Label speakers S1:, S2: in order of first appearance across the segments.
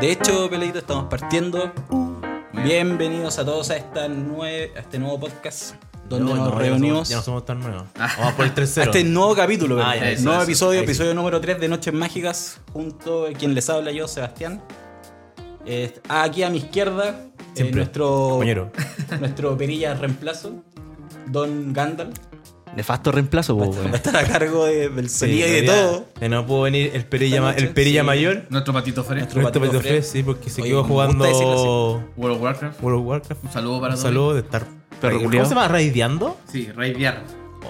S1: De hecho, Peleito, estamos partiendo. Bienvenidos a todos a, esta nue- a este nuevo podcast donde nos
S2: ya somos-
S1: reunimos.
S2: Ya no somos tan nuevos. Vamos por el
S1: a este
S2: 3-0.
S1: nuevo capítulo,
S2: Ah,
S1: perdón.
S2: ya, eso,
S1: nuevo
S2: eso.
S1: episodio,
S2: Ahí sí.
S1: episodio número 3 de Noches Mágicas, junto a quien les habla yo, Sebastián. Eh, aquí a mi izquierda, eh,
S2: Siempre.
S1: nuestro,
S2: Compañero.
S1: nuestro perilla reemplazo, Don Gandalf.
S3: Nefasto reemplazo, po,
S1: Va a
S3: weón.
S1: estar a cargo de- del
S2: Sí,
S1: sonido y de
S2: ya-
S1: todo.
S2: ya no pudo venir el Perilla,
S1: Esta
S2: ma-
S1: noche,
S2: el perilla
S1: sí.
S2: Mayor.
S4: Nuestro patito fresco.
S1: Nuestro
S2: Nuestro
S1: patito
S2: Patito
S1: Fred.
S2: Fred, sí, porque se
S1: Oye,
S2: quedó
S1: me gusta
S2: jugando
S1: decirlo
S2: World
S4: World of Warcraft.
S2: of Warcraft.
S4: Un saludo
S2: Un
S4: para todos.
S2: saludo de estar.
S3: Perro
S2: ¿Cómo
S3: culiao.
S2: se llama? ¿Raideando?
S4: Sí, Raidear.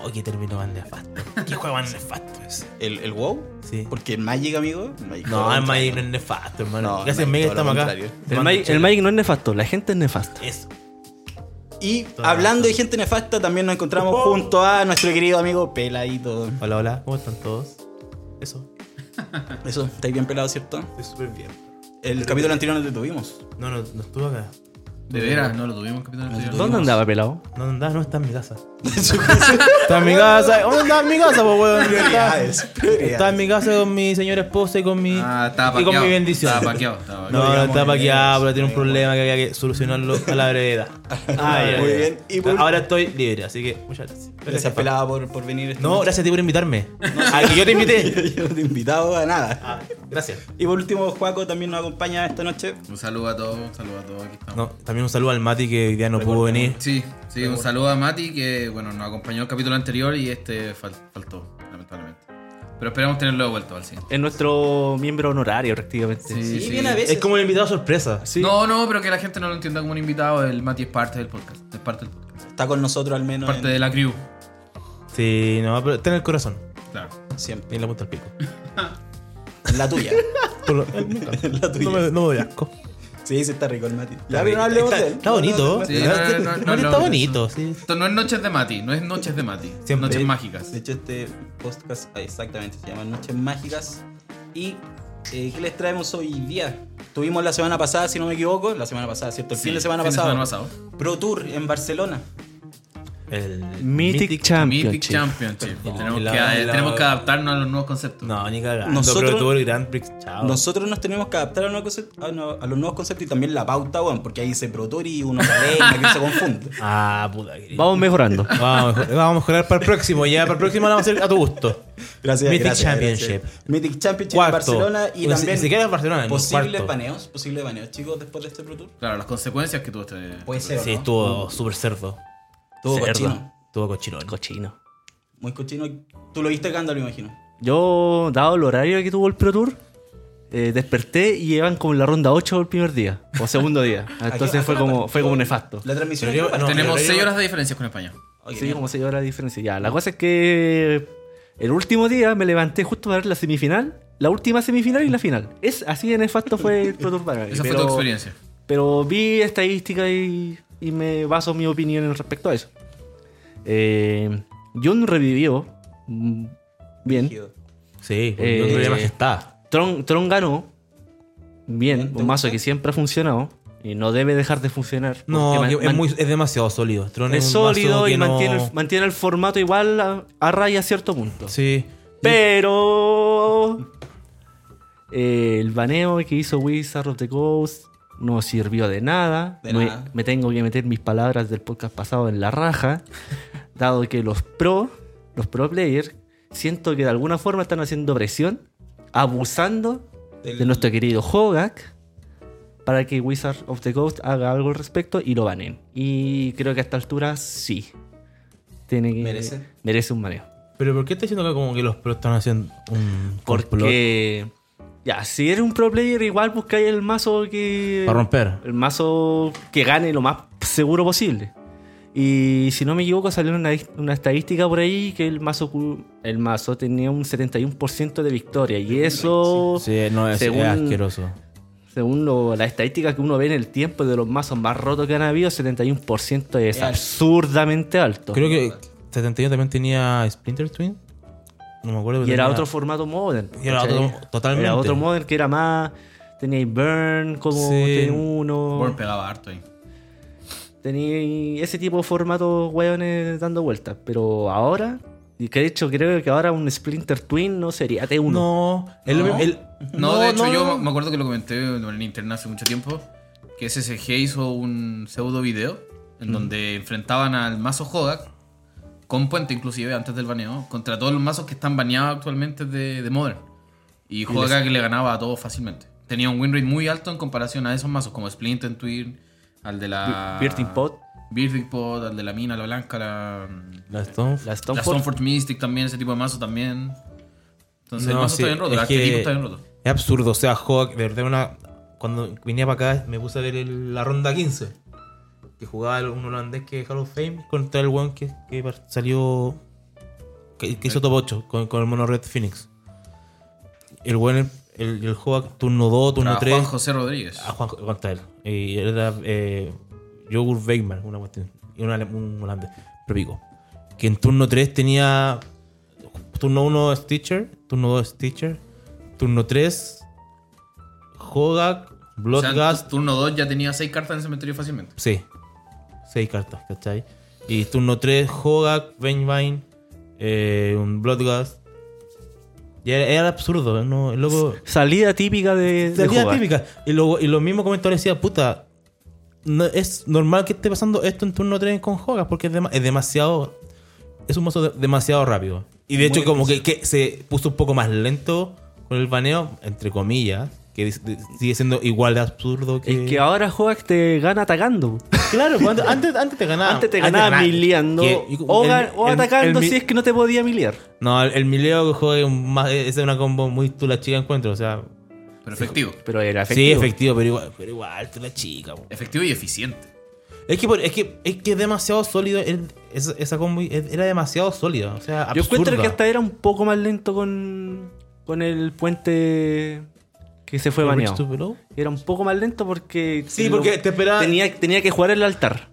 S2: Oh, qué término más nefasto. ¿Qué juego más nefasto ese?
S1: ¿El, el WoW?
S2: Sí.
S1: Porque el Magic, amigo. el Magic
S2: No,
S1: todo
S2: el Magic no
S1: lo contrario.
S2: es nefasto,
S1: No,
S2: hermano.
S1: el
S2: Gracias, en
S1: Magic
S2: Magic
S1: todo
S2: estamos
S1: lo
S2: acá.
S1: contrario.
S3: El Mike, el Mike no es nefasto, la gente es nefasta.
S2: Eso.
S1: Y hablando de gente nefasta, también nos encontramos junto a nuestro querido amigo Peladito.
S2: Hola, hola. ¿Cómo están todos? Eso.
S1: Eso, estáis bien pelado, ¿cierto?
S2: Estoy súper bien.
S1: El capítulo anterior no te tuvimos.
S2: No, no, no estuve acá.
S4: De veras, no lo tuvimos, capitán. anterior.
S3: ¿Dónde andaba pelado?
S2: No, no andaba, no está en mi casa.
S1: En su casa.
S2: Está en mi casa. ¿Dónde está en mi casa, po, weón? Está-
S1: Prioridades, prioridades.
S2: Está en mi casa con mi señora esposa y con mi.
S4: Ah, estaba
S2: y
S4: paqueado.
S2: con mi bendición.
S4: Estaba paqueado. Estaba
S2: No,
S4: paqueado.
S2: no,
S1: digamos
S2: estaba
S1: ideas,
S2: paqueado, pero tiene un
S1: no digamos.
S2: problema que había que solucionarlo a la brevedad. ya,
S1: Muy
S2: ya.
S1: bien, y por-
S2: Ahora estoy libre, así que muchas gracias.
S1: Gracias, Pelado, por, por venir. esta
S2: No,
S1: noche.
S2: gracias a ti por invitarme. A que yo te invité.
S1: Yo no te he invitado a nada.
S2: Ah, gracias.
S1: Y por último, Juaco también nos acompaña esta noche.
S4: Un saludo a todos, un saludo a todos. Aquí estamos.
S2: No, también un saludo al Mati que hoy día no pudo venir.
S4: Sí, sí, un saludo a Mati que, bueno, nos acompañó el capítulo anterior y este fal- faltó, lamentablemente. Pero esperamos tenerlo de vuelta al siguiente.
S3: Es nuestro miembro honorario prácticamente.
S4: Sí, sí.
S1: viene a veces.
S2: Es como el invitado sorpresa.
S3: Sí.
S4: No, no, pero que la gente no lo entienda como un invitado. El Mati es parte del podcast. Es parte del podcast.
S1: Está con nosotros al menos
S4: Parte
S1: en-
S4: de la crew.
S2: Sí, no, pero está en el corazón.
S4: Claro.
S1: siempre.
S2: Y en la punta del pico.
S1: En la tuya.
S2: Por lo- el-
S1: La tuya.
S2: No me, no me doy asco.
S1: Sí, sí, está rico el Mati.
S2: rico.
S1: Ya, pero no hablemos
S2: Está-
S1: de él.
S2: está bonito.
S4: Sí, no, no, no, no,
S2: Mati
S4: no,
S2: está
S4: no.
S2: bonito, sí.
S4: Esto no es Noches de Mati, no es Noches de Mati.
S2: Siempre.
S4: Noches
S1: De-
S4: mágicas.
S1: De hecho, este podcast ah, exactamente se llama Noches Mágicas. ¿Y eh, qué les traemos hoy día? Tuvimos la semana pasada, si no me equivoco, la semana pasada, ¿cierto? El
S4: Sí,
S1: fin de semana
S4: fin
S1: pasado.
S4: pasado.
S1: Pro Tour en Barcelona.
S2: El
S3: Mythic, Championship.
S4: Mythic Championship.
S2: Perdón,
S4: tenemos,
S2: la-
S4: que,
S2: la-
S4: tenemos que adaptarnos a los nuevos conceptos.
S2: No, ni cagando.
S1: Nosotros-
S2: Pero tuvo el Grand Prix, chao.
S1: Nosotros nos tenemos que adaptar a, nuevos concept- a no- a los nuevos conceptos y también la pauta, weón, porque ahí dice Pro Tour y uno la lee y la que se confunde.
S2: Ah, puta querida.
S3: Vamos mejorando.
S2: Vamos, a mejor- vamos a mejorar para el próximo. Ya para el próximo lo vamos a hacer a tu gusto.
S1: Gracias,
S2: Mythic
S1: gracias,
S2: Championship.
S1: gracias. Mythic Championship en
S2: Cuarto. Pues,
S1: Barcelona y
S2: Ni
S1: también
S2: siquiera en Barcelona, en
S1: posibles
S2: cuarto.
S1: baneos, posibles baneos, chicos, después de este Pro Tour.
S4: Claro, las consecuencias que tuvo este.
S1: Puede ser.
S2: Sí,
S1: ¿no?
S2: estuvo súper cerdo.
S1: Estuvo
S3: Cerdo.
S1: cochino.
S2: Estuvo cochino.
S3: Cochino.
S1: Muy cochino. Tú lo viste, Gandalf, me imagino.
S3: Yo, dado el horario que tuvo el Pro Tour, eh, desperté y llevan como en la ronda 8 el primer día, o segundo día.
S1: ¿A qué- a
S3: Entonces fue
S1: qué hora
S3: como,
S1: partió?
S3: fue como nefasto.
S1: La transmisión.
S2: Pero
S1: ¿a qué
S2: yo- no,
S1: hora?
S4: tenemos
S2: pero yo-
S4: 6 horas de diferencia con España.
S1: Ok,
S3: Sí,
S1: bien.
S3: como se lleva la diferencia. Ya, la cosa es que el último día me levanté justo para ver la semifinal, la última semifinal y la final. Es así de nefasto fue el Pro Tour para mí,
S4: Esa fue
S3: pero-
S4: tu experiencia.
S3: Pero vi estadísticas y, y me baso mi opinión en respecto a eso. Eh, Jun revivió. mm, Bien.
S1: Rígido.
S2: Sí, con
S3: Eh,
S2: un de majestad.
S3: Tron, Tron ganó.
S1: Bien,
S3: Bien.
S1: ¿te
S3: Un mazo
S1: gusta?
S3: que siempre ha funcionado. Y no debe dejar de funcionar.
S2: No,
S3: porque
S2: que
S3: man-
S2: es, muy, es demasiado sólido. Tron
S3: es
S2: un mazo
S3: sólido y
S2: que no-
S3: mantiene, el, mantiene el formato igual a, a raya a cierto punto.
S2: Sí.
S3: Pero. eh, el baneo que hizo Wizard of the Coast no sirvió de nada.
S1: De
S3: me,
S1: nada.
S3: me tengo que meter mis palabras del podcast pasado en la raja. dado que los pro, los pro players, siento que de alguna forma están haciendo presión, abusando
S1: Del-
S3: de nuestro querido Hogak. Para que Wizard of the Coast haga algo al respecto y lo banen. Y creo que a esta altura sí. Tiene que,
S1: Merece.
S3: merece un baneo.
S2: Pero ¿por qué está diciendo que como que los pros están haciendo un complot
S3: Porque. Ya, si eres un pro player, igual buscáis el mazo que.
S2: para romper?
S3: El mazo que gane lo más seguro posible. Y si no me equivoco, salió una, una estadística por ahí que el mazo, cu- el mazo tenía un 71% de victoria. Y eso,
S2: Sí, no, es, es
S3: según-
S2: asqueroso.
S3: según lo- las estadísticas que uno ve en el tiempo de los mazos más rotos que han habido, 71% es
S1: Es alto.
S3: absurdamente alto.
S2: Creo que 71 también tenía Splinter Twin. No me acuerdo. pero
S3: Y era
S2: tenía-
S3: otro formato modern.
S2: Y era
S3: ¿cachai?
S2: otro- totalmente.
S3: Era otro modern que era más. Teníais Burn como
S2: Sí.
S4: Born
S3: T1.
S4: pegaba harto ahí.
S3: Teníais ese tipo de formatos, weones, dando vueltas. Pero ahora Y que de hecho creo que ahora un Splinter Twin no sería T1.
S2: No, es lo
S4: No.
S2: mismo- el-
S4: No, de hecho,
S2: no,
S4: yo
S2: no.
S4: me acuerdo que lo comenté en internet hace mucho tiempo. Que SSG hizo un pseudo video en donde enfrentaban al mazo Hodak con puente, inclusive antes del baneo, contra todos los mazos que están baneados actualmente de, de Modern. Y Hodak le ganaba a todos fácilmente. Tenía un win rate muy alto en comparación a esos mazos, como Splinter Twin, al de la.
S3: Bi- Birthing Pod,
S4: Birthing Pod, al de la mina, la blanca, la.
S2: La Stone-
S3: la
S4: La
S3: Stoneford.
S4: Stoneford Mystic también, ese tipo de mazo también. Entonces el
S2: No,
S4: mazo
S2: sí,
S4: está bien roto, el
S2: es que-
S4: arquetipo está bien roto.
S2: Es absurdo, o sea, Hawk, de verdad, una... cuando venía para acá me puse a ver el- la ronda 15. Que jugaba el- un holandés que Hall of Fame contra el one que, que par- salió. que, que hizo top 8 con, con el mono Red Phoenix. El buen, el, el Hawk turno 2, turno
S4: Para Juan
S2: 3.
S4: José Rodríguez.
S2: A Juan contra él. Y era eh, Jogur Weidmann, una cuestión. Y un, ale- un holandés, pero pico. Que en turno 3 tenía. Turno 1 Stitcher, turno 2 Stitcher, turno 3 Hogak,
S4: O sea,
S2: Bloodgast.
S4: tu- turno 2 ya tenía 6 cartas en el cementerio fácilmente.
S2: Sí, 6 cartas, ¿cachai? Y turno 3 Hogak, Veinvine, eh, un Bloodgast. Y era, era absurdo, ¿no? El loco.
S3: Salida típica de, de
S2: La vida
S3: jugar.
S2: típica. Y lo, y lo mismo comentó decía, puta, no, es normal que esté pasando esto en turno 3 con Hogas, porque es, dema- es demasiado. Es un mazo de- demasiado rápido. Y de
S4: Muy
S2: hecho, como que, que se puso un poco más lento con el baneo, entre comillas, que dis- de- sigue siendo igual de absurdo que.
S3: Es que ah, ahora Hoag te gana atacando.
S2: claro, cuando- antes, antes te ganaba.
S3: Antes te ganaba miliando
S2: Ah, Que- y-
S3: o,
S2: el-
S3: ga- o
S2: el-
S3: atacando
S2: el mi-
S3: si es que no te podía miliar.
S2: No, el, el mileo que juega es un más- es una combo muy tú la chica encuentro, o sea.
S4: Pero efectivo.
S3: Pero era
S2: Sí,
S3: efectivo.
S2: efectivo, pero igual, pero igual tú la chica, po.
S4: Efectivo y eficiente.
S2: Es que, por- es que es que es demasiado sólido. el- esa, esa combo es- era demasiado sólida. O sea,
S3: Yo
S2: absurda.
S3: encuentro que hasta era un poco más lento con, con el puente que se fue
S2: Reach
S3: baneado.
S2: to below.
S3: Era un poco más lento porque.
S2: Sí, porque te esperaba-
S3: Tenía, tenía que jugar el altar.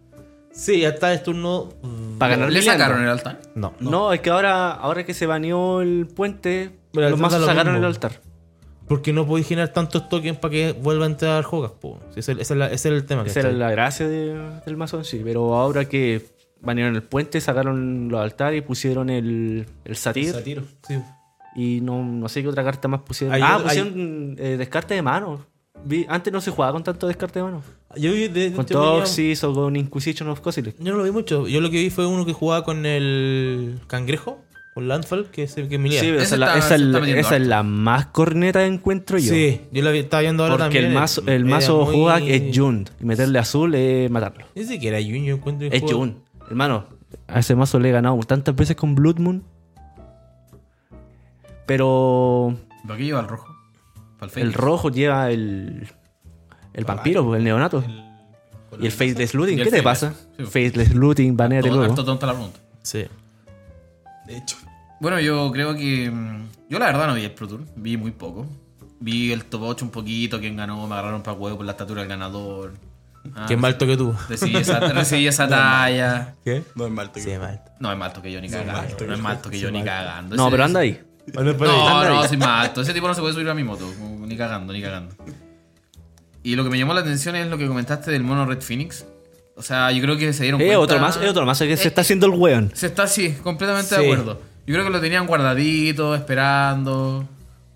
S2: Sí, hasta el turno.
S3: Para ganar
S4: ¿Le
S3: Milan.
S4: sacaron el altar?
S2: No,
S3: No.
S2: no.
S3: es que ahora, ahora que se baneó el puente,
S2: Pero el
S3: los
S2: altar
S3: mazos
S2: da lo
S3: sacaron
S2: mismo.
S3: el altar.
S2: Porque no podéis generar tantos tokens para que vuelva a entrar Hogas. po. Sí, Ese, ese es la- ese es el tema.
S3: Esa era
S2: ¿cachai?
S3: la gracia de- del mazo en sí. Pero ahora que banearon el puente, sacaron los altares y pusieron el, el satir.
S1: Satiro.
S2: Sí.
S3: Y no, no sé qué otra carta más pusieron.
S2: Hay
S3: ah,
S2: otra-
S3: pusieron eh, descarte de mano. Vi- antes no se jugaba con tanto descarte de este mano.
S2: Yo, vi de- de-
S3: Con
S2: yo veía-
S3: Toxis o con Inquisition of Cosilex.
S2: yo no lo vi mucho. Yo lo que vi fue uno que jugaba con el cangrejo, con Landfall, que es el que milea.
S3: Sí, pero
S4: Ese
S3: esa, es la-
S4: está-
S3: esa
S4: se
S3: es
S4: está
S3: la-
S4: metiendo
S3: esa es
S4: harto.
S3: la más corneta encuentro yo.
S2: Sí, yo la vi- estaba viendo ahora
S3: Porque
S2: también.
S3: el mazo, el
S2: Era
S3: mazo
S2: muy-
S3: Huak es Jund. Y meterle azul es matarlo.
S2: Ni siquiera Jun, yo encuentro. que
S3: Es
S2: juega-
S3: Jun. Hermano, a ese mazo le he ganado tantas veces con Blood Moon. Pero
S4: ¿Para qué lleva el rojo? Para el
S3: el
S4: Fénix.
S3: rojo lleva el, el vampiro, el neonato. y el Faceless Looting.
S4: Y el
S3: ¿Qué te
S4: Faceless,
S3: pasa?
S4: sí.
S3: Faceless Looting, baneate
S4: Todo-
S3: luego.
S4: harto tonta la pregunta.
S2: Sí.
S1: De hecho.
S4: Bueno, yo creo que. mm, Yo la verdad no vi el Pro Tour. Vi muy poco. Vi el top 8 un poquito, quién ganó, me agarraron para huevo por la estatura del ganador. Ah,
S2: Qué mal toque tuvo.
S4: Recibí esa, recibí esa talla.
S2: ¿Qué?
S1: No es mal toque.
S2: Sí, mal.
S4: No es malto que yo ni cagando.
S1: malto.
S4: No es malto que yo ni cagando.
S3: No,
S4: Ese-
S3: pero anda ahí.
S2: Ah,
S4: No,
S3: Anda
S4: no,
S3: ahí.
S4: soy más alto. Ese tipo no se puede subir a mi moto. como Ni cagando, ni cagando. Y lo que me llamó la atención es lo que comentaste del mono Red Phoenix. O sea, yo creo que se dieron
S3: Es
S4: cuenta.
S3: otro mazo, es otro mazo
S4: Eh,
S3: que se está haciendo el weón.
S4: Se está así, completamente de
S2: Sí.
S4: acuerdo. Yo creo que lo tenían guardadito, esperando.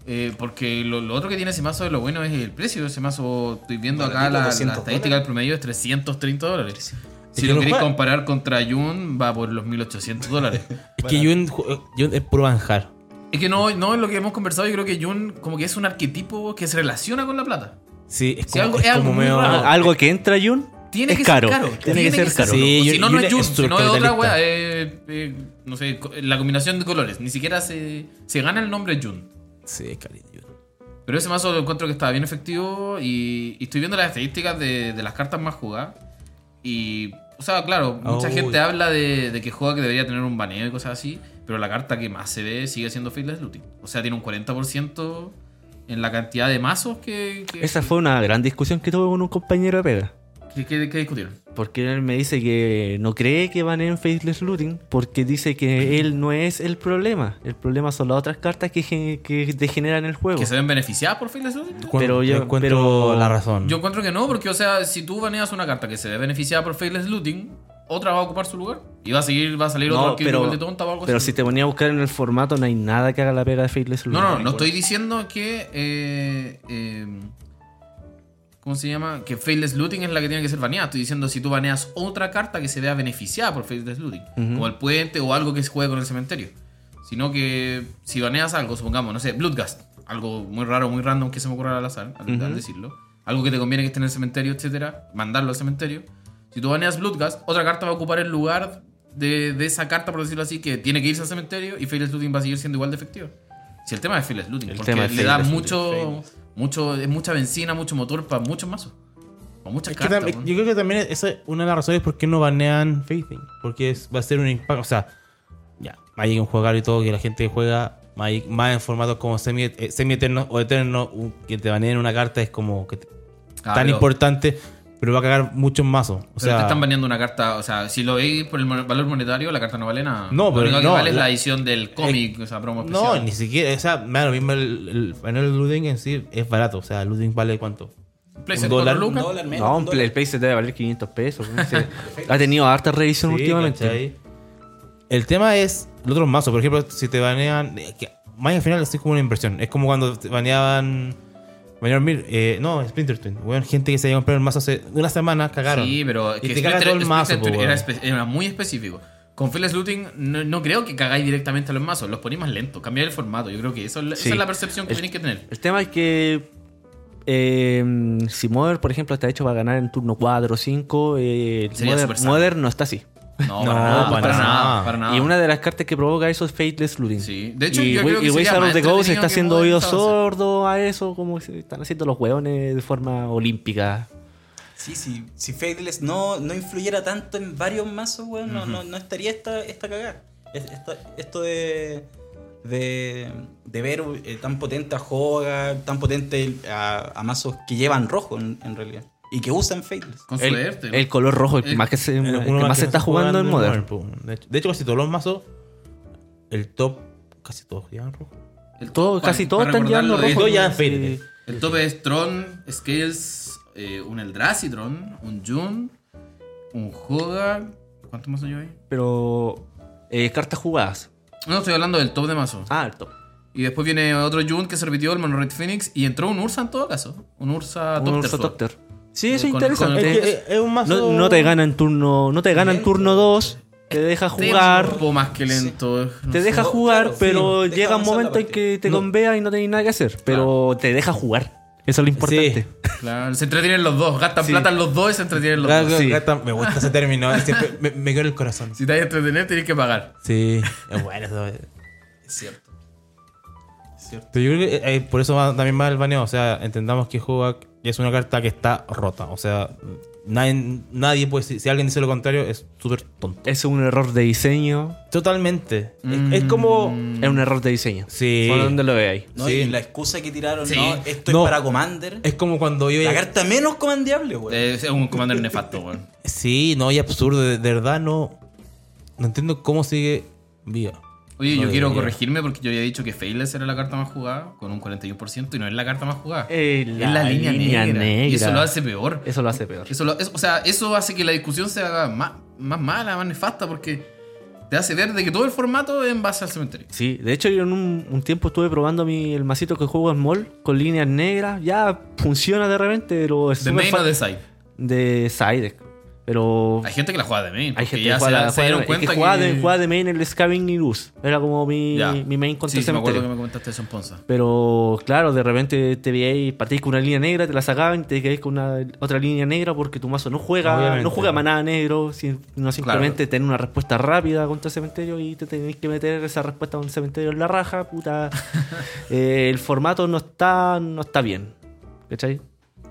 S4: eh, porque lo, lo otro que tiene ese mazo de lo bueno es el precio. Ese mazo, estoy viendo acá
S1: Baratito,
S4: la, la
S1: 200
S4: estadística del promedio es 330 dólares. Si
S2: que
S4: lo
S2: no
S4: queréis
S2: juega.
S4: comparar contra Jun, va por los 1800 dólares.
S2: Es que Jun, ju- Jun es puro manjar.
S4: Es que no, no es lo que hemos conversado. Yo creo que Jun como que es un arquetipo que se relaciona con la plata.
S2: Sí, es como,
S4: algo-
S2: es
S4: es algo
S2: como
S4: muy
S2: medio.
S4: raro.
S3: Ah, Algo que entra Jun
S4: Tiene
S3: es
S4: que
S3: caro.
S4: ser caro.
S3: Tiene que ser caro.
S2: Sí,
S4: si no,
S2: Jun-
S4: no es
S2: Jun
S4: Jun.
S2: es
S4: Si no es otra
S2: surcapitalista.
S4: wea. eh, eh, no sé, co- la combinación de colores. Ni siquiera se, se gana el nombre Jun.
S2: Sí, es cariño. Jun.
S4: Pero ese mazo lo encuentro que estaba bien efectivo y, y estoy viendo las estadísticas de, de las cartas más jugadas. Y, o sea, claro, mucha
S3: Oh.
S2: Uy.
S4: gente habla de, de que juega que debería tener un baneo y cosas así, pero la carta que más se ve sigue siendo Faithless Looting. O sea, tiene un 40% en la cantidad de mazos que, que,
S3: Esa fue una gran discusión que tuve con un compañero de pega.
S4: que- que- que discutieron.
S3: Porque él me dice que no cree que van en Faceless Looting porque dice que él no es el problema. El problema son las otras cartas que, gen- que degeneran el juego.
S4: ¿Que se ven beneficiadas por Faithless Looting?
S2: Encuentro-
S3: Pero yo-
S2: encuentro
S3: pero-
S2: la razón.
S4: Yo encuentro que no, porque, o sea, si tú baneas una carta que se ve beneficiada por Faithless Looting, otra va a ocupar su lugar y va a seguir, va a salir otro
S3: No,
S4: arquero
S3: pero,
S4: igual de tonta o algo
S3: pero
S4: así.
S3: si te ponía a buscar en el formato, no hay nada que haga la pega de Faithless
S4: No, no,
S3: Lover.
S4: no, estoy diciendo que. eh, eh, ¿Cómo se llama? Que Faithless Looting es la que tiene que ser baneada. Estoy diciendo si tú baneas otra carta que se vea beneficiada por Faithless Looting, como el puente o algo que se juegue con el cementerio. Sino que si baneas algo, supongamos, no sé, Bloodgust, algo muy raro, muy random que se me ocurra al azar, al, al decirlo, algo que te conviene que esté en el cementerio, etcétera, mandarlo al cementerio. Si tú baneas Bloodgust, otra carta va a ocupar el lugar de, de esa carta, por decirlo así, que tiene que irse al cementerio y Faithless Looting va a seguir siendo igual de efectivo. Si el tema es Faithless Looting,
S3: El
S4: porque
S3: tema es
S4: le da
S3: Faithless
S4: mucho, mucho, es mucha benzina, mucho motor para muchos mazos. Para muchas
S2: Es que
S4: cartas.
S2: tam-
S4: weón.
S2: yo creo que también esa es una de las razones por qué no banean Faithing. Porque es, va a ser un impacto. O sea, ya, Magic es un jugador y todo, que la gente juega Magic más en formatos como semi, eh, semi-eterno o eterno. un- que te baneen una carta es como que te-
S4: Ah,
S2: tan
S4: pero-
S2: importante, pero va a cagar muchos mazos. O
S4: pero te
S2: sea,
S4: están baneando una carta, o sea, si lo veis por el mon- valor monetario, la carta no vale nada.
S2: No, pero
S4: lo único que
S2: no,
S4: vale es
S2: la-
S4: la edición del cómic, o sea, promo
S2: no,
S4: especial.
S2: ni siquiera. O sea, me da lo mismo el, el, el looting en sí es barato. O sea, el looting vale cuánto?
S4: PlayStation
S2: un dólar,
S4: 4
S1: Un
S4: lucas.
S1: dólar menos.
S3: No,
S1: un
S3: un
S1: dólar.
S3: play, el Play se debe valer 500 pesos. weón. Se- ha tenido harta revisión
S2: Sí,
S3: últimamente.
S2: ¿cachai? El tema es los otros mazos. Por ejemplo, si te banean. eh, que- Más al final, así como una inversión. Es como cuando te baneaban. Banearon Mir. eh, no, Splinter Twin. Weón, gente que se había comprado el mazo hace una semana, cagaron.
S4: Sí, pero es
S2: Y
S4: que
S2: te caga
S4: Splinter-
S2: todo el mazo,
S4: Splinter
S2: po,
S4: era,
S2: weón.
S4: espe- era muy específico. Con Fearless Looting no, no creo que cagáis directamente a los mazos, los ponéis más lentos, cambiáis el formato. Yo creo que eso, es la-
S3: Sí.
S4: esa es la percepción que
S3: El-
S4: tenéis que tener.
S3: El tema es que eh, si Modern, por ejemplo, está hecho para ganar en turno 4 o 5, eh,
S4: Sería super
S3: Modern,
S4: sano.
S3: Modern no está así.
S4: No,
S2: No,
S4: para, nada, para,
S2: para
S4: nada,
S2: nada.
S4: para nada.
S3: Y una de las cartas que provoca eso es Faithless Looting.
S4: Sí. De hecho,
S3: y,
S4: yo
S3: Wa-
S4: creo que
S3: y
S4: sería
S3: Wizard
S4: más
S3: of the Coast
S4: entretenido
S3: está
S4: que
S3: haciendo
S4: Modern
S3: oído
S4: Sunset.
S3: sordo a eso, como se están haciendo los hueones de forma olímpica.
S1: Sí, sí. Si Faithless no, no influyera tanto en varios mazos, weón, no, no, no estaría esta, esta cagada. Es- esta- esto de, de, de ver eh, tan potente a Hoga, tan potente a, a mazos que llevan rojo en, en realidad. Y que usan Faithless.
S4: Con
S3: El,
S4: suerte.
S3: el color rojo, el que
S4: El-
S3: más, que se,
S2: Uno
S3: el que más
S2: que
S3: se está jugando en Modern.
S2: po. De hecho, de hecho, casi todos los mazos. El top. Casi todos llevan rojo.
S4: El-
S3: Todo,
S4: bueno,
S3: casi todos
S4: para
S3: están
S4: recordarlo,
S3: llevando
S4: eh,
S3: rojo.
S2: Yo ya
S3: sí.
S2: Faithless.
S4: El tope es Tron, Scales, eh, un Eldracitron, un Jun, un Hoga. ¿Cuántos mazos yo ahí?
S3: Pero eh, cartas jugadas.
S4: No, estoy hablando del top de mazo.
S3: Ah, el top.
S4: Y después viene otro Jun que se repitió, el Mono Red Phoenix. Y entró un Ursa en todo caso. Un Ursa
S3: Un
S4: Ah, Doctor
S3: Ursa
S4: Sword.
S3: Doctor. Sí, eso
S4: Eh, con-
S3: es
S4: con
S3: interesante.
S4: el-
S2: Es que, eh, es un mazo.
S3: no, no te gana en turno. No te gana en turno 2. Te deja
S4: Un
S3: jugar.
S4: poco más que lento. eh. no
S3: Te
S4: sé.
S3: deja
S1: No,
S3: jugar,
S1: claro, sí,
S3: pero
S1: deja
S3: llega un
S1: avanzar la
S3: momento en
S1: partida.
S3: que te convea y no tenés nada que hacer. Pero te deja jugar. Eso es lo importante.
S4: Claro, se entretienen los dos. Gastan
S3: Sí.
S4: plata los dos y se entretienen los
S2: Gata-
S4: dos.
S3: sí.
S2: gata- me gusta ese término. siempre me, me queda en el corazón.
S4: Si te hay que entretener, tienes que pagar.
S2: Sí, es bueno eso. eh.
S1: Es cierto. Es cierto.
S2: Pero yo creo que eh, por eso va- también va el baneo. O sea, entendamos que Hogak es una carta que está rota. O sea, nadie, nadie puede decir- Si alguien dice lo contrario, es súper tonto.
S3: Es un error de diseño.
S2: Totalmente. Es, es como.
S4: Mm.
S3: Es un error de diseño.
S2: Sí.
S3: Por donde lo veáis.
S1: No,
S2: Sí.
S1: y la excusa que tiraron,
S4: Sí.
S1: no, esto
S2: No.
S1: es para Commander.
S2: Es como cuando yo.
S1: La carta menos comandeable, weón.
S4: Eh, Es un commander nefasto, weón.
S2: Sí, no, y absurdo. De, de verdad, no. No entiendo cómo sigue viva.
S4: Oye, yo
S2: Madre
S4: quiero
S2: mía.
S4: corregirme porque yo había dicho que Faithless era la carta más jugada con un 41% y no es la carta más jugada.
S3: Eh,
S4: es la
S3: la
S4: línea,
S3: línea
S4: negra. Y eso
S3: negra.
S4: lo hace peor.
S3: Eso lo hace peor.
S4: Eso lo- eso- o sea, eso hace que la discusión se haga más, más mala, más nefasta porque te hace ver de que todo el formato es en base al cementerio.
S3: Sí, de hecho yo en un, un tiempo estuve probando mi, el masito que juego en mall con líneas negras. Ya funciona de repente, pero es
S4: De
S3: súper
S4: main o
S3: fa-
S4: de side.
S3: de side. Pero
S4: Hay gente que la juega de main. porque
S3: hay gente
S4: ya
S3: que juega,
S4: se,
S3: la-
S4: se dieron
S3: juega- es que
S4: cuenta que.
S3: jugaba de, jugaba de main el Scavenging y Luz. Era como mi,
S4: Ya.
S3: mi main contra
S4: Sí,
S3: el
S4: sí, me acuerdo
S3: cementerio.
S4: que me comentaste eso en Ponza.
S3: Pero claro, de repente te veíais, partís con una línea negra, te la sacaban y te quedáis con una, otra línea negra porque tu mazo no juega,
S2: Obviamente.
S3: no juega manada negro, sin- no simplemente tener una respuesta rápida contra el cementerio y te tenéis que meter esa respuesta con el cementerio en la raja, puta. Eh, el formato no está, no está bien. ¿Cachai?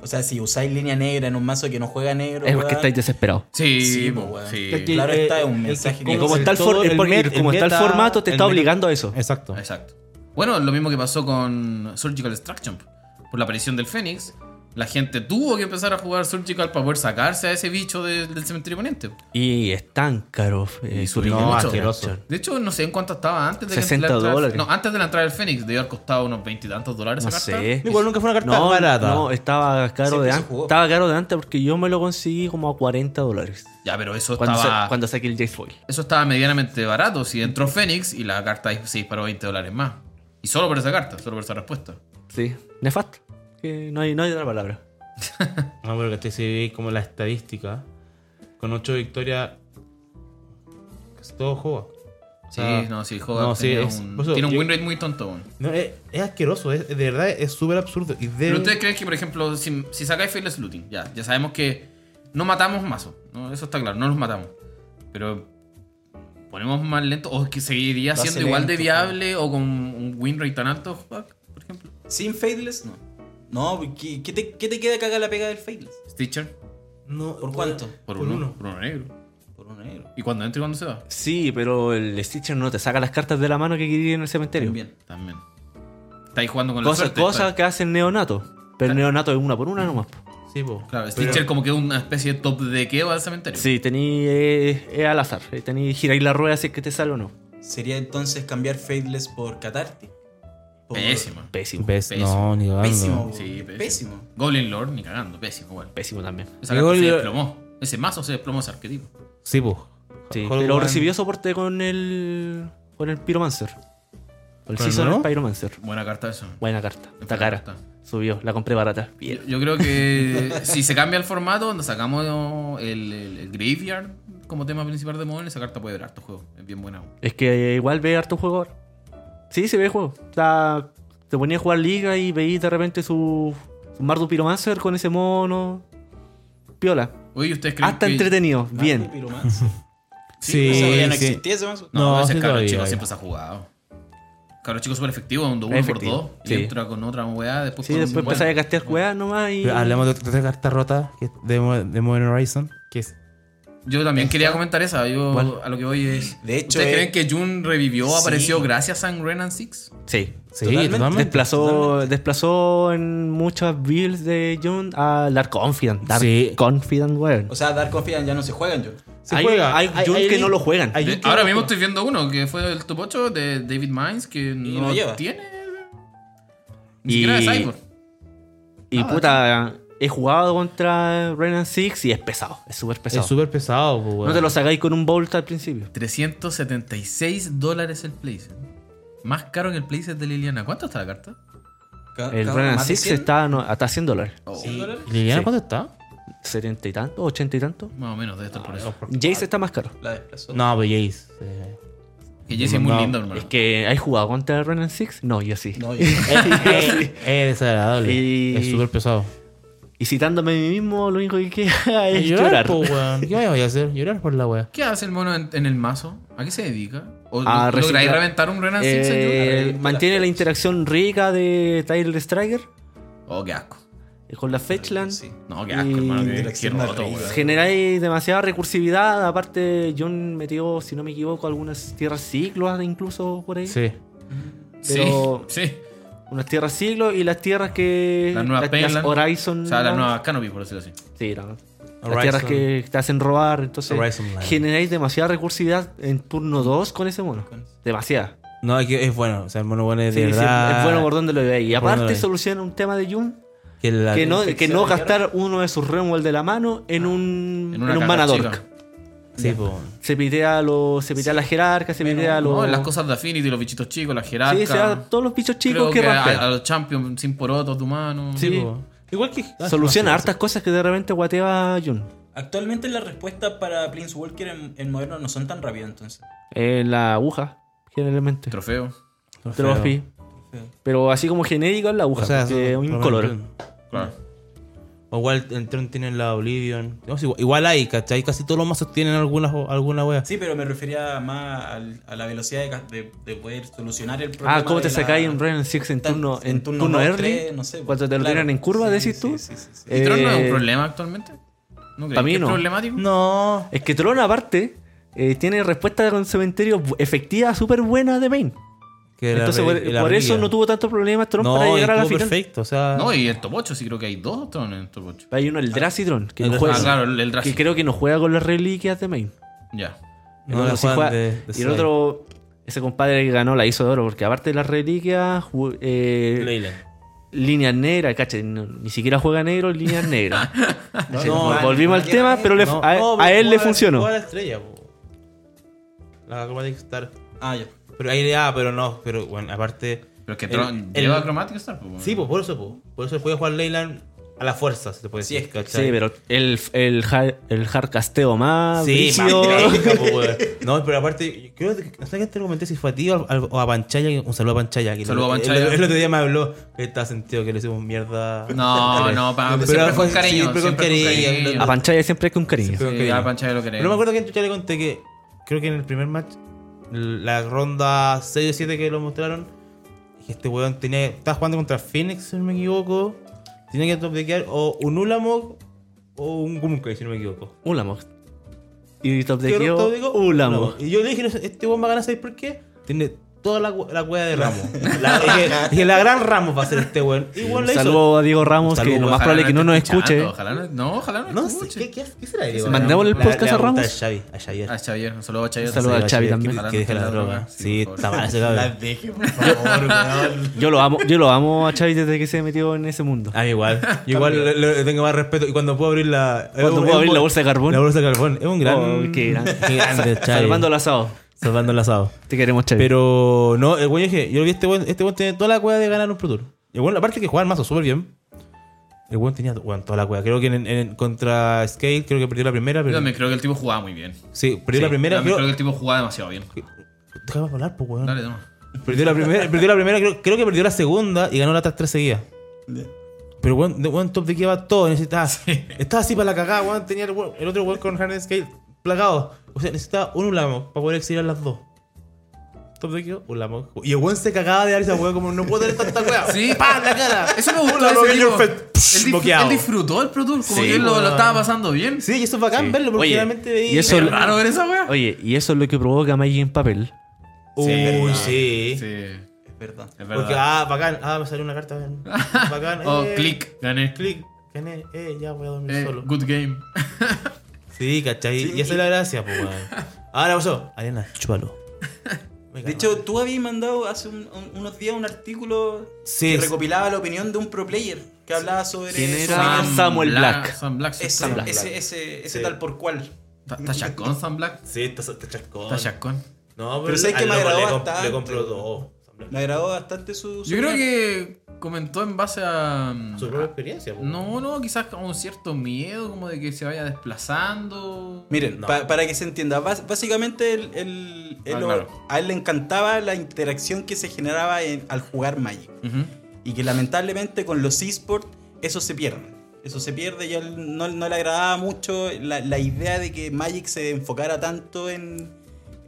S1: O sea, si usáis línea negra en un mazo que no juega negro,
S3: Es
S1: weón,
S3: porque estáis desesperados.
S4: Sí,
S1: Sí,
S4: po,
S1: pues, weón.
S4: sí.
S2: Es que-
S1: Claro está,
S2: Eh,
S1: es un
S2: eh,
S1: mensaje
S2: es
S1: que...
S3: Y como
S2: el
S3: está el,
S2: todo,
S3: for- es
S2: el
S3: porque-
S2: met- el
S3: como está el
S2: meta-
S3: formato, te
S2: el
S3: está
S2: meta-
S3: obligando a eso.
S2: Exacto.
S4: Exacto. Bueno, lo mismo que pasó con Surgical Extraction. Por la aparición del Fénix, la gente tuvo que empezar a jugar Surgical para poder sacarse a ese bicho de- del cementerio ponente.
S3: Y es tan caro. eh,
S4: Y
S3: su
S4: subió
S3: riñón.
S4: mucho.
S2: asqueroso.
S4: De hecho, no sé en cuánto estaba antes de que
S3: 60
S4: entrara-
S3: dólares.
S4: No, antes de la entrada del Fénix, debió haber costado unos veintitantos dólares
S3: No
S4: esa carta.
S3: sé.
S2: Igual nunca fue una carta
S3: no,
S2: barata.
S3: No, estaba caro
S1: Siempre
S3: de
S1: se
S3: antes.
S1: jugó.
S3: Estaba caro de antes porque yo me lo conseguí como a 40 dólares.
S4: Ya, pero eso
S3: Cuando,
S4: estaba.
S3: sa- cuando saqué el J-Foil.
S4: Eso estaba medianamente barato. Si entró Fénix y la carta ahí se disparó 20 dólares más. Y solo por esa carta, solo por esa respuesta.
S3: Sí. Nefasto. Que no hay, no hay otra palabra.
S2: No, pero que te sirve como la estadística. Con 8 victorias, casi todo juega. O
S4: Sí,
S2: sea,
S4: no, sí, Hogarth
S2: no, sí,
S4: tenía
S2: es-
S4: un-
S2: por eso
S4: tiene un
S2: yo-
S4: win rate muy tonto. weón.
S2: no, es, es asqueroso, es- de verdad es súper absurdo. Y debe-
S4: Pero ustedes creen que, por ejemplo, si, si sacáis Fearless Looting, ya, ya sabemos que no matamos mazos. ¿no? Eso está claro, no los matamos. Pero ponemos más lento, o que seguiría
S1: Lo hace
S4: siendo igual de
S1: lento,
S4: viable, o con un win rate tan alto, Hogarth, por ejemplo.
S1: Sin Fadeless, no. No, ¿qué, qué te, qué te queda que haga la pega del Fadeless?
S4: Stitcher,
S2: No,
S1: ¿Por cuánto?
S4: por, uno, por uno negro.
S1: Por un negro.
S4: ¿Y cuando entra y cuando se va?
S3: Sí, pero el Stitcher no te saca las cartas de la mano que quería en el cementerio.
S1: También.
S4: También. Estáis jugando con la
S3: Cosas,
S4: suerte.
S3: cosas
S4: claro.
S3: que hace el neonato. Pero el
S4: Claro.
S3: neonato es una por una nomás. po.
S2: Sí, po.
S4: Claro,
S2: Pero-
S4: Stitcher como que es una especie de top de queo al cementerio.
S3: Sí, tení. eh, es al azar. Eh, Tení giráis la rueda si es que te sale o no.
S1: Sería entonces cambiar Fadeless por Catártic. Por-
S4: Pésima.
S3: Pésimo.
S2: Ves-
S4: Pésimo.
S2: Ah, No, ni cagando.
S1: Pésimo.
S4: Sí, pésimo.
S1: pésimo.
S4: Goblin Lord, ni cagando, pésimo igual.
S3: Pésimo también.
S4: Esa
S2: Llegó
S4: carta se
S2: el-
S4: desplomó. Ese mazo se desplomó ese arquetipo.
S2: Sí, po.
S3: Sí,
S2: Hulk
S3: pero
S2: Hogan-
S3: recibió soporte con el. con el Pyromancer. Con
S2: ¿Con
S3: el
S2: el
S3: Season
S2: nuevo?
S3: Pyromancer.
S4: Buena carta eso.
S3: Buena carta. Está
S4: Buena
S3: cara.
S4: carta.
S3: Subió, la compré barata.
S4: Yo,
S3: Bien.
S4: yo creo que si se cambia el formato, donde sacamos el, el- el Graveyard como tema principal de Modern, esa carta puede durar tu juego. Es bien buena.
S3: Es que igual ve harto juego ahora. Sí, se ve juego. O sea, te ponía a jugar liga y veí de repente su, su Mardu Pyromancer con ese mono. Piola.
S4: Oye, ¿ustedes creen
S3: Hasta
S4: que-
S3: entretenido.
S1: Marco
S3: Bien.
S1: Piromancer.
S2: Sí,
S1: Esa wea no
S2: sí.
S1: existía ese mazo.
S4: No,
S2: No, sí,
S4: ese cabro
S2: todavía,
S4: chico
S2: ya.
S4: siempre se ha jugado. Cabro chico súper efectivo, un 1 por
S3: Efectivo,
S4: 2. Y
S3: sí.
S4: entra con otra weá. Después
S3: Sí,
S4: con-
S3: después
S4: bueno,
S3: empezáis a castear juegas nomás y.
S2: Pero Hablemos de otra- de otra carta rota que es de, Mo- de Modern Horizon, que es
S4: Yo también quería comentar esa. Yo a lo que voy es.
S1: De hecho,
S4: ¿Ustedes
S1: es-
S4: creen que Jun revivió,
S1: Sí.
S4: apareció gracias a Renan Six?
S3: Sí.
S2: Sí,
S1: Totalmente.
S2: totalmente.
S3: Desplazó, desplazó en muchas builds de Jun a Dark Confident. Dark
S2: Sí.
S3: Confident, weón.
S1: O sea, Dark Confidence ya no se juegan yo.
S2: Se
S3: hay-
S2: juega.
S3: hay Jun que
S2: link-
S3: no lo juegan.
S2: hay
S4: De-
S2: Jun que
S4: ahora
S2: no
S4: mismo
S2: lo
S4: estoy viendo uno que fue el top 8 de David Mines que no,
S1: no lleva.
S4: tiene. Ni
S3: Y-
S4: siquiera de Cyborg.
S3: Y
S1: Ah,
S3: puta, he jugado contra Renan Six y es pesado. Es súper
S2: juegan.
S3: pesado.
S2: Es súper pesado, po, weón.
S3: No te lo sacáis con un bolt al principio.
S4: 376 dólares el playset. Más caro que el playset de Liliana. ¿Cuánto está la carta?
S1: Ca-
S3: El
S1: Ah, cada-
S3: Renan
S1: más de
S3: 6
S1: 100,
S3: está no, hasta 100 dólares.
S4: Oh,
S1: ¿cien dólares?
S2: ¿Liliana
S3: Sí.
S2: cuánto está?
S3: 70 y tanto, 80 y tanto.
S4: Más o menos de estar por eso.
S3: Jace está más caro.
S1: La desplazó.
S2: No, pero Jace. eh.
S4: Que Jesse es muy
S2: No,
S4: lindo, hermano.
S3: Es que, ¿hay jugado contra Renan Six? No, yo sí.
S1: No, yo-
S2: Es, es desagradable.
S3: Y-
S2: Es súper pesado.
S3: Y citándome a mí mismo, lo único que queda es
S2: Llorar,
S3: llorar.
S2: po, weón. ¿Qué me voy a hacer? Llorar por la wea.
S4: ¿Qué hace el mono en, en el mazo? ¿A qué se dedica? ¿O
S3: A
S4: lo- lográis
S3: reciclar-
S4: reventar un Renan Six en Jun?
S3: Ah, Eh,
S1: Jun.
S3: mantiene la interacción rica de Tyler Striker eh,
S4: Oh, qué asco.
S3: con la Fetchland.
S1: Sí.
S4: No, qué asco,
S3: Y-
S4: hermano. qué- Qué
S1: Interacción
S4: roto,
S1: horrible.
S4: weón.
S3: Pues Generáis demasiada recursividad. Aparte, John metió, si no me equivoco, algunas tierras ciclos incluso por ahí.
S2: Sí.
S4: Sí,
S3: Pero-
S4: sí.
S3: Unas tierras siglo y las tierras que.
S4: Las nuevas
S3: las,
S4: Penland.
S3: Horizon.
S4: O sea, la nueva Canopy, por decirlo así.
S3: Sí, la- las
S2: Horizon.
S3: tierras que te hacen robar. Entonces,
S2: Horizon Land.
S3: generáis demasiada recursividad en turno 2 con ese mono.
S1: Con-
S3: Demasiada.
S2: No, es que es bueno. O sea, el mono bueno es
S3: Sí,
S2: de
S3: sí, es
S2: verdad.
S3: es bueno por donde lo veáis.
S2: Por
S3: Y
S2: donde
S3: aparte,
S2: lo veáis.
S3: soluciona un tema de Jun
S2: Que, la-
S3: que no, que
S1: infección
S3: no
S1: de guerra.
S3: gastar uno de sus Remwell de la mano en un, en
S4: Ah, una
S3: un
S4: caca
S3: mana
S4: chica.
S3: dork.
S2: Sí, po.
S3: Se pitea, lo, se pitea la jerarca, se pitea
S4: No,
S3: los.
S4: las cosas de Affinity, los bichitos chicos, la jerarca.
S3: Sí, se da todos los bichos chicos
S4: Ah, Creo
S3: que,
S4: que a, a
S3: rampean.
S4: los champions sin porotos de humano.
S2: Sí,
S3: Sí.
S2: po. Igual que.
S3: Soluciona
S2: Ah, sí,
S3: hartas cosas que de repente guatea Jun.
S1: Actualmente las respuestas para Planeswalker en, en moderno no son tan rápidas entonces.
S3: Eh, la aguja, generalmente.
S4: Trofeo.
S2: po.
S3: Trophy. Pero así como genérico es la aguja,
S2: O sea,
S3: porque es
S2: son-
S3: un color. Ah,
S4: Claro.
S2: O igual el Tron tiene la Oblivion. No, sí, igual, igual hay, ¿cachai? Casi todos los mazos tienen alguna, alguna wea.
S1: Sí, pero me refería más al- a la velocidad de, ca- de- de poder solucionar el problema.
S3: Ah, ¿cómo te
S1: de la-
S3: sacáis un Ren 6 en
S1: tan-
S3: turno, en turno,
S1: dos,
S3: early?
S1: tres, no sé,
S3: cuando te lo
S1: claro.
S3: tiran en curva,
S1: Sí,
S3: decís
S1: sí,
S3: tú.
S1: sí, sí, sí.
S4: ¿Y Tron no es un
S3: Eh,
S4: problema actualmente? ¿No crees
S3: pa' mí
S4: que
S3: no.
S4: es problemático?
S2: No.
S3: Es que Tron, aparte, eh, tiene respuesta con cementerio bu- efectiva súper buena de main.
S2: que la
S3: Entonces, por,
S2: re- la
S3: por eso
S2: reliquia.
S3: no tuvo tanto problema Tron para
S2: No,
S3: llegar a la
S2: estuvo
S3: final.
S2: perfecto. O sea,
S4: No, y el top 8, sí creo que hay dos trones en el top 8.
S3: Hay uno, el Dracidron, que,
S2: El
S3: no
S2: Pues,
S4: ah,
S3: juega-
S4: claro, el, el
S3: que
S4: Draxi.
S3: creo que no juega con las reliquias de Main.
S4: Ya.
S3: El
S2: no
S3: otro
S2: la
S3: sí
S2: juegan
S3: juega-
S2: de- de
S3: y el
S2: side.
S3: otro, ese compadre que ganó, la hizo de oro, porque aparte de las reliquias, ju- eh,
S2: Leyland.
S3: líneas negras, caché, no- ni siquiera juega negro, líneas negras. Caché,
S2: No,
S3: vol- volvimos
S1: no
S3: al
S1: tiene
S3: tema,
S1: nada.
S3: pero le-
S2: No,
S3: a,
S2: no,
S3: a
S2: pero
S3: él le
S2: jugaba-
S3: funcionó.
S2: jugaba la estrella, po. La Chromatic Star.
S1: Ah, ya.
S2: Pero ahí, ah, pero no, pero bueno, aparte.
S4: Pero es que
S2: El-
S4: Tron
S2: el-
S4: lleva Chromatic Star. pues, bueno.
S2: Sí, pues por eso, po. Por eso podía jugar Leyland a la fuerza, se te puede
S1: Sí,
S2: decir.
S1: es-
S2: ¿cachai?
S3: Sí, pero el, el, hard, el hard casteo más.
S2: Sí, más
S3: brígido.
S2: técnica, po, weón. No, pero aparte, yo creo que, no sé qué te lo comenté si fue a ti o, al- o a Panchaya. que- Un saludo a Panchaya. que
S4: Saludo
S2: lo-
S4: a Panchaya.
S2: El, el otro día me habló que está sentido que le hicimos mierda.
S4: No, no, pa- siempre con cariño,
S2: Siempre con
S4: siempre con
S2: cariño.
S4: cariño.
S3: A Panchaya siempre hay con cariño.
S2: Pero
S4: Sí,
S2: que-
S4: ya Pancha ya lo queremos.
S2: Pero me acuerdo que yo le conté que creo que en el primer match, la ronda 6 o 7 que lo mostraron, que este weón tenía, estaba jugando contra Phoenix, si no me equivoco. Tenía que top deckear o un Ulamog o un Gumkai, si no me equivoco.
S3: Ulamog. Y top de
S2: Yo todo digo,
S3: Kyo, Ulamog.
S2: Ulamog. Y yo le dije, no sé, este weón va a ganar, ¿sabes por qué? Tiene toda la, cu- la cueva de Ramos. la, dije, dije, la gran Ramos va a ser este weón. Y weón
S3: Un
S2: le hizo.
S3: saludo a Diego Ramos,
S2: Saludo,
S3: que lo
S2: ojalá
S3: más probable es que no nos
S4: esté
S3: escuche.
S4: escuchando, Ojalá no, no, ojalá no,
S2: No sé,
S4: escuche.
S2: ¿qué, qué, qué será Diego?
S3: Mandémosle el
S2: Le- le
S3: podcast
S2: va
S3: a
S2: gustar
S3: Ramos.
S2: A Xavi, a Xavier.
S4: A Ah, Xavier, un saludo a Xavier.
S3: saludo a
S2: Sí,
S3: Xavi
S2: que-
S3: también.
S2: Que, deje la droga. Sí,
S4: por
S2: está
S4: favor.
S2: mal ese cabrón.
S1: deje, por favor, weón.
S3: Yo lo amo, yo lo amo a Xavi desde que se metió en ese mundo.
S2: A mí Ah, igual. Yo igual le, le tengo más respeto. Y cuando puedo abrir la. es un-
S3: puedo
S2: es un
S3: abrir
S2: buen-
S3: la bolsa de carbón.
S2: La bolsa de carbón. Es un gran.
S3: Oh, qué gran-
S2: qué grande, Xavi.
S3: Salvando el asado.
S2: Salvando el asado.
S3: Te queremos, Xavi.
S2: Ah, Pero no, el güey dije, yo lo vi este güey, este güey tiene toda la cueva de ganar un Pro Tour. Y el güey, aparte que jugaba el mazo súper bien. El güey tenía güey, toda la cueva. Creo que en, en- contra Scale creo que perdió la primera,
S4: Yo
S2: pero.
S4: también creo que el tipo jugaba muy bien.
S2: Sí, perdió la
S4: Yo
S2: primera,
S4: también
S2: creo.
S4: creo que el tipo jugaba demasiado bien.
S2: Déjame hablar, pues, weón.
S4: Dale, toma.
S2: Perdió la primera, perdió la primera creo, creo que perdió la segunda y ganó las otras tres seguidas. Pero weón, de- weón, top de que va todo, necesitaba. Estaba así para la cagada, weón. Tenía el, weón- el otro weón con Harden Scale plagado. O sea, necesitaba un Ulamog para poder exiliar las dos. Top de que Ulamog. Y el weón se cagaba de dar esa weón, como no puedo tener tanta weón.
S4: Sí.
S2: ¡Pam! la cara!
S4: Eso me gustó.
S2: Hola,
S4: ese
S2: Roger
S4: tipo.
S2: Fett.
S4: Él dif-
S2: Bloqueado.
S4: Él disfrutó el Pro Tour, como
S2: Sí,
S4: que él lo, lo
S2: weón.
S4: estaba pasando bien.
S2: Sí, y eso es bacán
S3: Sí.
S2: verlo, porque
S3: Oye,
S2: realmente veía.
S3: y eso-
S4: Es raro ver esa wea.
S3: Oye, y eso es lo que provoca Magic en papel.
S1: Sí, es
S2: Uy,
S1: verdad.
S2: sí.
S4: Sí,
S1: Es verdad.
S4: es
S2: Porque,
S4: verdad.
S2: ah, bacán. Ah, me salió una carta. Bacán.
S4: oh,
S2: eh,
S4: click, gané.
S2: Click. Gané. Eh, ya voy a dormir
S4: Eh,
S2: solo.
S4: good game.
S2: Sí, ¿cachai?
S1: Sí.
S2: Y esa es la gracia, pues, weón. Ahora pasó. Ariana, chúpalo. Me
S1: De
S2: calma.
S1: hecho, tú habías mandado hace un- un- unos días un artículo
S2: Sí,
S1: que
S2: es-
S1: recopilaba la opinión de un pro player que hablaba sobre
S3: ¿Quién
S1: sobre
S3: era?
S1: ese-
S3: Samuel
S4: Bla-
S3: Black.
S4: Sam Black. sí,
S1: ese,
S4: Sam Black.
S1: ese, ese, ese
S2: Sí.
S1: tal por cual.
S4: Ta- ¿Está chacón Sam Black?
S2: sí, está, está chascón.
S4: Está chacón.
S2: No,
S1: Pero sabes
S2: al
S1: que me
S2: loco
S1: agradó
S2: le, comp-
S1: bastante.
S2: le compró dos.
S1: Me agradó bastante su. su
S4: Yo creo
S1: opinión.
S4: que comentó en base a... mm,
S2: Su propia experiencia, pues.
S4: No, no, quizás con un cierto miedo como de que se vaya desplazando.
S1: Miren,
S2: No.
S1: pa- para que se entienda, bas- básicamente el, el-
S4: Ah,
S1: el-
S4: claro.
S1: a él le encantaba la interacción que se generaba en- al jugar Magic.
S4: Ujú.
S1: Y que lamentablemente con los esports eso se pierde. Eso se pierde y a él no, no le agradaba mucho la, la idea de que Magic se enfocara tanto en,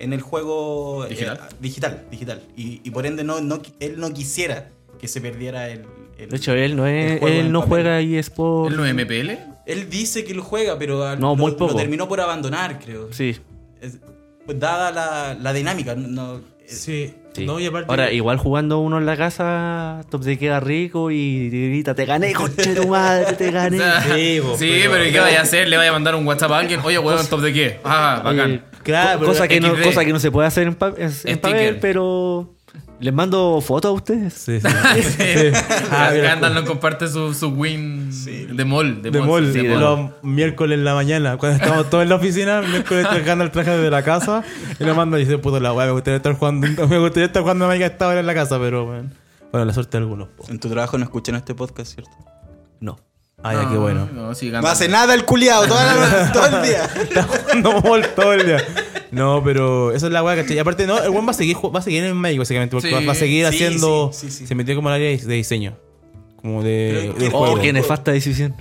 S1: en el juego eh,
S4: Digital.
S1: digital. digital. Y, y por ende no, no, qui- él no quisiera que se perdiera el... el-
S3: De hecho, él no, es,
S1: El juego
S3: él
S1: en
S3: no
S1: papel.
S3: juega eSports.
S4: ¿Él no es MPL?
S1: Él dice que lo juega, pero al-
S3: No,
S1: lo,
S3: muy
S1: lo
S3: poco.
S1: terminó por abandonar, creo.
S3: Sí.
S1: Es- pues, dada la, la dinámica, no... es-
S2: Sí.
S3: sí.
S2: No, y aparte.
S3: Ahora,
S2: que-
S3: igual jugando uno en la casa, top de queda rico y grita, te gané, conche tu madre, te gané. Eh,
S2: Sí, vos,
S4: sí,
S2: pero-
S4: pero ¿y qué vaya a hacer? ¿Le vaya a mandar un WhatsApp a alguien? Oye, weón, top de qué? Ah,
S3: Oye,
S4: bacán.
S3: co-
S2: Claro, pero
S3: cosa, que no,
S4: XD.
S3: cosa que no se puede hacer en, pa- en- en papel,
S4: Sticker.
S3: pero les mando fotos a ustedes.
S2: Sí, sí. sí. Ah, mira,
S4: Gandalf nos comparte su, su win de mol. De,
S2: De mall,
S4: sí, de mall.
S2: los miércoles en la mañana, cuando estamos todos en la oficina, miércoles trajando el traje de la casa y lo mando y dice, puto la weá, me gustaría estar jugando, me gustaría estar jugando a Magic a esta hora en la casa, pero bueno, bueno la suerte de algunos. po.
S1: En tu trabajo no escuchan este podcast, ¿cierto?
S3: No.
S2: Ay, ya, qué bueno.
S4: Ah, No, sí,
S1: No
S4: Gandalf.
S1: hace nada el culiado, todo, el día.
S2: Está jugando mall todo el día. No, pero esa es la weá, ¿cachai? Y aparte, no, el weón va a seguir, ju- va a seguir en Magic, básicamente, porque
S4: Sí.
S2: va- va a seguir
S1: Sí,
S2: haciendo,
S1: sí, sí, sí.
S2: se metió como al área de diseño, como de,
S1: Pero-
S2: de
S1: Oh,
S3: Oh,
S2: juego.
S3: qué nefasta decisión.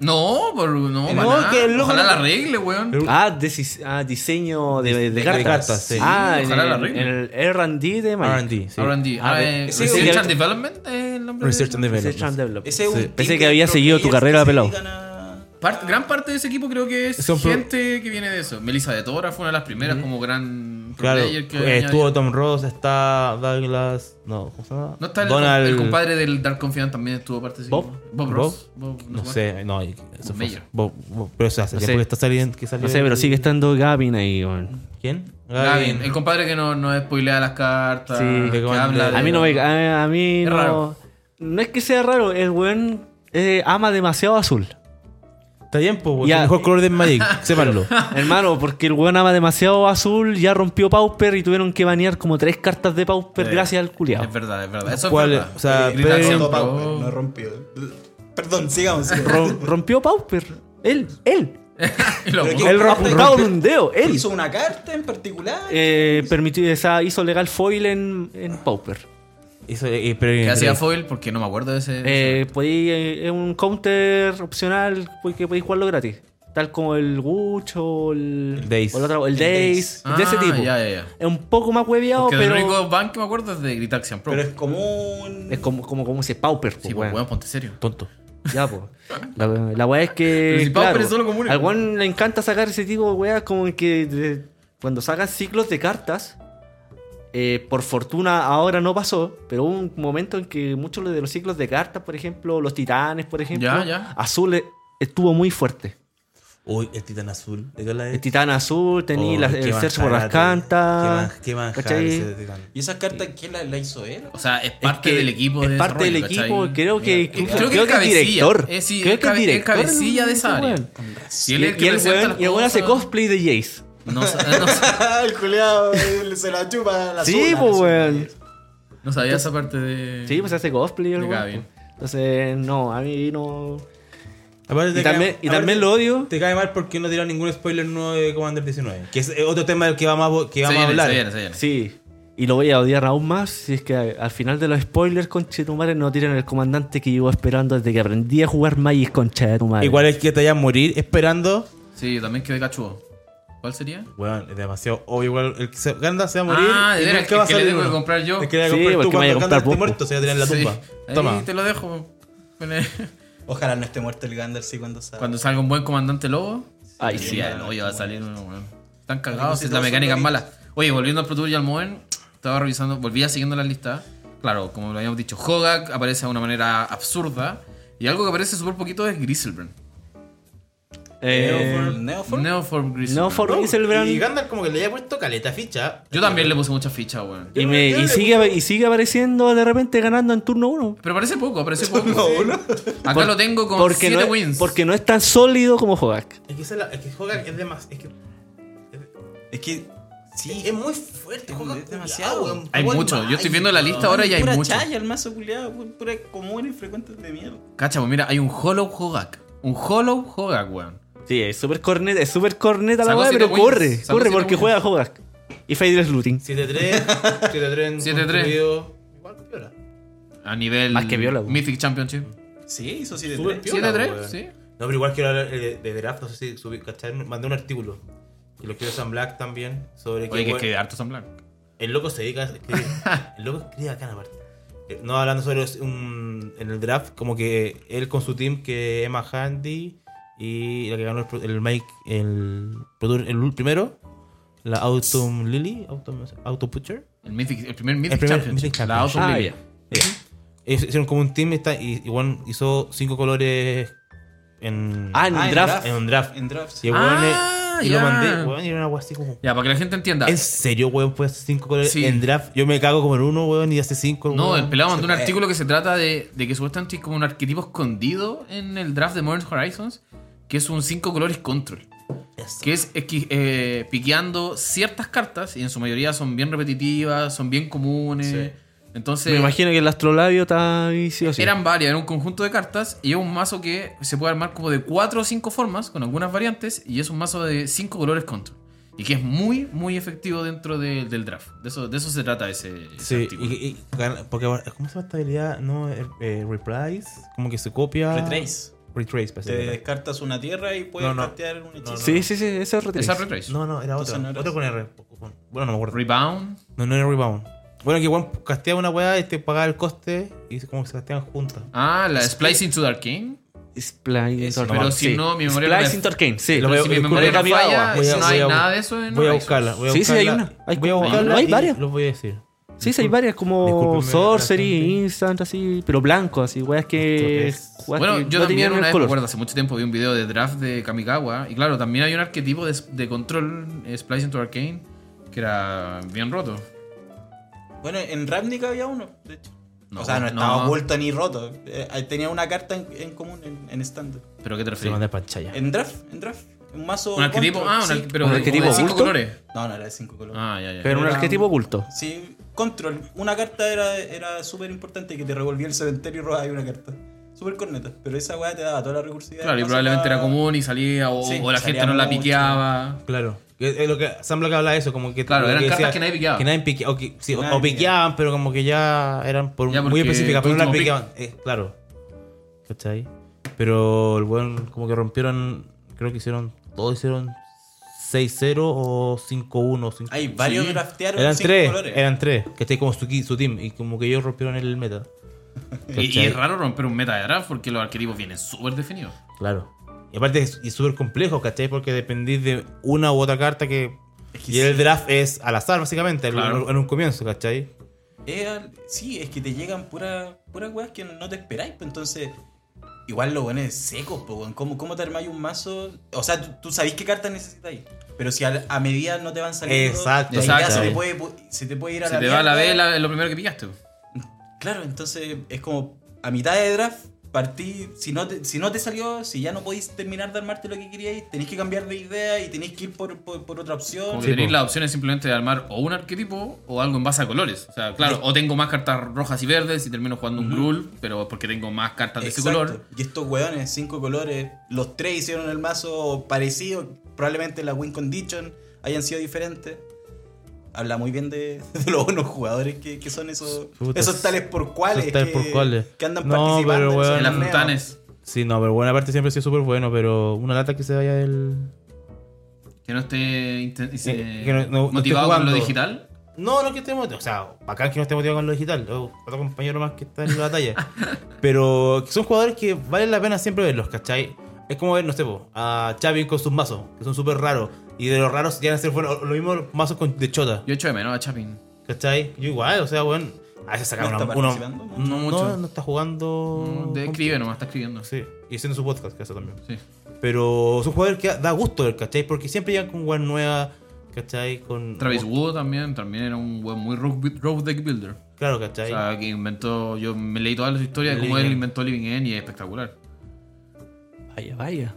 S4: No, por, no, para nada.
S2: que el loco
S4: Ojalá
S2: no-
S4: la arregle, weón.
S3: Ah, deci- ah, diseño de, de,
S2: de
S3: cartas.
S2: cartas, sí.
S3: Ah, en
S4: Ojalá la
S3: el,
S4: arreglen.
S3: en el R&D de Magic.
S2: R&D, sí.
S4: R&D. Ah,
S3: de-
S4: eh,
S1: ese
S4: Research
S3: es el-
S4: and Development es el nombre. de
S2: Research
S4: eso.
S2: and
S3: Research
S2: Development.
S3: and Development.
S1: Ese es
S2: Sí.
S1: un
S2: Pensé
S1: team
S3: que
S1: de
S3: había
S1: pro
S3: seguido tu
S1: players
S3: carrera,
S1: que se
S3: pelado.
S1: dedican a-
S4: Par- gran parte de ese equipo creo que es
S2: Son pro-
S4: gente que viene de eso. Melissa de Tora fue una de las primeras como gran un
S2: Claro,
S4: player que
S2: eh, estuvo
S4: añadió.
S2: Tom Ross, está Douglas. No, ¿cómo se llama?
S4: No está el,
S2: Donald.
S4: el compadre del Dark Confidant también estuvo participando.
S3: Bob?
S4: Bob Ross. Bob,
S2: No
S4: sé.
S2: sé, no, eso fue-
S4: Mayer.
S2: Bo- Bo- pero eso hace
S3: No
S2: tiempo
S3: sé.
S2: que está saliendo. Que salió
S3: No sé, pero
S2: el-
S3: sigue estando Gavin ahí, weón.
S2: ¿Quién?
S4: Gavin, el compadre que no, no spoilea las cartas.
S3: Sí.
S4: que
S2: Que
S4: habla
S2: con-
S4: de-
S3: A mí no me. A, a mí
S4: Es
S3: no.
S4: raro.
S3: No es que sea raro, el weón eh, ama demasiado azul.
S2: Está bien, pues,
S3: Ya.
S2: el mejor color de Magic, sépanlo.
S3: Hermano, porque el weón ama demasiado azul, ya rompió Pauper y tuvieron que banear como tres cartas de Pauper
S4: Eh,
S3: gracias
S4: Es
S3: al culiao.
S4: verdad, es verdad. Eso
S2: ¿Cuál
S4: es
S2: es?
S4: verdad.
S2: O sea,
S4: Gritar
S2: pero-
S4: siempre,
S1: Pauper,
S4: oh.
S1: Eh, no rompió. Perdón, sigamos. sigamos.
S3: Rom- rompió Pauper. Él, él.
S4: Y
S1: Pero
S4: lo puso.
S1: que-
S3: Él
S1: Él rompió-
S3: rompió de un dedo, él.
S1: Hizo una carta en particular.
S3: Eh, permitió, esa, hizo legal foil en, en Pauper.
S2: Eso, eh, pero,
S4: que
S2: pero-
S4: hacía foil porque no me acuerdo de ese.
S3: Eh, podí- eh, es un counter opcional pues, que podéis jugarlo gratis. Tal como el Gucho, el,
S2: El Daze.
S3: o el, otro- el Daze,
S4: Ah,
S3: de ese tipo.
S4: Ya, ya, ya.
S3: Es un poco más hueviado,
S4: Porque
S3: pero
S4: el único ban que me acuerdo es de Gritaxian Pro.
S1: pero es común.
S3: es como, como, como ese Pauper.
S4: sí,
S3: pues,
S4: pues,
S3: weón.
S4: weón, ponte serio.
S2: Tonto.
S3: Ya, pues. La, la weá es que.
S4: Pero si Pauper es solo común,
S3: Al weón le encanta sacar ese tipo de weas como que. de- cuando sacan ciclos de cartas. eh, por fortuna ahora no pasó, pero hubo un momento en que muchos de los ciclos de cartas, por ejemplo, los titanes, por ejemplo,
S4: Ya, ya.
S3: azul eh, estuvo muy fuerte.
S2: Uy, el titán azul. ¿De qué habla
S3: El
S2: es?
S3: titán azul, tenía
S2: Oh,
S3: la-
S2: qué
S3: el search por
S2: manjar,
S3: las cantas.
S2: Qué, man, qué manjar
S3: ¿cachai?
S2: ese titán.
S1: ¿Y esa carta quién la, la hizo él?
S4: O sea, es
S3: Es
S4: parte
S3: que
S4: del equipo.
S3: Es
S4: de
S3: parte del
S4: desarrollo,
S3: equipo,
S4: ¿cachai?
S3: creo que.
S1: Creo
S4: que es cabecilla. Eh, sí, es cabe- es cabecilla de esa
S3: ese
S4: área.
S3: weón.
S1: Con razón.
S4: Si él es el que
S3: Y el
S4: presenta
S3: weón-
S4: las
S3: y el weón hace
S4: cosas,
S3: cosplay de Jace.
S4: No, sa- no sa-
S1: el culiao eh, se la chupa la
S3: Sí,
S1: sola,
S3: pues,
S1: la
S3: weón.
S4: no sabía esa parte de.
S3: Sí, pues hace cosplay el
S4: De
S3: weón,
S4: Gavin.
S3: pues. Entonces, no, a mí no.
S2: Aparte
S3: Y
S2: te
S3: también,
S2: cae-
S3: y
S2: aparte
S3: también lo odio.
S2: Te cae mal porque no tiraron ningún spoiler nuevo de Commander 19. Que es eh, otro tema del que vamos a, vo- que
S4: Se
S2: vamos
S4: viene,
S2: a hablar.
S4: se viene, se viene.
S3: Sí. Y lo voy a odiar aún más si es que a- al final de los spoilers, concha de tu madre, no tiran el comandante que llevo esperando desde que aprendí a jugar Magic, concha de tu madre.
S2: Igual es que te vayas a morir esperando.
S4: Sí, yo también quedé cachudo. ¿Cuál sería?
S2: Bueno, es demasiado obvio. Igual el que se, Ganda se va a morir.
S4: Ah, de
S2: y
S4: veras,
S2: nunca
S4: que-
S2: va a
S4: que le
S2: salir
S4: tengo que
S2: uno.
S4: comprar yo.
S2: Es que le voy a
S3: Sí,
S2: comprar tú
S3: porque me voy a
S2: cuando Ganda esté
S3: comprar vos,
S2: muerto. Se va a tirar en la
S4: Sí.
S2: tumba.
S4: Ahí
S2: Toma.
S4: te lo dejo. Pone-
S1: sola. Ojalá no esté muerto el Gandalf cuando salga.
S4: Cuando salga un buen comandante lobo.
S3: Ay,
S4: sí,
S3: sí.
S4: al hoyo va a salir uno, weón. Están cagados,
S1: si
S4: es la
S1: todos
S4: mecánica es
S1: son
S4: mala. Oye, volviendo al Pro Tour y al Moen, estaba revisando, volvía siguiendo la lista. Claro, como lo habíamos dicho, Hogak aparece de una manera absurda. Y algo que aparece súper poquito es Griselbrand.
S3: Eh,
S1: Neoform. Neoform.
S4: Neoform Griselbrand.
S3: no, for Gieselbrand.
S2: Y Gandalf como que le haya puesto caleta ficha.
S4: Yo también le puse muchas fichas, weón.
S3: Y, me, y, sigue, y sigue apareciendo de repente ganando en turno 1.
S4: Pero parece poco, parece poco. Acá lo tengo con
S3: Porque,
S4: 7
S3: no es-
S4: wins.
S3: porque no es tan sólido como Hogak.
S2: Es que, esa es, la- es que Hogan es de más. Es que
S1: Es que. Sí,
S2: es muy fuerte.
S1: Es
S2: Hogan
S1: demasiado.
S2: culiao, weón.
S4: Hay
S2: Juega
S4: mucho,
S2: mal,
S4: yo estoy viendo la lista ahora y hay
S1: pura
S4: mucho.
S1: chaya, el mazo culiado, pura común y frecuente de mierda.
S4: Cacha, pues mira, hay un Hollow Hogak. Un Hollow Hogak, weón.
S3: Sí, es súper corneta, es súper corneta la
S4: Sacó
S3: weá,
S4: siete
S3: pero
S4: wins,
S3: corre,
S4: sacó
S3: corre
S4: siete
S3: porque
S4: wins.
S3: juega Hogak. Y Fadeless Looting.
S2: 7-3. 7-3.
S4: 7-3.
S2: 7-3. Igual piola.
S4: A nivel
S3: Más que viola, weón.
S4: Mythic Championship.
S1: Sí, hizo
S2: Súper
S1: 7-3.
S2: piola,
S4: 7-3,
S2: weón.
S4: sí.
S2: No, pero igual quiero hablar eh, de, de draft. No sé si subí, ¿cachai? Mandé un artículo. Y lo quiero San Black también. Sobre
S4: Oye, que
S2: weón,
S4: es que harto San Blanco.
S2: El loco se dedica a escribir. El loco escribe acá, aparte. Eh, No, hablando sobre los- un- en el draft, como que él con su team, que Emma Handy y la que ganó el, pro- el Mike, el, Pro Tour, el primero, la Autumn Lily, Autumn, Autumn Butcher.
S4: El, Mythic- el primer Mythic
S2: El primer
S4: Championship.
S2: Mythic
S4: La Autumn
S3: Ah,
S4: League.
S3: ya.
S2: Ella. Ellos Eh, hicieron como un team está- y igual hizo cinco colores en,
S3: Ah, en
S1: Ah,
S3: el
S1: en
S3: draft.
S1: draft.
S2: en un draft.
S1: En drafts.
S2: Y, el
S4: Ah,
S2: weón, eh, y lo
S4: ya.
S2: mandé, weón, y era una agua así como.
S4: Ya, para que la gente entienda.
S2: ¿En serio, weón? Pues cinco colores
S4: Sí.
S2: en draft. Yo me cago como en uno, weón, y hace cinco.
S4: No,
S2: weón.
S4: el pelado mandó un
S1: puede.
S4: artículo que se trata de, de que supuestamente es como un arquetipo escondido en el draft de Modern Horizons, que es un 5 colores control.
S2: Eso.
S4: Que es esqui- eh, piqueando ciertas cartas y en su mayoría son bien repetitivas, son bien comunes. Entonces,
S3: Me imagino que el astrolabio está ahí sí o sí.
S4: eran varias, era un conjunto de cartas y es un mazo que se puede armar como de 4 o 5 formas, con algunas variantes, y es un mazo de 5 colores control. Y que es muy, muy efectivo dentro de- del draft. De eso, de eso se trata ese, ese
S2: Sí,
S4: artículo.
S2: y, y- gan- porque ahora- ¿cómo se llama esta habilidad? No, eh, eh, reprise, como que se copia.
S1: Retrace.
S2: Retrace, pues, parece
S1: Ah, Te
S2: que era.
S1: descartas una tierra y puedes
S2: No, no.
S1: castear un hechizo.
S3: Sí, sí, sí, ese es retrace.
S4: Esa retrace.
S2: No, no, era
S1: Entonces
S2: otra.
S1: no era
S2: otra con R. con- Bueno, no me acuerdo.
S4: Rebound.
S2: No, no era rebound. Bueno, que igual casteaba una weá, este pagaba el coste y como que se casteaban juntas.
S4: Ah, la Splice into the Arcane.
S3: Splint
S4: Eso,
S3: Arcane.
S4: pero si
S3: Sí.
S4: no, mi memoria
S3: Splint
S4: no me-
S3: and Arcane, sí.
S4: Pero
S2: veo-
S4: si mi
S2: disculpe,
S4: memoria no
S3: Gabriel
S4: falla, Ah,
S3: Agua.
S4: si
S2: Voy a-
S4: no hay
S2: voy a-
S4: nada de eso en
S2: Voy a
S4: Horizon.
S2: buscarla. Voy a
S3: Sí, sí,
S2: buscarla.
S3: hay una. Hay-
S2: voy a buscarla.
S3: hay
S2: y
S3: varias.
S2: Los voy a decir.
S3: Sí, sí, hay varias como
S2: Discúlpenme,
S3: Sorcery,
S2: bastante.
S3: Instant, así, pero blanco, así, weas que.
S2: Esto
S3: weas
S4: Bueno,
S3: que
S4: yo
S3: no
S4: también
S3: tenían
S4: una
S3: el
S4: vez, me
S3: color.
S4: acuerdo, hace mucho tiempo vi un video de draft de Kamikawa. Y claro, también hay un arquetipo de, de control eh, Splice into Arcane que era bien roto.
S1: Bueno, en Ravnica había uno, de hecho.
S4: No,
S1: o sea, no estaba
S4: no.
S1: oculto ni roto. Eh, eh, tenía una carta en, en común en, en estándar.
S4: ¿Pero qué
S2: Se
S4: te refieres?
S2: manda pantalla.
S1: En draft, en draft. Un mazo.
S4: ¿Un arquetipo?
S1: control,
S4: Ah, un,
S1: sí.
S4: arque- pero
S3: ¿Un
S4: de-
S3: arquetipo
S4: de cinco
S3: oculto?
S4: colores.
S1: No, no, era de 5 colores.
S4: Ah, ya, ya.
S3: Pero un
S1: Era-
S3: arquetipo oculto.
S1: Sí, control. Una carta era, era súper importante que te revolvía el cementerio y robabas una carta. Súper corneta. Pero esa weá te daba toda la recursividad.
S4: claro, y
S1: del mazo
S4: probablemente
S1: para-
S4: era común y salía, o,
S1: Sí,
S4: o la
S1: salía
S4: gente no la
S1: mucho.
S4: piqueaba.
S2: Claro. Es es lo que Sam Black habla de eso, como que
S4: Claro,
S2: lo
S4: eran
S2: que
S4: cartas que nadie piqueaba.
S2: Que nadie piqueaba. O, que- sí, o-
S1: nadie
S2: o piqueaban, pero como que ya eran por un-
S4: Ya,
S2: muy
S4: porque
S2: específicas, pero
S4: tu
S2: no las
S4: último
S2: piqueaban. Eh, claro. ¿Cachai? Pero el buen, como que rompieron, creo que hicieron, todos hicieron 6-0 o 5-1. cinco-
S1: Hay varios
S4: Sí.
S1: draftearon
S2: Eran
S1: cinco
S2: tres,
S1: colores.
S2: eran tres, ¿cachai? Como su, ki- su team, y como que ellos rompieron el meta.
S4: Y, y
S2: ¿Cachai?
S4: es raro romper un meta de draft porque los arquetipos vienen súper definidos.
S2: Claro. Y aparte es y es súper complejo, ¿cachai? Porque dependís de una u otra carta que.
S1: Es que
S2: Y el draft es al azar, básicamente, en-
S4: Claro.
S2: en un comienzo, ¿cachai?
S1: Es al- sí, es que te llegan puras pura weas que no te esperáis, pues entonces. Igual lo bueno es secos, pues, weón. ¿Cómo, ¿Cómo te armáis un mazo? O sea, tú, tú sabís qué cartas necesitáis. Pero si al- a, medida no te van saliendo.
S2: Exacto,
S1: la idea
S4: exacto.
S1: Se, te puede, pu- se te puede ir a
S4: Se
S1: la
S4: te va la
S1: mierda.
S4: vela, es lo primero que picaste.
S1: Claro, entonces es como a mitad de draft partí, si no te, si no te salió, si ya no podéis terminar de armarte lo que queríais, tenéis que cambiar de idea y tenéis que ir por, por- por otra
S4: Como
S1: opción.
S4: que
S2: Sí,
S4: tenéis
S2: po.
S4: las opciones simplemente de armar o un arquetipo o algo en base a colores. O sea, claro, o tengo más cartas rojas y verdes y termino jugando un Gruul, pero porque tengo más cartas de ese
S1: Exacto.
S4: color.
S1: Y estos weones, cinco colores, los tres hicieron el mazo parecido, probablemente la win condition hayan sido diferentes. Habla muy bien de, de los buenos jugadores que, que son esos,
S2: Puta,
S1: esos tales por cuales,
S2: esos tales
S1: que,
S2: por cuales.
S1: que andan
S2: No,
S1: participando
S2: pero
S1: en
S2: weón,
S1: esos
S4: En las
S1: torneos.
S4: frutanes.
S2: Sí, no, pero buena parte siempre ha sido súper bueno, pero una lata que se vaya el...
S4: Que no esté inten- se-
S2: Eh, que no- no- no esté
S4: motivado con lo
S2: jugando.
S4: digital.
S2: No, no que esté motivado, o sea, bacán que no esté motivado con lo digital, o otro compañero más que está en la batalla. pero son jugadores que valen la pena siempre verlos, ¿cachai? Es como ver, no sé, po, a Xavi con sus mazos, que son súper raros, y de los raros llegan a ser buenos, o lo mismo los mazos con, de Chota,
S4: Yo echo de menos a Chapin.
S2: ¿cachai? Yo igual, o sea, bueno, a veces sacan
S1: ¿No está
S2: uno- uno...
S1: participando mucho?
S2: no,
S4: mucho.
S2: no, no está jugando...
S4: De escribe nomás, está escribiendo.
S2: Oh, Sí, y haciendo su podcast, que hace también.
S4: Sí.
S2: Pero son jugadores que da gusto ver, ¿cachai? Porque siempre llegan con weas nuevas, ¿cachai? Con,
S4: Travis
S2: con-
S4: Wood también, también era un weón muy road bu- road deck builder.
S2: Claro,
S4: O
S2: ¿cachai?
S4: sea, que inventó, yo me leí toda su historia de cómo
S2: Living
S4: él
S2: End.
S4: inventó Living End y es espectacular.
S3: Vaya, vaya.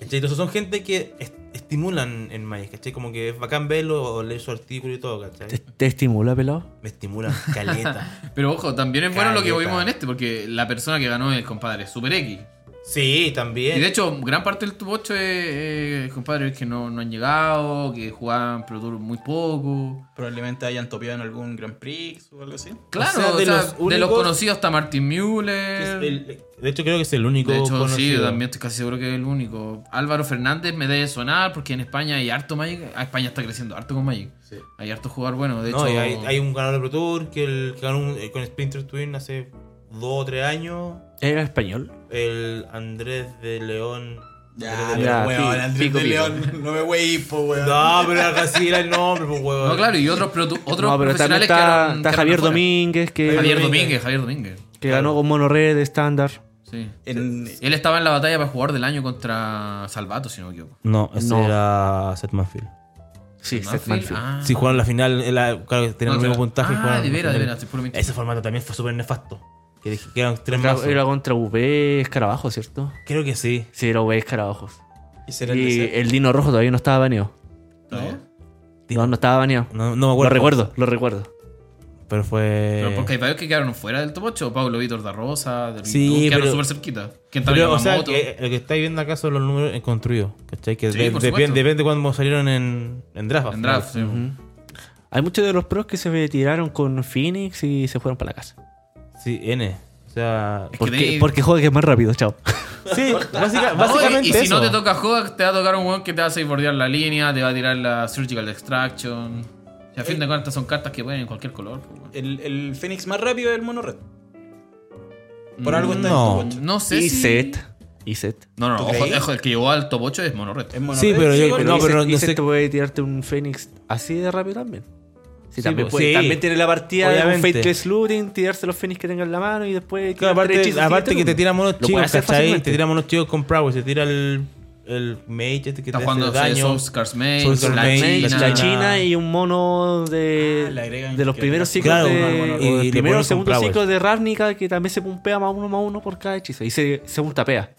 S2: ¿Cachai? Entonces son gente que est- estimulan en Magic, ¿cachai? Como que es bacán verlo o leer su artículo y todo,
S3: ¿Te,
S2: ¿cachai?
S3: te estimula, pelado?
S2: Me estimulan, caleta.
S4: Pero ojo, también es bueno lo que
S2: Caleta.
S4: vimos en este, porque la persona que ganó es el compadre Super X.
S2: sí, también.
S4: Y de hecho, gran parte del top 8 es eh, compadres que no, no han llegado, que jugaban Pro Tour muy poco.
S1: Probablemente hayan topeado en algún Grand Prix o algo así.
S4: Claro,
S2: O sea,
S4: o
S2: de
S4: sea,
S2: los
S4: de, los
S2: únicos-
S4: conocidos está Martin
S2: Es
S4: Müller.
S2: el- de hecho, creo que es el único
S4: De hecho, sí,
S2: conocido.
S4: también estoy casi seguro que es el único. Álvaro Fernández me debe sonar porque en España hay harto Magic. Ah, España está creciendo harto con Magic. Hay harto jugar bueno. De
S2: No,
S4: hecho,
S2: y hay, hay un ganador de Pro Tour que, el, que ganó un- eh, con Splinter Twin hace dos o tres años.
S3: ¿Era español?
S2: El Andrés de León. Andrés de
S1: Ya,
S2: León.
S3: ya,
S1: pero weón,
S3: sí,
S1: Andrés
S3: pico,
S1: de
S3: pico.
S1: León, no me wey, po, weón.
S2: No, pero era casi era el nombre, pues, huevón.
S4: No, claro, y otros, pro tu- otros
S3: no, pero también
S4: profesionales que
S3: está,
S4: eran-
S3: está
S4: que eran
S3: Javier
S4: afuera.
S3: Domínguez, que,
S4: Javier
S2: Domínguez.
S4: Domínguez, Javier Domínguez.
S3: que ganó con Monorred estándar.
S4: Sí.
S1: En-
S4: Él estaba en la batalla para jugador del año contra Salvato, si no me equivoco.
S2: No, ese
S3: No.
S2: era Seth Manfield.
S3: Sí, Seth
S4: Manfield,
S3: Manfield.
S4: ah.
S2: Si jugaron la final, él, ah, claro que tenían
S4: No,
S2: el mismo
S4: claro.
S2: puntaje. y
S4: Ah,
S2: jugaron
S4: de
S2: la
S4: veras, de
S2: final.
S4: veras, estoy puro mintiendo.
S2: Ese formato también fue súper nefasto. Que, dije- que eran tres
S3: Era-
S2: mazos.
S3: Era contra UV Escarabajo, ¿cierto?
S2: Creo que sí.
S3: Sí, era UV Escarabajos.
S1: y será el
S3: Y
S1: deseo,
S3: el Dino Rojo todavía no estaba baneado.
S1: ¿no?
S3: No, no estaba baneado.
S2: No, no me
S3: Lo
S2: acuerdo.
S3: recuerdo, lo recuerdo.
S2: Pero fue.
S4: Pero porque hay varios que quedaron fuera del top 8. Pablo Víctor da Rosa, del
S2: Sí,
S4: Vitu, quedaron
S2: pero-
S4: súper cerquita.
S2: Pero,
S4: ¿Quién también
S2: o sea,
S4: Yamamoto.
S2: que, eh, lo que estáis viendo acá son los números en construidos. ¿Cachai? Que
S4: Sí,
S2: de-
S4: por
S2: depende,
S4: supuesto.
S2: depende de cuándo salieron en, en draft. al
S4: En
S2: final.
S4: draft, sí.
S3: Hay muchos de los pros que se retiraron con Phoenix y se fueron para la casa.
S2: Sí, N. O sea.
S4: Es que
S3: Porque,
S4: tenéis-
S3: porque juega que es más rápido, chao.
S2: Sí, básica-
S4: No, y-
S2: básicamente.
S4: y, si
S2: eso.
S4: no te toca Hogak, te va a tocar un weón que te va a hacer bordear la línea, te va a tirar la Surgical Extraction. Y a fin
S3: Eh,
S4: de cuentas son cartas que pueden en cualquier color. pues, weón.
S1: El, el Fénix más rápido es el mono red. Por algo está
S2: No.
S1: en tu
S4: No sé
S3: Y
S4: si...
S3: Set. Iset.
S4: No, no,
S1: ¿Tú
S4: ojo,
S1: creí?
S4: ojo, el que llegó al top 8 es Monoreto.
S1: Es mono-
S2: Sí, pero yo-
S1: igual,
S2: no,
S1: dice-
S2: pero no sé-
S3: te puede tirarte un Fénix así de rápido también. Sí,
S2: Sí,
S3: también,
S2: pues,
S3: puede-
S2: sí.
S3: también tiene la partida de un
S2: Obviamente.
S3: Faithless Looting, tirarse los Fénix que tenga en la mano y después.
S2: Claro,
S3: tirar tres
S2: aparte,
S3: hechizos y
S2: aparte que
S3: tirarte
S2: te tiran monos
S3: uno. Lo
S2: chicos,
S3: puede hacer
S2: ¿cachai?
S3: fácilmente.
S2: Te tiran monos chicos con Prowess, te tira el, el Mage este que
S4: Está
S2: te hace
S4: jugando eh,
S2: daño.
S4: Soulscar's Mage,
S2: Soulscar's
S4: la
S2: Mage,
S3: Mage,
S4: China.
S3: la China y un mono de,
S1: Ah, le agregan
S3: de los
S1: que-
S3: primeros
S1: que-
S3: ciclos
S2: Claro,
S3: de,
S2: y-
S3: o
S2: y
S3: del
S2: le
S3: primero o
S2: ponen
S3: segundo
S2: comprado
S3: ciclo
S2: eso.
S3: de Ravnica que también se pumpea más uno más uno por cada hechizo y se, según tapea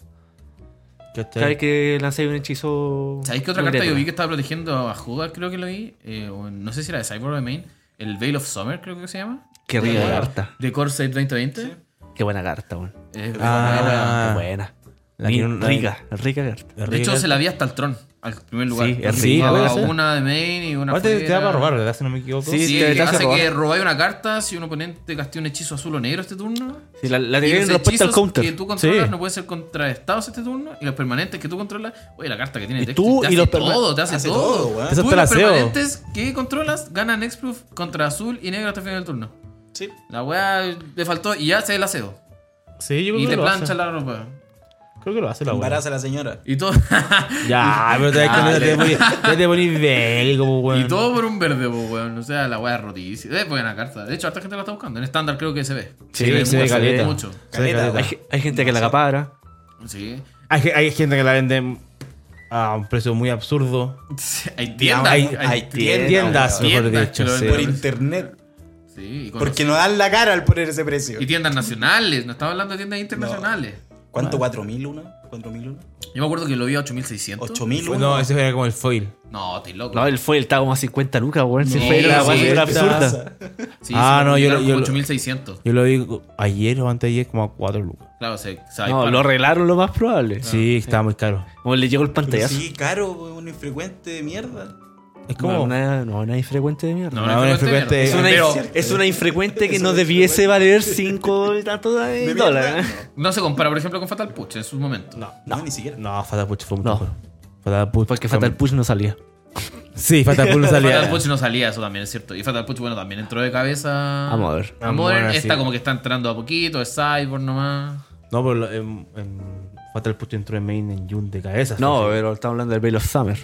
S2: ¿cachai?
S3: cada vez que lanzáis un hechizo
S4: ¿Sabéis qué otra
S3: un
S4: carta yo
S3: criatura.
S4: vi que estaba protegiendo a jugar Creo que lo vi. Eh, o no sé si era de Cyborg o de Main. El Veil of Summer, creo que se llama.
S3: qué rica carta
S4: De Core Save 2020.
S3: qué buena carta weón.
S4: Eh,
S2: Ah,
S3: Qué buena
S2: la
S3: Ni-
S2: que no- la-
S3: rica rica carta
S4: De hecho, se la vi hasta el Tron, al primer lugar.
S3: Sí, es
S2: rico,
S4: Jugaba
S2: sí.
S4: una de main y una
S2: Aparte te da
S4: fuera.
S2: para robar, ¿verdad? Si no me equivoco.
S4: Sí,
S3: Sí, te-
S4: que
S3: te hace
S4: hace
S3: robar.
S4: que robáis una carta si un oponente castea un hechizo azul o negro este turno.
S3: Sí, la, la
S4: Y
S3: tenía
S4: los
S3: en respuesta al
S4: hechizos
S3: counter
S4: que tú controlas
S2: Sí.
S4: no pueden ser contraestados este turno. Y los permanentes que tú controlas. Oye, la carta que tiene
S2: Y
S4: Dexter
S2: tú y
S4: te hace
S2: los perma-
S4: todo, te hace,
S1: hace
S4: todo.
S1: todo, weón.
S2: Eso
S4: tú y
S2: está
S4: los
S2: la SEO.
S4: permanentes que controlas ganan Hexproof contra azul y negro hasta el final del turno.
S1: Sí.
S4: La weá le faltó y ya se la aseo.
S2: Sí, yo creo
S4: Y
S2: que
S4: te
S2: lo
S4: plancha
S2: hace.
S4: la ropa.
S2: Creo que lo hace la buena.
S1: Embaraza a la señora.
S4: Y todo,
S2: Ya, pero te das cuenta, te poní- ya te poní bélico, pues, weón.
S4: y todo por un verde, po, weón. O sea, la weá es rotísima. Es buena carta. De hecho, harta gente la está buscando. En estándar creo que se ve.
S2: Sí,
S4: ve
S2: se ve
S4: mucho,
S2: caleta.
S4: mucho.
S1: Caleta,
S2: caleta.
S1: weón.
S3: hay, hay gente que la acapara
S4: Sí.
S2: Hay, ge- hay gente que la vende a un precio muy absurdo.
S4: Hay tiendas.
S2: Hay-
S1: hay
S2: Tiendas,
S1: Tiendas,
S2: mejor
S4: tiendas
S2: dicho.
S4: que lo
S2: sí.
S1: Por
S4: venden.
S1: internet.
S4: Sí, y con-
S1: Porque no dan la cara al poner ese precio.
S4: Y tiendas nacionales. No estamos hablando de tiendas internacionales.
S1: ¿Cuánto? ¿4000 una? ¿4000 una?
S4: Yo me acuerdo que lo vi a 8600.
S1: ¿8000 una?
S2: No, ese era como el foil.
S4: No, estoy loco.
S3: no, el foil estaba como a 50 lucas weón. Si
S4: No,
S3: fue la
S4: sí,
S3: weá,
S4: sí,
S3: era
S2: sí.
S3: absurda
S4: Sí,
S2: Ah,
S4: sí,
S2: no, yo
S4: eran
S2: lo- yo lo-
S4: 8600.
S2: Yo lo vi ayer o antes de ayer como a 4 lucas.
S3: Ah,
S4: Claro, se, se
S3: no
S4: dispara.
S3: lo arreglaron lo más probable
S2: Sí, estaba muy caro.
S3: como le llegó el
S1: Pero
S3: pantallazo
S1: sí, caro, weón, un infrecuente de mierda.
S2: Es
S3: No,
S2: como.
S3: una, no, una infrecuente de mierda.
S4: No,
S2: No,
S4: no,
S2: es frecuente.
S3: Es una,
S4: Pero
S3: es una infrecuente que
S1: Es
S3: no
S1: una
S3: debiese valer 5 y tanto de
S1: ¿De
S3: dólares.
S1: mierda?
S4: no se compara, por ejemplo, con Fatal Push en su momento.
S2: No,
S1: No, ni siquiera.
S2: no, Fatal Push fue mucho
S3: No.
S2: mejor. Fatal Push.
S3: Porque
S2: fue-
S3: Fatal Push no salía.
S2: Sí, Fatal Push no
S4: Fatal
S2: salía.
S4: Push no salía, eso también es cierto. Y Fatal Push, bueno, también entró de cabeza.
S3: Vamos a ver.
S4: A Modern,
S2: Vamos a ver,
S4: esta
S2: sí.
S4: como que está entrando a poquito, es Cyborg nomás.
S2: No, pero lo- en, en Fatal Push entró en main en Jun de cabeza.
S3: No,
S2: sí.
S3: pero estamos hablando del Veil of Summer.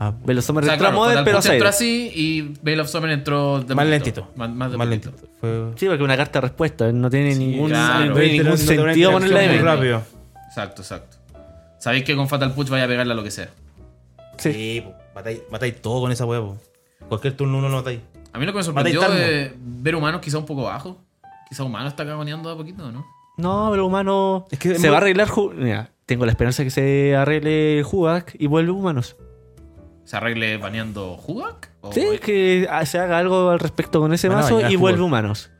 S2: Ah,
S3: Veil of Summer
S4: O sea,
S3: entró a
S4: claro,
S3: Modern,
S4: Fatal
S3: pero
S4: Push entró
S3: así.
S4: así y Veil of Summer entró de
S2: más
S4: poquito.
S2: lentito.
S4: Más, más de
S2: Más
S4: poquito.
S2: lentito. Fue.
S3: Sí, porque una carta de respuesta. No tiene ningún,
S4: claro.
S3: no tiene
S2: Pero no
S3: ningún
S2: tuvo una
S3: sentido ponerla de
S2: interacción muy
S3: menos.
S2: rápido.
S4: Exacto, exacto. Sabéis que con Fatal Push vaya a pegarle a lo que sea.
S3: Sí.
S2: Sí, po, matáis, matáis todo con esa huevo. Cualquier turno uno lo matáis.
S4: A mí lo que me sorprendió
S2: Matai
S4: es ver humanos quizá un poco bajo. Quizá humano está cagoneando a poquito, ¿no?
S3: No, pero humano.
S2: Es que es
S3: se
S2: muy-
S3: va a arreglar. Ju- Mira, tengo la esperanza que se arregle Jugac y vuelve humanos.
S4: ¿Se arregle baneando Hugak? ¿O-
S3: Sí, que ah, se haga algo al respecto con ese
S2: Bueno,
S3: mazo
S2: ya
S3: y
S2: jugó.
S3: vuelve humanos.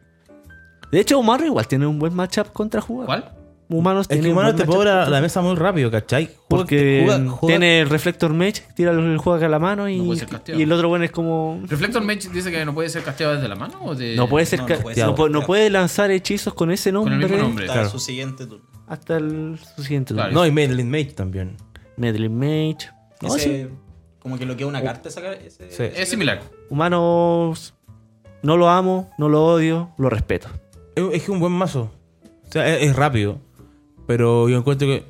S3: De hecho, Humano igual tiene un buen matchup contra Jugac.
S4: ¿Cuál?
S3: Humanos
S2: Es
S3: tiene
S2: que
S3: un
S2: humano
S3: buen
S2: te
S3: matchup
S2: cobra
S3: contra-
S2: la mesa muy rápido, ¿cachai? Juega-
S3: Porque
S2: juega- juega-
S3: tiene el reflector mage, tira el juego a la mano y,
S4: No puede ser casteado.
S3: y el otro bueno es como.
S4: ¿Reflector Mage dice que no puede ser casteado desde la mano o de...
S3: No puede ser
S1: no, no
S3: ca-
S1: puede
S3: no
S1: ser.
S3: pu- no puede lanzar hechizos con ese
S4: Con
S3: nombre,
S4: el mismo nombre.
S1: Hasta
S2: Claro.
S1: su siguiente turno.
S3: hasta el su siguiente
S4: Claro.
S2: No, y Madeline Mage también.
S3: turno. Meddling Mage. No, sí.
S1: Ese, como que lo que es una carta sacar. Ese,
S2: Sí.
S4: Es similar.
S3: Humanos. No lo amo, no lo odio, lo respeto.
S2: Es, es que un buen mazo. O sea, es, es rápido. Pero yo encuentro que.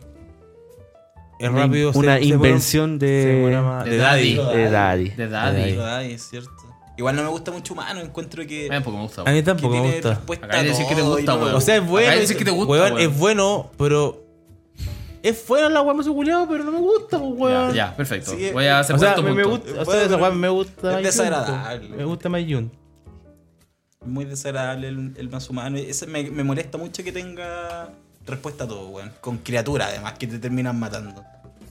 S2: Es
S3: Una in-
S2: rápido. se-
S3: una
S2: se
S3: invención de-
S2: se vuelve más-
S4: De
S2: de
S4: Daddy.
S2: Daddy.
S3: De Daddy.
S4: De Daddy.
S1: Pero, ay, es cierto. Igual no me gusta mucho humano, encuentro que.
S4: A mí tampoco Eh, me gusta.
S2: A mí
S1: que
S2: tampoco me
S1: tiene
S2: gusta.
S1: respuesta
S4: Acá hay que decir que te
S1: todo y
S4: gusta,
S1: no me
S4: weón.
S2: O sea, es bueno.
S4: Acá dices que te gusta,
S2: weón,
S4: weón.
S2: Es bueno, pero. Es buena la weá, mazo culiado, pero no me gusta, pues,
S4: Ya,
S2: weón.
S4: ya, perfecto.
S1: Sí,
S4: Voy a hacer
S2: O sea,
S4: cuarto
S2: me, me
S4: punto.
S2: gusta. O sea, esa weá me gusta.
S1: Es
S2: Mai Jun,
S1: desagradable.
S2: pues. Me gusta Mayun.
S1: Muy desagradable el, el más humano. Ese me, me molesta mucho que tenga respuesta a todo, weón. Con criatura, además, que te terminan matando.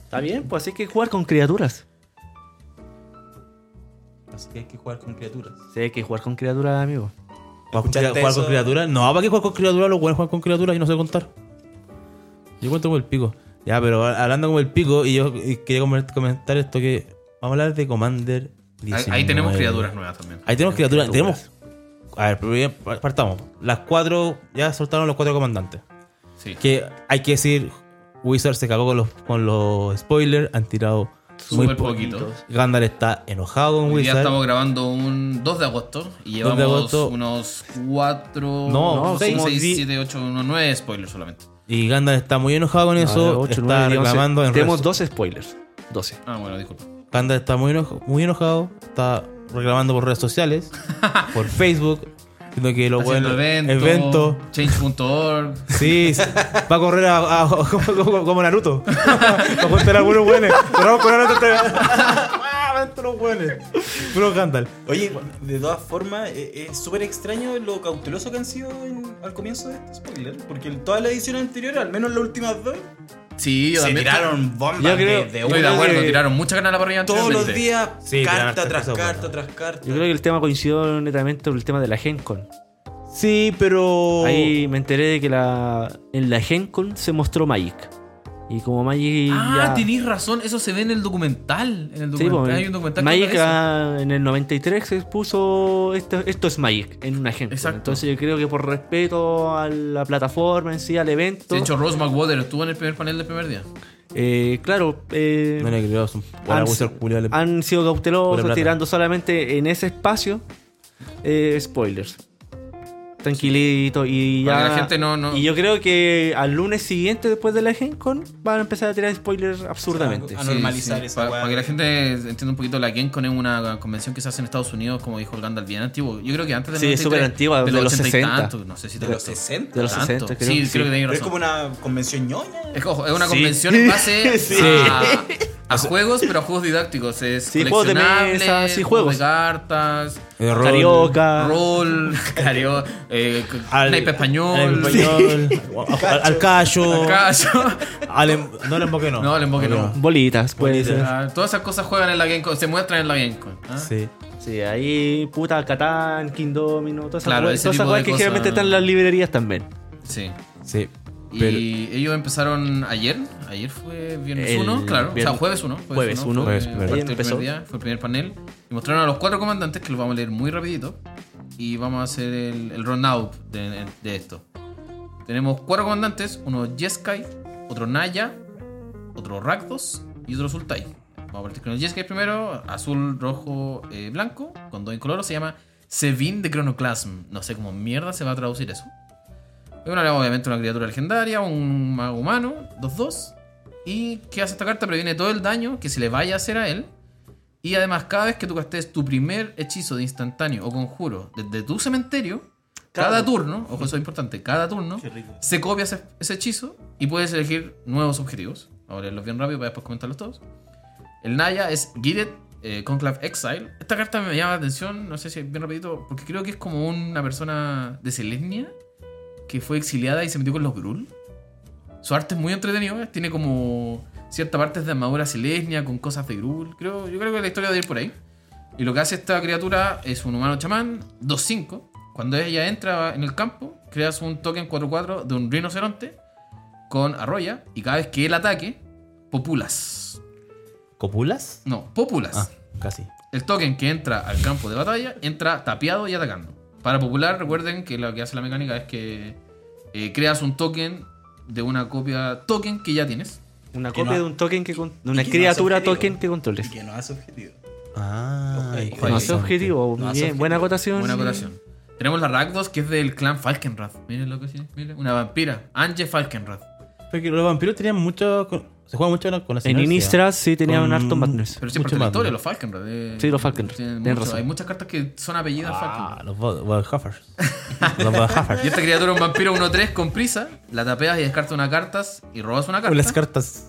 S3: Está bien, pues así que jugar con criaturas.
S1: Así que hay que jugar con criaturas.
S3: Sí, hay que jugar con criaturas, amigo.
S2: ¿Para
S1: ¿Escuchaste
S2: jugar, jugar
S1: eso?
S2: con criaturas? No, ¿para qué jugar con criaturas? Los buenos juegan con criaturas, yo no sé contar. Yo cuento como el pico. Ya, pero ha- hablando como el pico, y yo y quería comen- comentar esto que. Vamos a hablar de Commander
S4: Ahí,
S2: 19.
S4: ahí tenemos criaturas nuevas también.
S2: Ahí tenemos criaturas. Tenemos. A ver, primero partamos. Las cuatro. Ya soltaron los cuatro comandantes.
S4: Sí.
S2: Que hay que decir. Wizard se cagó con los, con los spoilers. Han tirado muy
S4: Súper poquito.
S2: Gandalf está enojado con
S4: Hoy día
S2: Wizard.
S4: estamos grabando un 2 de agosto y llevamos
S2: de agosto.
S4: unos 4,
S2: No,
S3: seis.
S4: 6, 7, 8, unos 9 spoilers solamente.
S2: Y Y Gandalf está muy enojado con eso.
S3: Ahora, ocho,
S2: está
S3: nueve, diez, once.
S2: reclamando en
S3: Tenemos
S2: redes-
S3: 12 spoilers. 12.
S4: Ah, bueno, disculpa.
S2: Gandalf está muy, enojo- muy enojado. Está reclamando por redes sociales, por Facebook. Diciendo que lo
S4: Haciendo
S2: bueno.
S4: eventos, Change.org.
S2: Sí, sí. va a correr a- a- como, como- como Naruto. Va a correr a algunos buenos. Corramos con Naruto. hasta- Ah, adentro los buenos. Puro Gandalf.
S1: Oye, de todas formas, eh, es súper extraño lo cauteloso que han sido en- al comienzo de este spoiler. Porque en toda la edición anterior, al menos las últimas dos,
S4: Sí, yo
S1: se
S4: también.
S1: tiraron bombas
S3: Yo
S1: de,
S3: creo-
S1: de
S3: yo
S4: Estoy de
S1: una-
S4: acuerdo,
S3: que-
S4: tiraron mucha ganas a la parrilla
S1: Todos los
S4: anteriormente.
S1: días,
S2: Sí, tiraron
S1: carta
S2: hartas
S1: tras
S2: cosas
S1: carta
S2: buenas.
S1: tras carta.
S3: Yo creo que el tema coincidió netamente con el tema de la GenCon.
S2: Sí,
S4: Oh.
S2: pero.
S3: Ahí me enteré de que la, en la GenCon se mostró Magic. Y como Magic.
S4: Ah,
S3: ya-
S4: tenéis razón, eso se ve en el documental. En el
S3: Sí,
S4: documental.
S3: pues,
S4: Hay un documental que
S3: Magic
S4: habla de eso.
S3: ah, en el 93 se puso esto, esto es Magic en una gente.
S4: Exacto.
S3: Entonces yo creo que por respeto a la plataforma en sí, al evento,
S4: De hecho, Rose McWater estuvo en el primer panel del primer día.
S3: eh, claro, eh,
S2: No le creo. son- Para
S3: han,
S2: abusar culiao le-
S3: han sido
S2: Pura
S3: cautelosos
S2: plata.
S3: tirando solamente en ese espacio eh, spoilers. Tranquilito y
S4: Para
S3: ya.
S4: que la gente no- no-
S3: Y yo creo que al lunes siguiente después de la GenCon van a empezar a tirar spoilers absurdamente.
S1: A normalizar esa
S4: Para,
S1: weá.
S4: para que la gente entienda un poquito, la GenCon es una convención que se hace en Estados Unidos, como dijo el Gandalf, bien antiguo. Yo creo que antes del
S3: Sí, es
S4: 93,
S3: súper antigua, de los
S4: 80 y
S3: 60.
S4: tanto, no sé si
S1: de los 60.
S3: De los
S4: tanto.
S3: 60, creo
S4: Sí,
S3: que sí.
S4: creo que tenéis
S1: Pero
S4: razón.
S1: es como una convención ñoña.
S4: Es, ojo, es una
S3: Sí.
S4: convención en base
S3: Sí.
S4: a, a juegos, pero a juegos didácticos. Es
S3: Sí, juegos de
S4: coleccionables,
S3: mesa, sí,
S4: juegos
S3: juegos.
S4: de cartas,
S2: Eh, rol-
S3: Carioca.
S4: rol, cario, eh,
S2: al-
S4: naipe
S2: al
S4: español,
S2: español, al, al cacho,
S4: cacho.
S2: al em- no al emboque no.
S4: No, al emboque no.
S3: Bolitas, puede ser.
S4: Ah, todas esas cosas juegan en la GameCon, se muestran en la GameCon. ¿ah?
S2: Sí.
S3: Sí, ahí puta Catán, King Domino, todas esas
S4: Claro,
S3: cosas
S4: ese tipo de
S3: que
S4: cosas.
S3: generalmente están en las librerías también.
S4: Sí.
S2: Sí.
S4: Y
S2: Pero-
S4: ellos empezaron ayer, ayer fue viernes
S3: El
S4: 1, claro, o sea,
S3: viernes-
S4: jueves 1.
S3: jueves uno.
S2: Jueves
S4: fue,
S2: primero.
S4: parte
S3: Ahí
S4: del
S3: empezó.
S4: primer día, fue el primer panel. Y mostraron a los cuatro comandantes, que los vamos a leer muy rapidito. Y vamos a hacer el, el round-out de, de esto. Tenemos cuatro comandantes, uno Jeskai, otro Naya, otro Rakdos y otro Sultai. Vamos a partir con el Jeskai primero, azul, rojo, eh, blanco, con dos incoloros, se llama Sevin de Chronoclasm. No sé cómo mierda se va a traducir eso. Es una- obviamente una criatura legendaria, un mago humano, 2-2. ¿Y qué hace esta carta? Previene todo el daño que se le vaya a hacer a él. Y además, cada vez que tú castees tu primer hechizo de instantáneo o conjuro desde tu cementerio, cada, turno, ojo, eso es importante, cada turno, se copia ese, ese hechizo y puedes elegir nuevos objetivos. Vamos a leerlos bien rápido para después comentarlos todos. El Naya es Guided eh, Conclave Exile. Esta carta me llama la atención, no sé si bien rapidito, porque creo que es como una persona de Selenia que fue exiliada y se metió con los Grul. Su arte es muy entretenido, ¿eh? tiene como ciertas partes de armadura Selenia con cosas de Grul. Creo, yo creo que la historia va a ir por ahí. Y lo que hace esta criatura es un humano chamán 2-5. Cuando ella entra en el campo, creas un token 4-4 de un rinoceronte con arroya y cada vez que él ataque, populas.
S2: ¿Copulas?
S4: No, populas.
S2: Ah, casi.
S4: El token que entra al campo de batalla entra tapeado y atacando. Para popular, recuerden que lo que hace la mecánica es que eh, creas un token de una copia token que ya tienes.
S3: Una
S1: Que no-
S3: copia de un token que con- de una
S1: y que no
S3: criatura
S1: hace objetivo.
S3: token que controles.
S1: Y que no hace objetivo.
S2: Ah,
S1: Ojo,
S3: No
S2: interesante.
S3: hace objetivo,
S1: No hace
S3: bien,
S1: objetivo.
S3: buena acotación.
S4: Buena colación. Tenemos la Rakdos que es del clan Falkenrath. Miren lo que sí, miren. Una vampira, Ange Falkenrath.
S2: Porque los vampiros tenían mucho. con- se juega mucho con la
S3: En
S2: sinergia.
S3: Innistrad sí tenían
S2: Con-
S3: un harto madness.
S4: Pero siempre
S2: Mucho
S4: es la
S2: más,
S4: historia,
S2: ¿no?
S4: los Falkenrath. eh,
S3: Sí, los Falkenrath,
S4: tienen
S3: tienes
S4: mucho.
S3: razón.
S4: Hay muchas cartas que son apellidas Falkenrath.
S2: Ah, los Wa- Wallhaffers. los Wallhaffers.
S4: Y esta criatura es un vampiro 1-3 con prisa. La tapeas y descartas una carta y robas una carta.
S2: Con las cartas.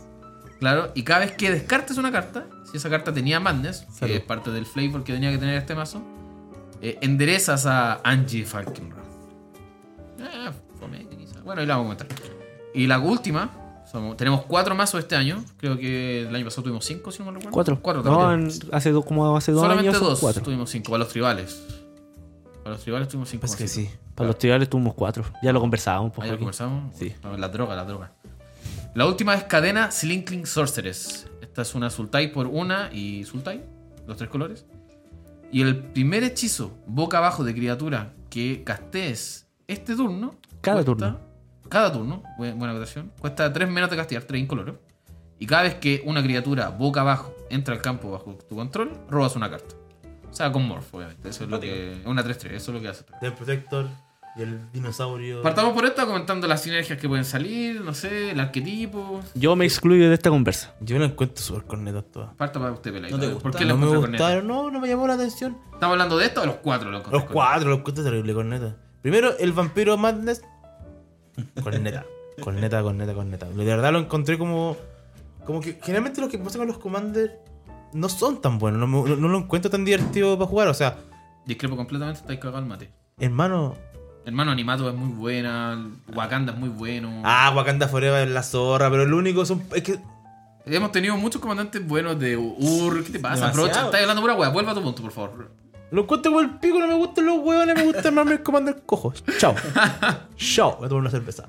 S4: Claro, y cada vez que descartes una carta, si esa carta tenía Madness,
S2: Salud.
S4: que es parte del flavor que tenía que tener este mazo, eh, enderezas a Angie Falkenrath. Ah, fome, quizá. Bueno, ahí la vamos a comentar. Y la última, somos- tenemos cuatro mazos este año. Creo que el año pasado tuvimos cinco, si no me recuerdo.
S3: Cuatro.
S4: Cuatro
S3: no,
S4: también.
S3: en- hace dos, como hace dos
S4: Solamente
S3: años. son
S4: dos
S3: Cuatro.
S4: tuvimos cinco, para los tribales. Para los tribales tuvimos cinco.
S2: Es Pues que
S4: macitos.
S2: sí.
S3: Para los tribales tuvimos cuatro. Ya lo conversábamos.
S4: Ahí
S3: Pues,
S4: Ah, lo
S3: aquí.
S4: conversamos.
S3: Sí.
S4: No, la droga, la droga. La última es cadena Slinkling Sorceress. Esta es una Sultai por una y Sultai, los tres colores. Y el primer hechizo, boca abajo de criatura, que castees este turno.
S3: Cada turno.
S4: Cada turno, bu- buena acotación. Cuesta 3 menos de castear, 3 incoloros. Y cada vez que una criatura boca abajo entra al campo bajo tu control, robas una carta. O sea, con Morph, obviamente. Eso es lo que. Una 3-3, eso es lo que hace.
S2: Del Protector. Y el dinosaurio.
S4: Partamos por esto comentando las sinergias que pueden salir, no sé, el arquetipo.
S3: Yo me excluyo de esta conversa.
S2: Yo no encuentro súper cornetas todas.
S4: Parta para usted, Pelay.
S1: ¿No te gusta?
S4: ¿Por qué
S1: ¿Qué
S4: la
S2: No me
S4: encuentro corneta?
S2: gustaron, no, no me llamó la atención.
S4: ¿Estamos hablando de esto o los cuatro? Los,
S2: Los cuatro, los cuatro terrible corneta. Primero, el vampiro Madness. Corneta. corneta, corneta, corneta. De verdad lo encontré como. Como que generalmente los que pasan con los Commander no son tan buenos. No, me- no lo encuentro tan divertido para jugar. O sea,
S4: Discrepo completamente, estáis cagados al mate.
S2: hermano.
S4: Hermano Animato es muy buena, Wakanda es muy bueno.
S2: Ah, Wakanda Forever es la zorra, pero lo único son. Es que.
S4: Hemos tenido muchos comandantes buenos de UR. ¿Qué te pasa? Aprovecha,
S1: Demasiado.
S4: estás hablando pura weá. Vuelva a tu punto, por favor.
S2: Lo encuentro como el pico, no me gustan los huevones, me gusta armarme el Commander cojo. Chao. Chao. Voy a tomar una cerveza.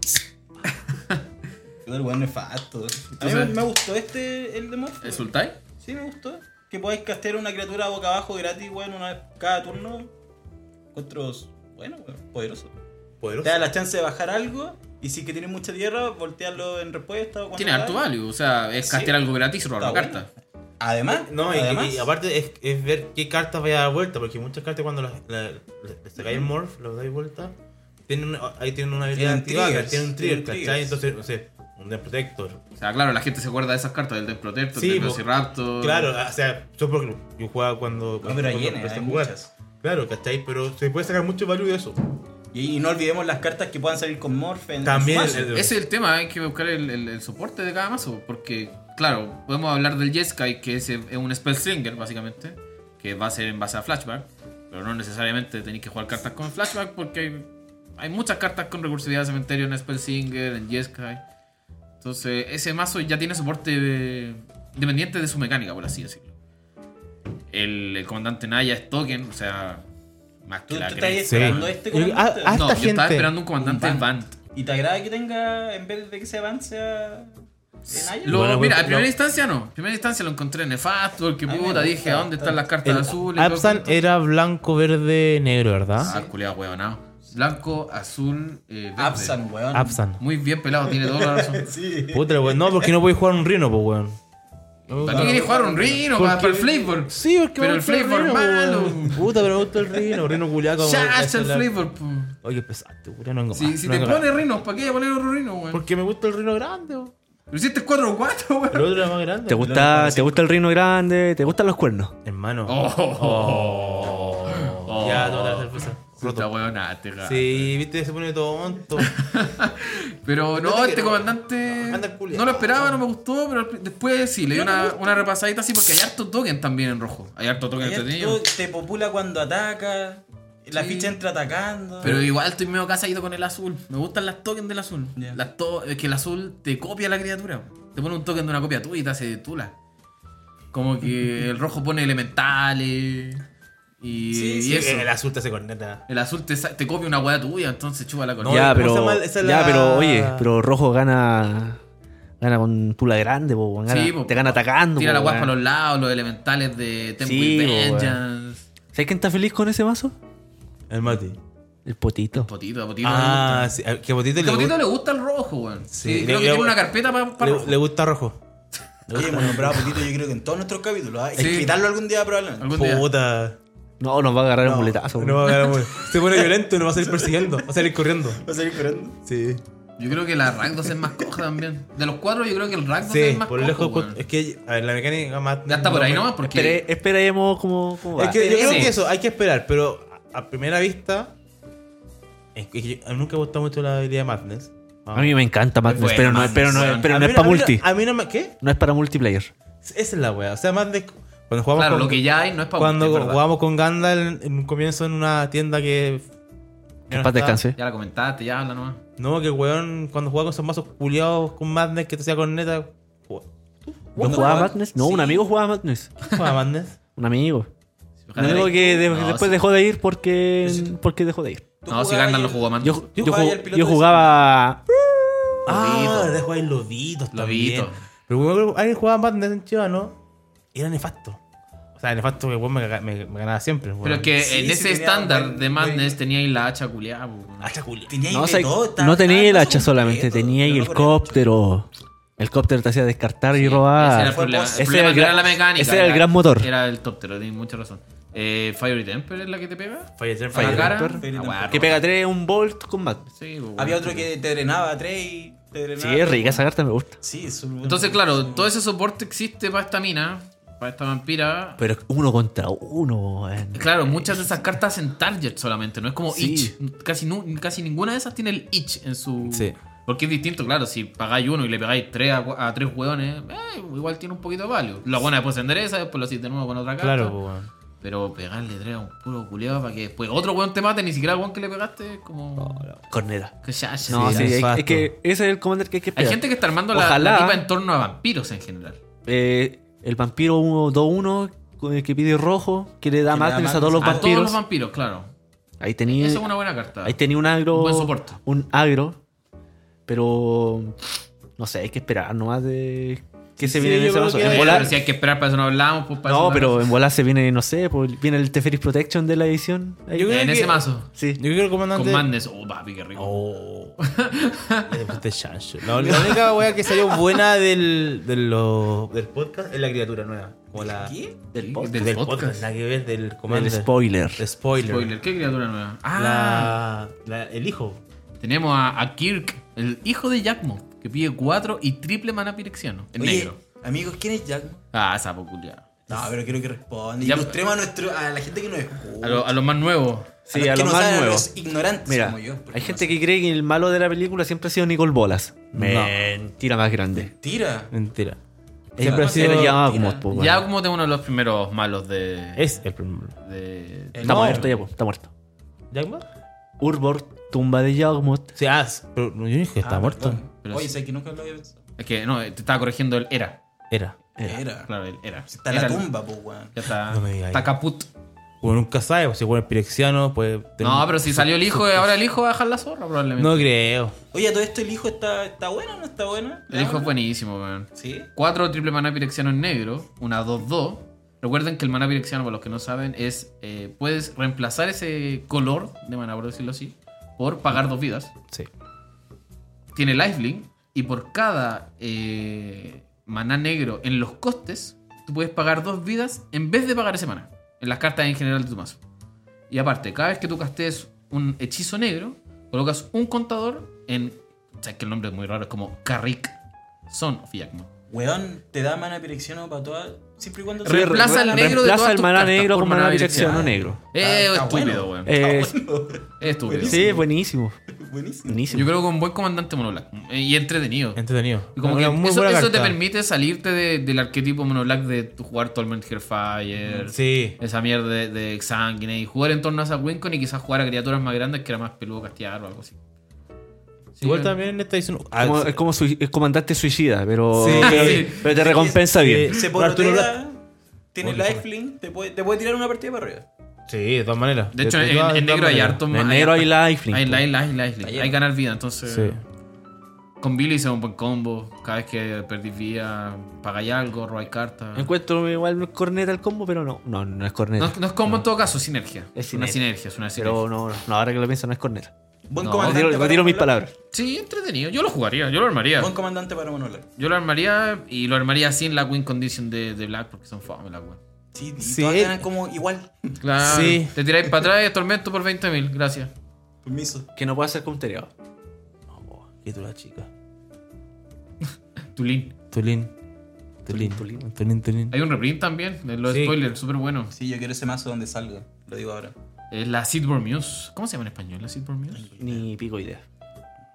S1: El weón nefasto. A mí me,
S4: Entonces-
S1: me gustó este, el de Morph.
S4: ¿El Sultai?
S1: Sí, me gustó. Que podáis castear una criatura boca abajo gratis, weón, una vez cada turno. Encuentro, bueno, weón, poderoso. Te
S2: Poderoso.
S1: da la chance de bajar algo y si es que tienes mucha tierra, voltearlo en respuesta. o cuando
S4: Tiene
S1: cae.
S4: harto value, o sea, es
S1: Sí.
S4: castear algo gratis y robar
S1: Está
S4: una
S1: bueno.
S4: carta.
S1: Además,
S2: No, y,
S1: además,
S2: y aparte es, es ver qué cartas vaya a dar vuelta, porque muchas cartas cuando las- la- le- le sacáis el morph, lo dais vuelta, tienen una- ahí tienen una habilidad
S1: Tienen
S2: activada,
S1: triggers,
S2: tienen un trigger,
S1: tienen
S2: ¿cachai?
S1: triggers.
S2: Entonces, no sé, un Death Protector.
S4: O sea, claro, la gente se acuerda de esas cartas del Desprotector,
S2: Sí,
S4: del
S2: po.
S4: Velociraptor.
S2: Claro, ah, o sea, yo porque yo jugaba cuando.
S1: No,
S2: cuando
S1: pero hay
S2: cuando
S1: llenas,
S2: empecé a
S1: hay
S2: jugar.
S1: muchas.
S2: Claro, ¿cachai? Pero se puede sacar mucho value de eso.
S1: Y, y no olvidemos las cartas que puedan salir con Morph en- en
S2: También
S1: su mazo.
S2: el-
S4: Ese es el tema, hay que buscar el, el- el soporte de cada mazo, porque, claro, podemos hablar del Jeskai, que es, es un Spellslinger, básicamente, que va a ser en base a Flashback, pero no necesariamente tenéis que jugar cartas con Flashback, porque hay, hay muchas cartas con recursividad de cementerio en Spellslinger, en Jeskai. Entonces, ese mazo ya tiene soporte de- dependiente de su mecánica, por así decirlo. El, el comandante Naya es token, o sea, más
S1: ¿Tú,
S4: que
S1: tú
S4: la
S1: estás
S4: cresta.
S1: esperando
S2: Sí.
S1: este
S2: Yo-
S1: comandante?
S2: ah, ah.
S4: No,
S2: Esta
S4: yo estaba
S2: gente-
S4: esperando un comandante
S1: Un Vant.
S4: Vant.
S1: ¿Y te agrada que tenga, en vez de que se avance a... en Iron?
S4: Lo-
S2: Bueno,
S4: mira,
S2: bueno,
S4: en primera
S2: lo-
S4: instancia no. En primera instancia lo encontré nefasto, porque
S2: Ah,
S1: A mí me
S4: puta, dije,
S1: gusta
S4: ¿a dónde están las cartas
S2: El
S4: azules?
S2: Absan
S4: Todo
S2: era blanco, verde, negro,
S4: esto.
S2: ¿verdad?
S4: Ah, culiado, huevonao. Blanco, azul, eh, verde.
S1: Absan, weón.
S2: Absan.
S4: Muy bien pelado, tiene toda la razón.
S1: Sí.
S2: Puta, weón. No, porque no podéis jugar un rino, pues, weón. No,
S4: ¿Para qué querés jugar un rino?
S2: Porque-
S4: Para, para el flavor.
S2: Sí, porque me
S4: Pero el
S2: gusta
S4: flavor
S2: rino,
S4: malo.
S2: weón. Puta, pero me gusta el rino, rino culiado. como-
S4: Ya,
S2: esa
S4: hace el
S2: la-
S4: flavor. po.
S2: Oye, pues, pesado, weón, no vengo
S4: Si,
S2: más,
S4: si
S2: no
S4: te
S2: vengo más.
S4: pones rino, ¿para qué poner otro rino, weón?
S2: Porque me gusta el rino grande, weón.
S4: Lo hiciste 4 o 4,
S2: El
S4: weón.
S2: otro era más grande.
S3: ¿Te gusta, ¿te gusta el reino grande? ¿Te gustan los cuernos?
S2: Hermano.
S4: Oh,
S2: Oh. Ya, toda la cerveza.
S4: Puta
S2: Roto.
S4: huevonate, cara.
S2: Sí, viste, se pone tonto.
S4: Pero
S2: te
S4: no, este
S2: quiero.
S4: comandante.
S2: Anda el culiao.
S4: No lo esperaba, no me gustó, pero después sí, le di una, una repasadita así porque hay harto token también en rojo. Hay harto token
S1: Ayer
S4: entretenido.
S1: tú te popula cuando ataca. La
S4: Sí.
S1: ficha entra atacando.
S4: Pero igual estoy medio casadito con el azul. Me gustan las tokens del azul.
S1: Ya.
S4: Las to- es que el azul te copia a la criatura. Te pone un token de una copia tuya y te hace tula. Como que el rojo pone elementales. Y,
S1: Sí,
S4: y
S1: sí,
S4: eso.
S2: El azul te hace corneta.
S4: El azul te, sa- te copia una hueá tuya, entonces chupa la
S2: No, ¿cómo
S4: corneta.
S3: ya,
S2: se
S3: pero.
S2: llama? Esa es
S3: Ya,
S2: la-
S3: pero, oye, pero Rojo gana. Gana con tula grande, po, weón. Gana-
S4: Sí, po.
S3: te gana atacando.
S4: Tira la
S3: po,
S4: hueá para
S3: weón.
S4: los lados, los elementales de Temple
S3: Sí,
S4: Vengeance.
S3: ¿Sabes quién está feliz con ese mazo?
S2: El Mati.
S3: El potito.
S4: Potito, a Potito.
S2: Ah, sí. a- Que a Potito le,
S4: le gusta. A Potito
S2: gusta-
S4: le gusta el rojo, weón.
S2: Sí,
S4: Sí,
S2: le-
S4: creo que
S2: le-
S4: tiene una carpeta para
S2: le, le gusta rojo.
S1: Oye, hemos nombrado a Potito, yo creo que en todos nuestros capítulos. ¿ah? Hay
S4: Sí.
S1: que quitarlo algún día probablemente.
S4: algún día.
S2: Puta.
S3: No, nos va a agarrar un boletazo.
S2: No va a ganar, weón. Se pone violento, no va a salir persiguiendo. Va a salir corriendo.
S1: Va a salir corriendo.
S2: Sí.
S4: Yo creo que la Ragdos es más coja también. De los cuatro, yo creo que el Ragdos es
S2: Sí,
S4: más
S2: por
S4: cojo,
S2: lejos. pues,
S4: weón.
S2: Es que a ver, la mecánica más.
S4: Ya está por ahí nomás, porque.
S3: Espere- esperemos cómo, cómo va.
S2: Es que yo creo
S4: Sí.
S2: que eso, hay que esperar, pero a a primera vista. Es que yo- a mí nunca me gustado mucho la habilidad de Madness.
S3: A mí me encanta Madness,
S4: Bueno,
S3: pero no,
S4: Madness,
S3: pero no,
S4: weón.
S3: pero
S2: A
S3: no es
S2: mí-
S3: para
S2: a mí no-
S3: multi.
S2: A mí no me. ¿Qué?
S3: No es para multiplayer.
S2: Esa es la wea. O sea, Madness. Cuando jugamos
S4: Claro,
S2: con,
S4: lo que ya hay no es para
S2: Cuando
S4: usted, es verdad.
S2: jugamos con Gandalf en, en un comienzo en una tienda que.
S3: Que
S2: no
S3: paz
S2: está-
S3: descanse.
S4: Ya la comentaste, ya habla nomás.
S2: No, que el weón, cuando jugaba con esos mazos culiados con Madness que te hacía con neta.
S3: ¿No jugaba Madness? No, un amigo jugaba Madness.
S2: jugaba Madness?
S3: Un amigo. Un
S4: Ojalá
S3: amigo
S4: le-
S3: que de-
S4: No,
S3: después
S4: sí.
S3: dejó de ir porque, porque dejó de ir.
S1: Tú
S4: No,
S1: jugabas
S4: si Gandalf
S1: y
S4: lo
S1: el-
S4: jugó man.
S3: Yo, yo,
S1: jugaba
S3: ju-
S1: y el piloto
S3: yo
S1: de-
S3: jugaba.
S2: Ah,
S4: Lobito.
S2: de jugar loditos también.
S4: Lobito.
S2: Pero weón, alguien jugaba Madness en Chiva, ¿no? Y era nefasto. O sea, nefasto que weón me, caga- me- me ganaba siempre. weón.
S4: Pero es que
S1: Sí,
S4: en
S1: sí
S4: ese
S1: tenía
S4: estándar
S1: buen-
S4: de Madness tenía ahí la hacha culiada,
S2: Hacha culia.
S1: Tenía
S3: No,
S1: ahí
S3: o
S1: de
S3: sea,
S1: todo, estaba-
S3: no tenía
S1: estaba
S3: el
S1: todo
S3: hacha solamente,
S1: completo.
S3: tenía ahí
S1: Yo
S3: el
S1: no corría mucho.
S3: cóptero. El cóptero te hacía descartar y robar.
S4: Ese era el problema.
S3: Ese
S4: el problema
S3: era el
S4: no era
S3: gran-
S4: la mecánica.
S3: ese era el gran motor.
S4: Era el tóptero, tienes mucha razón. Eh, Fiery Temper es la que te pega.
S2: Fire Temper,
S4: A la
S2: Fire
S4: cara.
S2: Temper.
S1: Fiery
S4: Ah,
S1: Temper.
S4: guarro.
S3: Que pega 3 un Bolt Combat.
S4: Sí, pues,
S1: Había
S4: bueno.
S1: otro que te drenaba tres y te drenaba.
S3: Sí, es rica esa carta, me gusta.
S1: Sí, es un-
S4: Entonces,
S3: Mm.
S4: claro, todo ese soporte existe para esta mina, para esta vampira.
S3: Pero es uno contra uno, weón.
S4: Claro, muchas de esas cartas hacen target solamente, no es como
S3: Sí.
S4: itch. Casi, nu- casi ninguna de esas tiene el itch en su.
S3: Sí.
S4: Porque es distinto, claro, si pagáis uno y le pegáis tres a, cua- a tres hueones, eh, igual tiene un poquito de value. La buena después se endereza, después lo hacís de nuevo con otra carta.
S2: Claro, pues, weón.
S4: Pero pegarle tres a un puro culeado para que después otro hueón te mate, ni siquiera el hueón que le pegaste, es como.
S3: Corneta.
S4: Que ya, ya,
S3: No,
S4: ya.
S3: sí,
S2: es
S3: es,
S2: vasto.
S3: es que ese es el commander que hay que
S4: Hay
S3: esperar.
S4: gente que está armando la,
S3: Ojalá.
S4: la tipa en torno a vampiros en general.
S3: Eh, el vampiro 1-2-1 con el que pide rojo, que
S1: Que le
S3: le da
S1: da
S3: madness a
S1: madness
S3: todos los
S1: a
S4: A todos
S3: vampiros.
S4: los vampiros, claro.
S3: Ahí tenía,
S4: Esa es una buena carta.
S3: ahí tenía un agro.
S4: Un buen soporte.
S3: Un agro. Pero. No sé, hay que esperar nomás de. ¿Qué se
S1: Sí,
S3: viene en
S1: yo
S3: ese
S1: creo
S3: mazo?
S1: que
S3: En
S1: hay-
S4: Eh,
S3: bola-
S4: pero si hay que esperar para eso no hablamos, pues para
S3: no,
S4: eso
S3: pero en bola se viene, no sé, por- viene el Teferis Protection de la edición. Ahí-
S2: Yo creo
S4: En
S2: que-
S4: ese mazo.
S3: Sí.
S2: Yo creo que el comandante.
S4: Con Madness. Oh, papi, qué rico.
S2: Oh. Le puse chancho. La, la única wea que salió buena del, del, lo- del podcast es la criatura nueva. Como la,
S1: ¿Qué?
S3: Del
S4: podcast.
S3: podcast.
S2: Del,
S4: Del
S2: podcast.
S4: podcast.
S2: La que ves del
S3: El
S2: comandante.
S3: spoiler.
S2: El spoiler.
S4: Spoiler, ¿qué criatura nueva? Ah,
S2: La, la- el hijo.
S4: tenemos a, a Kirk, el hijo de Jackmo, que pide 4 y triple mana pirexiano. En
S1: Oye,
S4: negro.
S1: Amigos, ¿quién es Jack?
S4: Ah, sapo culiao.
S1: No, pero quiero que responda.
S4: Ya-
S1: Ilustremos a, nuestro, a la gente que nos escucha.
S4: A lo- a los más nuevos.
S3: Sí, a
S1: que
S3: lo
S1: no
S3: más
S1: saben,
S3: nuevo.
S1: los ignorantes
S3: Mira,
S1: como yo.
S3: hay gente que cree que el malo de la película siempre ha sido Nicole Bolas. Mentira más grande.
S1: Tira.
S2: Mentira.
S1: Siempre
S2: Siempre ha
S1: ha
S2: sido.
S3: Era llamado
S1: mentira.
S3: como, po, weón.
S4: Jackmo es uno de los primeros malos de.
S2: Es el primer.
S4: de-
S1: El-
S3: Está
S1: No.
S3: muerto ya, po, está muerto.
S2: ¿Jackman?
S3: Urbor, tumba de Yawgmoth.
S2: Sí, ah, sí, pero yo dije que está
S1: Ah,
S2: muerto.
S1: perdón.
S4: Pero
S1: Oye,
S4: sí.
S1: sé que nunca lo había pensado.
S4: Es que no, te estaba corrigiendo el era.
S2: Era.
S3: Era.
S1: Era.
S4: Claro, el era.
S1: Está en
S4: Era
S1: la
S4: el-
S1: tumba, pues, weón.
S4: Ya está.
S2: No me digáis.
S4: está caput.
S2: Uno nunca sabe, pues, si bueno, el pirexiano, pues.
S4: No, pero si salió el hijo, ahora el hijo va a dejar la zorra probablemente.
S2: No creo.
S1: Oye, todo esto, el hijo está, está bueno o no está bueno.
S4: el hijo es buenísimo, weón.
S1: Sí.
S4: 4 triple maná pirexiano en negro, una 2-2. Recuerden que el maná pirexiano, para los que no saben, es. eh, puedes reemplazar ese color de maná, por decirlo así, por pagar dos vidas.
S2: Sí.
S4: Tiene lifelink y por cada eh, maná negro en los costes, tú puedes pagar dos vidas en vez de pagar ese maná. En las cartas en general de tu mazo. Y aparte, cada vez que tú castees un hechizo negro, colocas un contador en. O sea, es que el nombre es muy raro, es como Carrick, Son of Yakmo.
S1: Weón, te da mana direccional para todas. Siempre y cuando.
S4: Re- Reemplaza al negro de
S3: Reemplaza
S4: todas
S3: al
S4: tus
S3: maná
S4: cartas
S3: negro
S4: por
S3: con maná
S4: maná
S3: dirección no
S4: direccional.
S3: negro.
S4: Eh,
S1: está
S4: estúpido,
S1: bueno.
S4: weón.
S3: Eh,
S4: Es estúpido.
S3: sí, buenísimo.
S1: Buenísimo.
S3: Buenísimo.
S4: Yo creo que un buen comandante monoblack. eh, Y entretenido.
S2: Entretenido.
S4: Y como
S2: Una
S4: que
S2: muy
S4: eso,
S2: buena
S4: eso te
S2: carta.
S4: permite salirte de- del arquetipo monoblack de tu jugar Torment Hellfire.
S2: Sí.
S4: Esa mierda de, de Exanguine. Y jugar en torno a esa Wincon y quizás jugar a criaturas más grandes que era más peludo castear o algo así. Sí,
S2: Igual
S4: eh.
S2: también en esta edición. Ah,
S3: Como-
S2: sí.
S3: es como sui- es comandante suicida, pero,
S2: Sí.
S3: pero, pero te recompensa
S2: Sí.
S3: bien.
S1: Se
S2: Arturo
S1: porotea. Tiene
S2: Oye,
S1: lifelink. Te puede, te puede tirar una partida para arriba.
S2: Sí, de todas maneras.
S4: De hecho, en, en
S2: todas- de
S4: negro
S2: todas
S4: hay
S2: maneras.
S4: harto
S3: En
S4: más-
S3: enero hay la
S4: Hay, hay, hay, hay, hay,
S1: lleno.
S4: hay ganar vida, entonces.
S2: Sí.
S4: Con Billy se un buen combo. Cada vez que perdís vida, pagáis algo, robáis cartas.
S3: Encuentro igual corneta al combo, pero no. No, no es corneta.
S4: No, no es combo en todo caso, sinergia.
S3: Es
S4: una
S3: sinergia.
S4: sinergia, es una sinergia.
S3: pero no, no, ahora que lo pienso, no es corneta.
S1: Buen
S4: No,
S1: comandante.
S3: Retiro,
S1: para
S3: retiro mis
S1: Monoblar.
S3: palabras.
S4: Sí, entretenido. Yo lo jugaría, yo lo armaría.
S1: Buen comandante para Monoblar.
S4: Yo lo armaría y lo armaría sin la win condition de, de Black porque son fome la win.
S1: Sí, y
S2: Sí.
S1: todas quedan como igual.
S4: Claro.
S2: Sí.
S4: Te tiráis para atrás y tormento por 20.000, gracias.
S1: Permiso.
S3: Que no pueda ser countereado.
S2: Oh, qué dura chica.
S4: Tulín.
S2: Tulín. Tulín.
S3: Tulín.
S2: Tulín, Tulín.
S4: Hay un reprint también de los
S2: Sí.
S4: spoilers, súper bueno.
S1: Sí, yo quiero ese mazo donde salga. Lo digo ahora.
S4: Es la Sidbor Muse. ¿Cómo se llama en español la Sidbor Muse? Eh,
S3: Ni pico idea.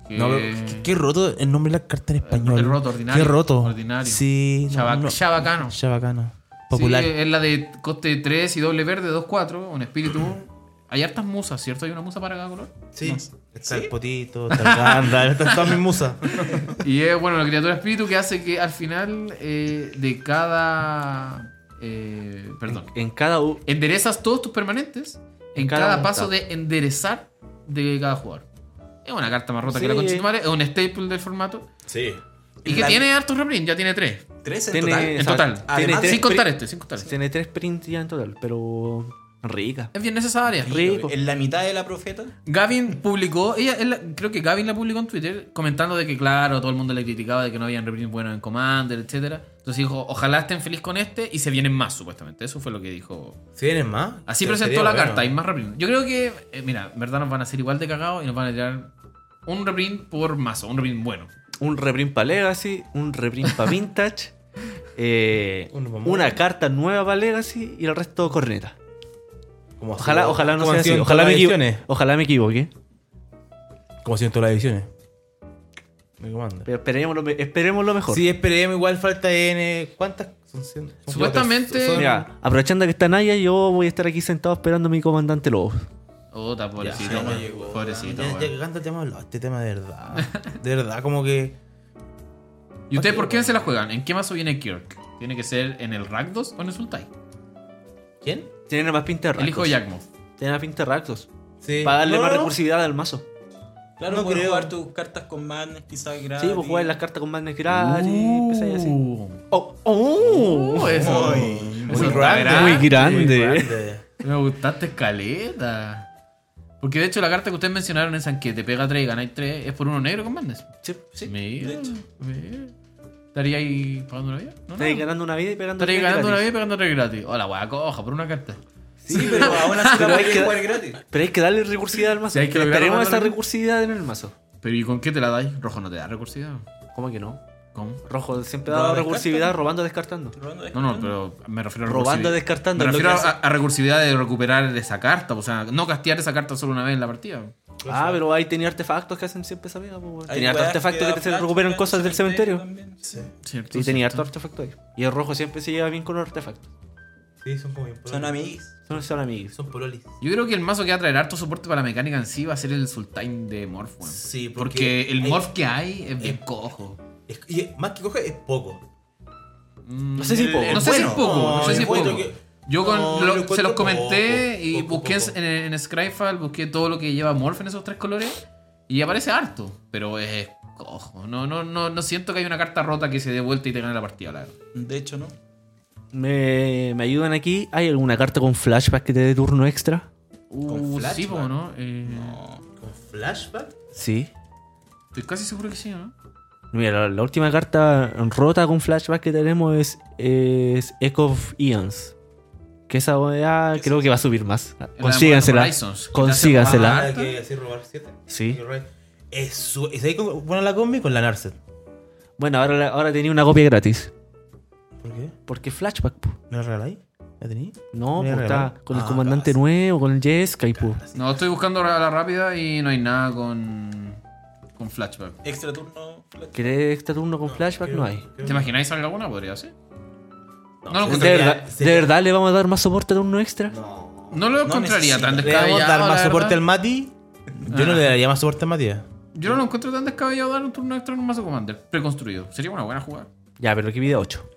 S4: Que-
S2: No, pero qué, qué roto el nombre de la carta en español.
S4: el roto, ordinario,
S2: Qué roto.
S4: ordinario.
S2: Sí. no,
S4: Chava-
S2: no.
S4: Chabacano.
S2: Chabacano. Popular.
S4: Sí, eh, es la de coste 3 y doble verde, 2-4, un espíritu. Hay hartas musas, ¿cierto? Hay una musa para cada color.
S2: Sí.
S1: No.
S2: Está
S1: ¿Sí?
S2: el potito, está el Gandalf, está toda mi musa.
S4: Y es, bueno, la criatura espíritu que hace que al final eh, de cada... eh, perdón.
S3: En cada u-
S4: Enderezas todos tus permanentes en
S3: En
S4: cada,
S3: cada
S4: paso
S3: voluntad.
S4: de enderezar de cada jugador. Es una carta más rota que la
S3: Sí.
S4: concha de tu madre, es un staple del formato.
S2: Sí.
S4: Y que
S1: La-
S4: tiene hartos reprints, ya tiene tres.
S1: Tres en
S3: Tiene-
S1: total.
S4: En
S3: Exacto.
S4: total.
S1: Además,
S4: sin
S3: tres
S4: contar
S3: pri-
S4: este, sin contar este.
S3: Tiene tres prints ya en total, pero rica.
S4: Es bien necesaria.
S3: Rico.
S1: En la mitad de la profeta.
S4: Gavin publicó, ella, él la- creo que Gavin la publicó en Twitter comentando de que, claro, todo el mundo le criticaba de que no habían reprints buenos en Commander, etcétera. Entonces Entonces dijo, ojalá estén feliz con este y se vienen más, supuestamente. Eso fue lo que dijo.
S2: Si vienes más.
S4: Así
S2: se-
S4: presentó
S2: sería
S4: la
S2: bueno.
S4: carta y más reprint. Yo creo que, eh, mira, en verdad nos van a hacer igual de cagados y nos van a tirar un reprint por mazo, un reprint bueno.
S3: Un reprint para Legacy, un reprint para Vintage, eh,
S2: Uno pa'
S3: una
S2: móvil.
S3: carta nueva para Legacy y el resto corneta.
S2: Como ha
S3: Ojalá,
S2: sido-
S3: ojalá no
S2: como
S3: sea
S2: han sido
S3: así.
S2: en
S3: Ojalá me,
S2: todas las
S3: equivo-
S2: ediciones.
S3: ojalá me equivoque.
S2: Como ha sido en todas las ediciones. Me comanda.
S3: Pero esperemos lo, me- esperemos lo mejor.
S2: Sí, esperemos, igual falta N. ¿Cuántas son? cien? Son
S4: Supuestamente-
S2: cuatro- son-
S3: Mira, aprovechando que está Naya, yo voy a estar aquí sentado esperando a mi comandante Lobo.
S4: Ota, pobrecito,
S2: Ya,
S4: weón.
S2: ya llegó,
S4: pobrecito.
S2: Ya, ya
S4: weón.
S2: llegando al tema, hablaba este tema de verdad. De verdad, como que.
S4: ¿Y ustedes por qué se la juegan? ¿En qué mazo viene Kirk? ¿Tiene que ser en el Rakdos o en el Sultai?
S2: ¿Quién?
S3: Tiene más pinta de
S4: El hijo
S3: Rakdos.
S4: de Yakmo.
S3: Tiene más pinta de Rakdos.
S2: Sí.
S3: Para darle
S2: No,
S3: más
S2: no, no.
S3: recursividad al mazo.
S1: Claro,
S2: No
S1: puedes
S2: creo.
S1: jugar tus cartas con manes, quizás gratis.
S3: Sí, pues jugar las cartas con Madness gratis.
S2: Uh.
S3: empezáis así.
S4: Uh.
S2: Oh,
S3: ¡Oh!
S4: Eso.
S2: muy,
S4: Eso está
S2: grande,
S4: grande.
S3: Muy grande.
S4: Me gustaste escaleta. Porque de hecho la carta que ustedes mencionaron esa en que te pega 3 y ganáis 3 es por uno negro con Mendes.
S3: Sí, sí.
S4: Mira,
S1: de hecho.
S4: mira. ¿Estaría ahí pagando una vida? No, no.
S3: Estáis ganando una vida y pegando
S4: Estaría
S3: tres
S4: ganando una
S3: gratis.
S4: vida y pegando 3 gratis. Hola, la wea coja por una carta.
S1: Sí, pero aún así la
S3: Pero hay
S1: podéis
S3: que-
S1: jugar gratis.
S3: Pero hay que darle recursividad al mazo.
S4: Sí, hay que lograr
S3: esperemos
S4: ganarlo.
S3: esa recursividad en el mazo.
S4: Pero ¿y con qué te la dais? Rojo no te da recursividad.
S3: ¿Cómo que no?
S4: ¿Cómo?
S3: Rojo siempre ha
S1: Roba
S3: dado
S1: descarta.
S3: recursividad robando, descartando.
S4: No, no, pero me refiero a
S3: Robando,
S4: recursividad.
S3: descartando,
S4: Me
S3: es lo
S4: refiero
S3: que
S4: a, a recursividad de recuperar esa carta. O sea, no castear esa carta solo una vez en la partida.
S3: Ah, pero ahí tenía artefactos que hacen siempre esa pega. pues, bueno.
S1: Hay
S3: Tenía harto
S1: weas
S3: artefactos que,
S1: da
S3: te
S1: flash
S3: recuperan
S1: en
S3: cosas del cementerio.
S1: también. Sí.
S4: ¿Cierto?
S3: Sí, tenía harto
S4: cierto.
S3: artefacto ahí. Y el rojo siempre se lleva bien con los artefactos.
S2: Sí, son como.
S1: Son amigos.
S3: Son, son amigos.
S2: Son pololis.
S4: Yo creo que el mazo que va a traer harto soporte para la mecánica en sí va a ser el Sultane de Morph, weón.
S2: Sí,
S4: porque,
S2: porque
S4: el
S2: hay- eh,
S4: Morph que hay es bien
S2: es-
S4: cojo.
S2: Es- y más que coge, es poco.
S4: Mm,
S3: No sé si
S2: el-
S3: poco.
S2: el
S4: no sé si
S2: bueno.
S4: es poco, no,
S2: No,
S4: sé si
S2: yo
S4: es poco.
S2: encuentro que-
S4: Yo con-
S2: No,
S4: lo-
S2: yo
S4: se los
S2: encuentro
S4: comenté
S2: poco,
S4: y
S2: poco,
S4: busqué en-
S2: poco.
S4: en, en Scryfall, busqué todo lo que lleva Morph en esos tres colores y aparece harto, pero es cojo. No, no, no, no siento que haya una carta rota que se dé vuelta y te gane la partida, la verdad.
S1: De hecho, no.
S2: Mm.
S3: Me, me ayudan aquí. ¿Hay alguna carta con flashback que te dé turno extra?
S4: Uh,
S2: flashback?
S4: sí, po, ¿no? Eh,
S2: Con flashback.
S3: Sí.
S4: Estoy casi seguro que sí, ¿no?
S3: Mira, la, la última carta rota con flashback que tenemos es, es Echo of Eons. Que esa weá creo que va a subir más.
S4: de
S3: Consígansela.
S4: Modern Horizons, que te hace
S3: Consígansela.
S4: robar.
S2: Ah, que así robar 7.
S3: Sí.
S2: Es, su- es ahí con, bueno la combi con la Narset.
S3: Bueno, ahora, la- ahora tenía una copia gratis.
S2: ¿Por qué?
S3: Porque flashback, po.
S2: ¿Me la regaláis? ¿La tení?
S3: No,
S2: ¿Me
S3: po,
S2: la
S3: está
S2: regaláis?
S3: con el
S2: Ah,
S3: comandante
S2: casi.
S3: nuevo, con el Jessica y po.
S4: No, estoy buscando la, la rápida y no hay nada con, con flashback.
S1: Extra turno. flash.
S3: ¿Querés extra turno con flashback?
S2: creo-
S3: No hay.
S2: creo-
S4: ¿Te imagináis salga alguna? Podría ser. No,
S2: sí,
S4: lo
S3: ¿De
S2: sería-
S4: encontraría,
S3: verdad,
S2: sería-
S3: ¿De verdad le vamos a dar más soporte a turno extra?
S2: No.
S4: no lo
S1: No
S4: encontraría
S1: necesito.
S4: tan
S2: ¿Le damos
S4: descabellado.
S2: dar
S4: la
S2: más soporte
S4: verdad.
S2: al Mati? Yo no le
S3: Ah.
S2: daría más soporte al Mati.
S4: Yo no lo encuentro tan descabellado dar un turno extra en un mazo commander preconstruido. Sería una buena jugada.
S3: Ya, pero que pide 8.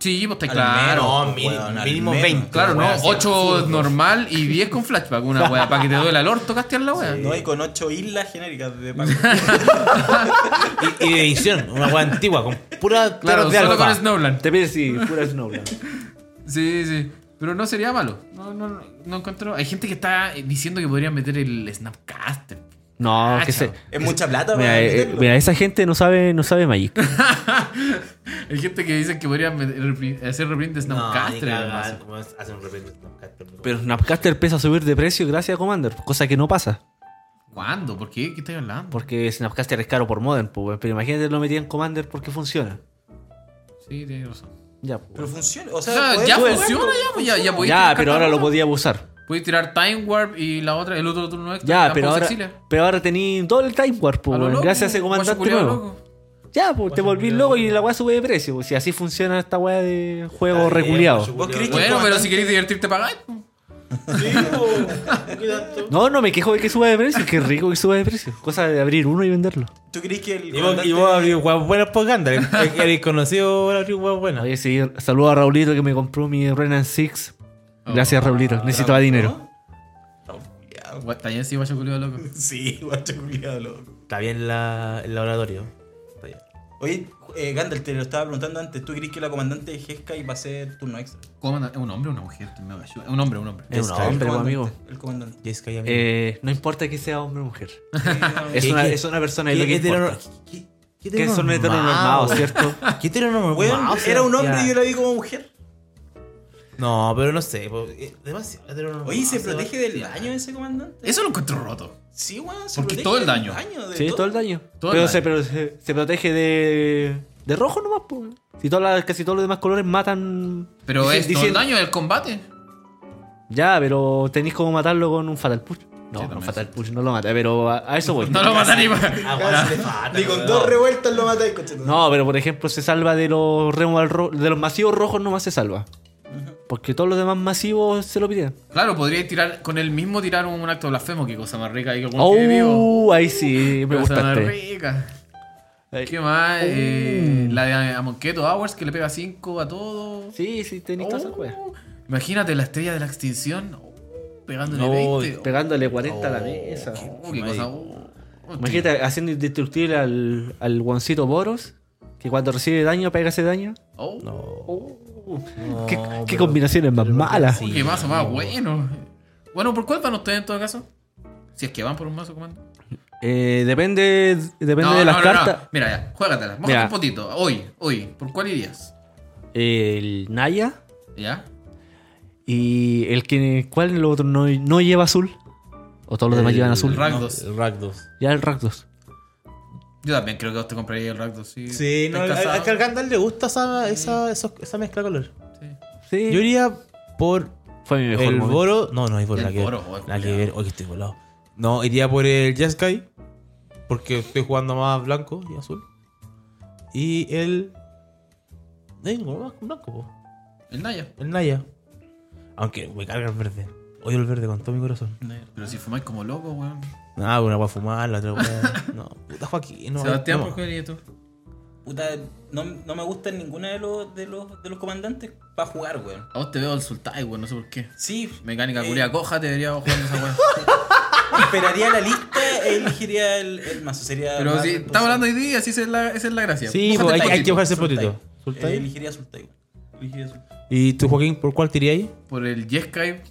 S4: Sí, pues está
S1: Al
S4: claro.
S1: menos.
S2: No, mínimo,
S1: weón, al
S2: mínimo
S1: menos.
S2: 20.
S4: Claro, no.
S2: weón, así
S4: 8
S2: absurdo.
S4: normal y 10 con flashback. Una wea para que te duele el orto castear la wea.
S1: No, y con ocho islas genéricas de pago.
S2: Y, y de edición, una hueá antigua, con pura
S4: Claro,
S2: de
S4: solo
S2: alfa.
S4: con Snowland.
S3: Te pide sí, pura Snowland.
S4: Sí, sí. Pero no sería malo. No, no, no, no encuentro. Hay gente que está diciendo que podrían meter el Snapcaster.
S3: No, que
S4: Cacha.
S3: se.
S1: Es mucha plata,
S3: Mira,
S1: para
S3: eh,
S1: meterlo.
S3: mira, esa gente no sabe, no sabe Magic.
S4: Hay gente que dice que podrían meter- repri- hacer reprint de
S2: No,
S4: Snapcaster.
S2: ni
S4: en el
S2: cagar,
S4: mazo.
S2: como es- hacen un repente Snapcaster, pero-
S3: Pero Snapcaster empieza a subir de precio gracias a Commander, cosa que no pasa.
S4: ¿Cuándo? ¿Por qué? ¿Qué estoy hablando?
S3: Porque Snapcaster es caro por Modern, pues, weón, pero imagínate lo metían en Commander porque funciona.
S4: Sí, tienes razón.
S3: Ya, pues,
S1: Pero
S3: weón.
S1: funciona. O
S4: O
S1: sea,
S4: sea,
S1: puedes
S4: ya
S1: jugar.
S4: funciona, ya, pues, ya, ya podéis
S3: Ya,
S4: tirar
S3: pero
S4: cartas
S3: ahora lo
S4: rotas.
S3: podía abusar.
S4: Podéis tirar Time Warp y la otra, el otro turno extra.
S3: Ya,
S4: tampoco
S3: pero
S4: se
S3: ahora,
S4: exilia.
S3: pero ahora tení doble Time Warp,
S4: A
S3: pues,
S4: lo
S3: weón,
S4: loco,
S3: gracias a ese
S4: guaso
S3: comandante
S4: culiao
S3: nuevo.
S4: loco.
S3: Ya, pues te volví loco y la weá sube de precio. Pues, si así funciona esta weá de juego
S2: Ah,
S3: reculeado.
S1: ¿Vos crees que-
S4: Bueno, pero
S1: comandante-
S4: si queréis divertirte, eh, pues. pagáis.
S2: Sí, po. ¿Qué tanto?
S3: No, no me quejo de que suba de precio, qué rico que suba de precio. Cosa de abrir uno y venderlo.
S1: ¿Tú crees que el.
S2: Y vos,
S1: comandante-
S2: y vos abrís huevos buenos por Gandalf. Eres conocido por abrir huevos buenos.
S3: Oye, sí, saludo a Raulito que me compró mi Renan Six.
S4: Oh.
S3: Gracias, Raulito. Necesitaba dinero.
S1: ¿No? Ya,
S4: Gua- Está bien, sí, guacho culiao loco.
S1: Sí, guacho culiado loco.
S2: Está bien la, el laboratorio. Está bien.
S1: Oye, eh, Gandalf, te lo estaba preguntando antes. ¿Tú crees que la comandante de Heskai va a ser turno extra?
S4: ¿Cómo anda? ¿Es un hombre o una mujer? Estoy medio gallo. Es un hombre, un hombre.
S3: Es un
S2: Skype.
S3: hombre,
S1: El
S3: pues,
S1: comandante,
S3: amigo.
S1: El comandante.
S2: Y es que hay amigos.
S3: Eh, no Eh, importa que sea hombre o mujer.
S1: Sí, no,
S3: Es
S2: ¿Qué-
S3: una,
S2: qué-
S3: es una persona
S2: ¿Qué
S3: y lo que
S2: es de la-
S3: importa.
S2: qué- ¿Qué
S3: Que son heteronormados, ¿cierto?
S2: ¿Qué heteronormado?
S1: Weón,
S2: O sea,
S1: era un hombre
S2: ya.
S1: y yo la vi como mujer.
S2: No, pero no sé. po, eh, Demasiado heteronormado.
S1: Oye, ¿se
S2: O sea,
S1: protege del daño ese comandante?
S4: Eso lo encuentro roto.
S1: Sí, weón, se
S4: Porque
S1: protege
S4: todo el
S1: del
S4: daño.
S1: de
S3: Sí, todo el daño.
S4: Todo el
S3: pero
S4: daño.
S3: Se, pero se, se protege de, de rojo nomás, po. Si todas las- casi todos los demás colores matan.
S4: Pero
S3: dici-
S4: es todo el
S3: diciendo-
S4: daño del combate.
S3: Ya, pero tenéis como matarlo con un Fatal Push. No, no
S4: también.
S3: Fatal Push, no lo mata, pero a, a eso voy.
S4: No lo matan ni
S2: Ah, bueno, se le falta,
S1: Ni con
S2: weón.
S1: dos revueltas lo matáis, coche.
S3: No, pero por ejemplo se salva de los remos al ro- de los masivos rojos nomás se salva. Porque todos los demás masivos se lo pidieron.
S4: Claro, podría tirar con el mismo tirar un, un acto blasfemo. Qué cosa más rica. ahí que algún
S3: Oh,
S4: que vivo.
S3: ahí sí, me
S4: Qué cosa más
S3: gustaste.
S4: rica.
S3: Ahí.
S4: ¿Qué más?
S3: Uh.
S4: Eh, la de Amonqueto Hours que le pega 5 a todo.
S3: Sí, sí, tenéis todas esas
S4: Oh,
S3: weas.
S4: Imagínate la estrella de la extinción. oh, pegándole
S2: No,
S4: 20.
S3: Pegándole 40 a la mesa.
S4: oh, qué cosa. oh, oh,
S3: Imagínate haciendo indestructible al, al guancito Boros, que cuando recibe daño pega ese daño.
S4: oh,
S2: No.
S3: ¿Qué,
S2: No,
S3: qué
S2: pero-
S3: combinaciones más malas?
S4: qué mazo más bueno. Bueno, ¿por cuál van ustedes en todo caso? Si es que van por un mazo comando.
S3: Eh, depende depende
S4: No,
S3: de las
S4: no, no, no.
S3: cartas.
S4: Mira, ya, juégatela. Mójate
S3: Mira.
S4: un potito. Hoy, hoy. ¿Por cuál irías?
S3: El Naya
S4: ¿Ya?
S3: y el que. ¿Cuál el otro no, no lleva azul? ¿O todos los demás llevan azul?
S4: el Rakdos.
S2: No, el Rakdos.
S3: Ya el Rakdos.
S4: Yo también creo que vos te compraría el Rakdos. Sí,
S2: Sí, no,
S4: Estás
S2: a-
S4: casado.
S2: a- que al Gandalf le gusta esa, esa, esos- esa mezcla de color.
S4: Sí.
S3: Sí.
S2: Yo iría por
S3: Fue mi mejor
S2: el
S3: momento.
S2: Boro. No, no, es Boro.
S4: El
S2: la que,
S4: Boro, joder,
S2: la que
S4: culiao.
S2: ver. Oye, estoy volado. No, iría por el Jeskai. Porque estoy jugando más blanco y azul. Y el. eh, No tengo más con blanco, po.
S4: El Naya.
S2: El Naya. Aunque me carga el verde. Odio el verde con todo mi corazón.
S4: Pero si fumáis como loco, weón.
S2: Ah, una voy a fumar, la otra voy a... No, puta Joaquín. No,
S4: Sebastián,
S2: no.
S4: ¿por cuál irías tú?
S1: Puta, no, no me gustan ninguno de los, de los, de los comandantes para jugar, weón.
S4: A vos te veo el Sultai, weón. No sé por qué.
S1: Sí,
S4: Mecánica
S1: Eh.
S4: culia coja, te debería jugar esa weón.
S1: esperaría la lista e elegiría el, el mazo. Sería
S4: Pero
S1: más
S4: si
S1: responsable.
S4: estamos hablando hoy día, sí, esa es la, esa es la gracia.
S2: Sí,
S4: Mójate
S2: pues, hay,
S4: el
S2: que- hay que
S4: potito.
S2: bajarse el
S1: Sultai.
S2: potito.
S1: Eh,
S2: ¿Sultai?
S1: elegiría Sultai, weón. Elegiría Sultai.
S2: ¿Y tú, Joaquín, por cuál te irías ahí?
S4: Por el Jeskai,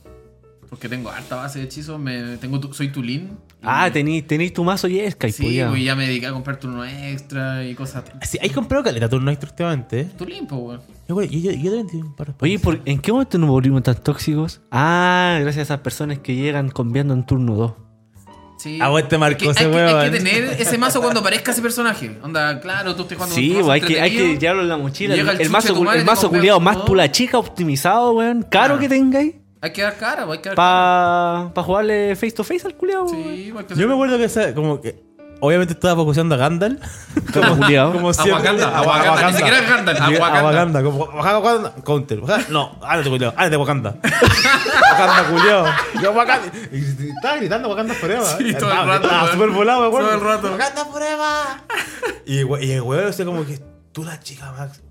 S4: porque tengo harta base de hechizos, me, tengo tu- soy Tulin.
S3: Ah, tení, tení tu mazo y Skype.
S4: Sí, pues ya me dediqué a comprar turno extra y cosas.
S2: Sí, hay comprado caleta turno extra últimamente. ¿eh?
S4: Tulin, pues, weón.
S2: Yo, creo- yo, yo, yo también tengo un par de
S3: Oye, ¿por- ¿en qué momento nos volvimos tan tóxicos? Ah, gracias a esas personas que llegan cambiando en turno 2.
S4: Sí.
S2: Ah, vos te marcó
S4: Es que
S2: ese
S4: hay, que- hay
S2: weón.
S4: que tener ese mazo cuando aparezca ese personaje. Onda, claro, tú estás jugando
S3: Sí,
S2: pues,
S4: un mazo
S3: güey, hay que, hay que
S4: entretenido.
S3: llevarlo en la mochila.
S4: Llega
S3: El,
S4: el
S3: el
S4: chuche
S3: mazo,
S4: tu madre,
S3: el
S4: te
S3: mazo
S4: compras
S3: culiado
S4: todo.
S3: más pula chica optimizado, weón. Caro
S4: Claro.
S3: que tengáis.
S4: Hay que dar cara, pues, hay que dar cara.
S3: Para jugarle face to face al culiado.
S4: Sí, pues, hay que
S2: Yo me acuerdo que esa, como que. Obviamente estaba focuseando a Gandalf.
S3: Como culiado.
S2: Como
S4: A
S2: siempre.
S4: Wakanda, a Wakanda, ni siquiera es Gandalf, a
S2: Llegué-
S4: Wakanda.
S2: Wakanda, como Wakanda, Wakanda, counter. Wakanda- no, ándate, culiao, ándate, Wakanda. Wakanda, culiao. Yo, Wakanda. Y y estaba gritando Wakanda Forever. eh,
S4: Sí, todo el
S2: Estaba-
S4: rato,
S2: Estaba
S4: weón.
S2: súper volado, me acuerdo.
S4: Todo el rato.
S2: Wakanda Forever. Y, we- y el weón, o sea, como que tú la chica, Max.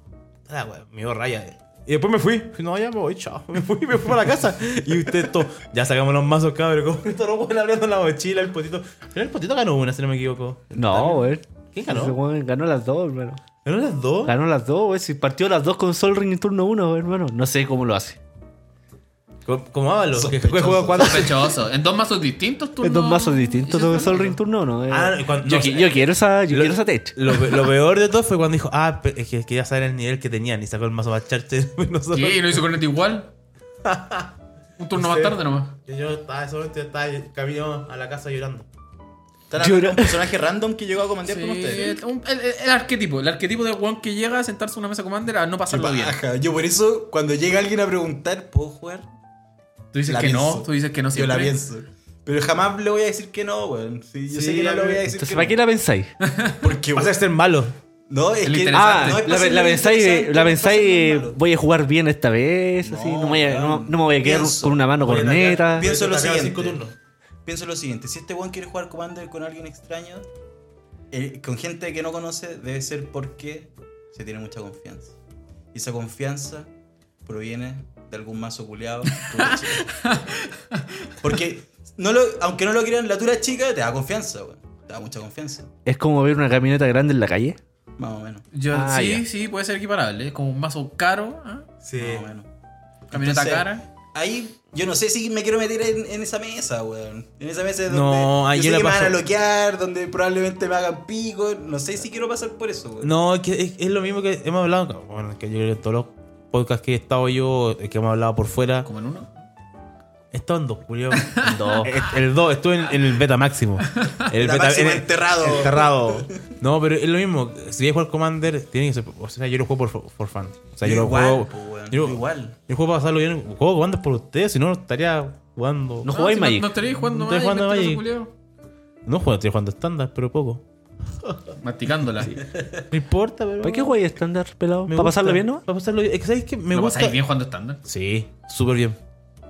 S2: La weón, Ah, me dio raya. eh. Y después me fui. Fui, No, ya me voy, chao. Me fui, me fui para la casa. Y usted, todo, ya sacamos los mazos, cabrón. Como estos los weones abriendo la mochila, el potito. Pero el potito ganó una, si no me equivoco.
S3: No, güey.
S2: ¿Quién ganó?
S3: Ese weón ganó las dos, hermano.
S2: ¿Ganó las dos?
S3: Ganó las dos, güey. Si partió las dos con Sol Ring en turno 1, hermano. No sé cómo lo hace.
S2: Como- Como Ábalos, que juega cuatro.
S4: Sospechoso. En dos mazos distintos, tú
S3: Es dos
S4: no-
S3: mazos
S4: Eso
S3: distintos de
S4: está
S3: Sol
S4: raro.
S3: Ring turno 1.
S2: Ah, y cuando-
S3: yo,
S2: no,
S3: qui-
S2: eh,
S3: yo quiero esa, yo
S2: lo-
S3: quiero esa tech.
S2: Lo, pe- lo peor de todo fue cuando dijo, ah, pe- es que quería saber el nivel que tenían y sacó el mazo más charter. Nosotros-
S4: ¿Qué? ¿Y lo hizo con este igual? Un turno más
S2: Sí.
S4: tarde nomás.
S2: Yo estaba solamente estaba camino a la casa llorando.
S1: Están hablando
S3: Llora.
S1: de un personaje random que llegó a comandear con ustedes.
S4: Sí, un- el, el- el arquetipo, el arquetipo del one que llega a sentarse a una mesa commander a no pasarlo bien.
S1: Baja. Yo por eso, cuando llega alguien a preguntar, ¿puedo jugar?
S4: Tú dices
S1: La
S4: que
S1: pienso.
S4: no, tú dices que no
S1: Yo
S4: siempre.
S1: la pienso. Pero jamás le voy a decir que no, weón. Sí, yo
S2: Sí,
S1: sé que no le voy a decir
S3: Entonces,
S1: que
S3: ¿para qué
S1: no.
S3: la pensáis?
S1: Porque,
S2: Vas a
S1: weón,
S2: ser malo.
S1: No, es
S4: El
S1: que...
S4: interesante.
S3: Ah,
S1: no es
S3: la,
S1: para ser
S3: la
S1: muy
S3: pensáis,
S1: interesante,
S3: de- la
S1: no es para ser muy
S3: pensáis,
S1: malo.
S3: voy a jugar bien esta vez, así, no, me voy a, no,
S1: weón.
S3: no me voy a quedar
S1: Pienso.
S3: con una mano
S2: Voy a
S3: corneta.
S2: atacar.
S1: Pienso
S2: Voy a
S1: lo
S2: atacar a
S1: siguiente.
S2: cinco turnos.
S1: Pienso lo siguiente, si este weón quiere jugar Commander con alguien extraño, eh, con gente que no conoce, debe ser porque se tiene mucha confianza. Y esa confianza proviene de algún mazo culeado. porque no lo, aunque no lo crean, la tura chica te da confianza, weón. Te da mucha confianza,
S3: Es como ver una camioneta grande en la calle.
S1: más o menos.
S4: Yo-
S3: Ah,
S4: sí,
S3: ya.
S4: sí, puede ser equiparable. ¿eh? Como un mazo caro, ¿ah?
S2: Sí.
S1: Más o menos.
S4: camioneta
S1: Entonces,
S4: cara.
S1: ahí yo no sé si me quiero meter en, en esa mesa, weón. En esa mesa es donde
S2: No, ahí
S1: yo
S2: yo
S1: sé
S2: la
S1: que me van a
S2: paso.
S1: bloquear, donde probablemente me hagan pico. No sé si quiero pasar por eso, weón.
S2: No, es, que es, es lo mismo que hemos hablado. Bueno, que yo creo que en todos los podcasts que he estado yo, eh, que hemos hablado por fuera,
S4: Como en uno.
S2: he estado en dos, Julio.
S3: No.
S2: Eh, El 2, estuve en, en el beta máximo. El
S1: La máxima enterrado.
S2: enterrado. No, pero es lo mismo. Si voy a jugar Commander, tiene que ser. O sea, yo lo juego por, por fan. O sea, yo,
S1: Yo
S2: lo
S1: igual,
S2: juego.
S1: po, weón,
S2: yo,
S1: yo igual.
S2: Yo juego para pasarlo bien. Juego Commander por ustedes, si no, estaría jugando.
S3: No
S2: No,
S3: jugáis
S4: si
S3: Magic.
S4: Ah, No, estaría jugando
S2: No estoy
S4: Magic.
S2: jugando
S4: mentiroso,
S2: Magic.
S4: culiao.
S2: juego, estoy jugando estándar, pero poco.
S4: Masticándola.
S2: No importa, pero.
S3: ¿Para qué jugáis estándar, pelado?
S2: me
S3: ¿Para
S2: gusta.
S3: pasarlo bien, no?
S2: Para pasarlo bien. Es que, ¿Sabes qué? Me
S4: ¿Lo
S2: gusta.
S4: pasáis bien jugando estándar?
S2: Sí, súper bien.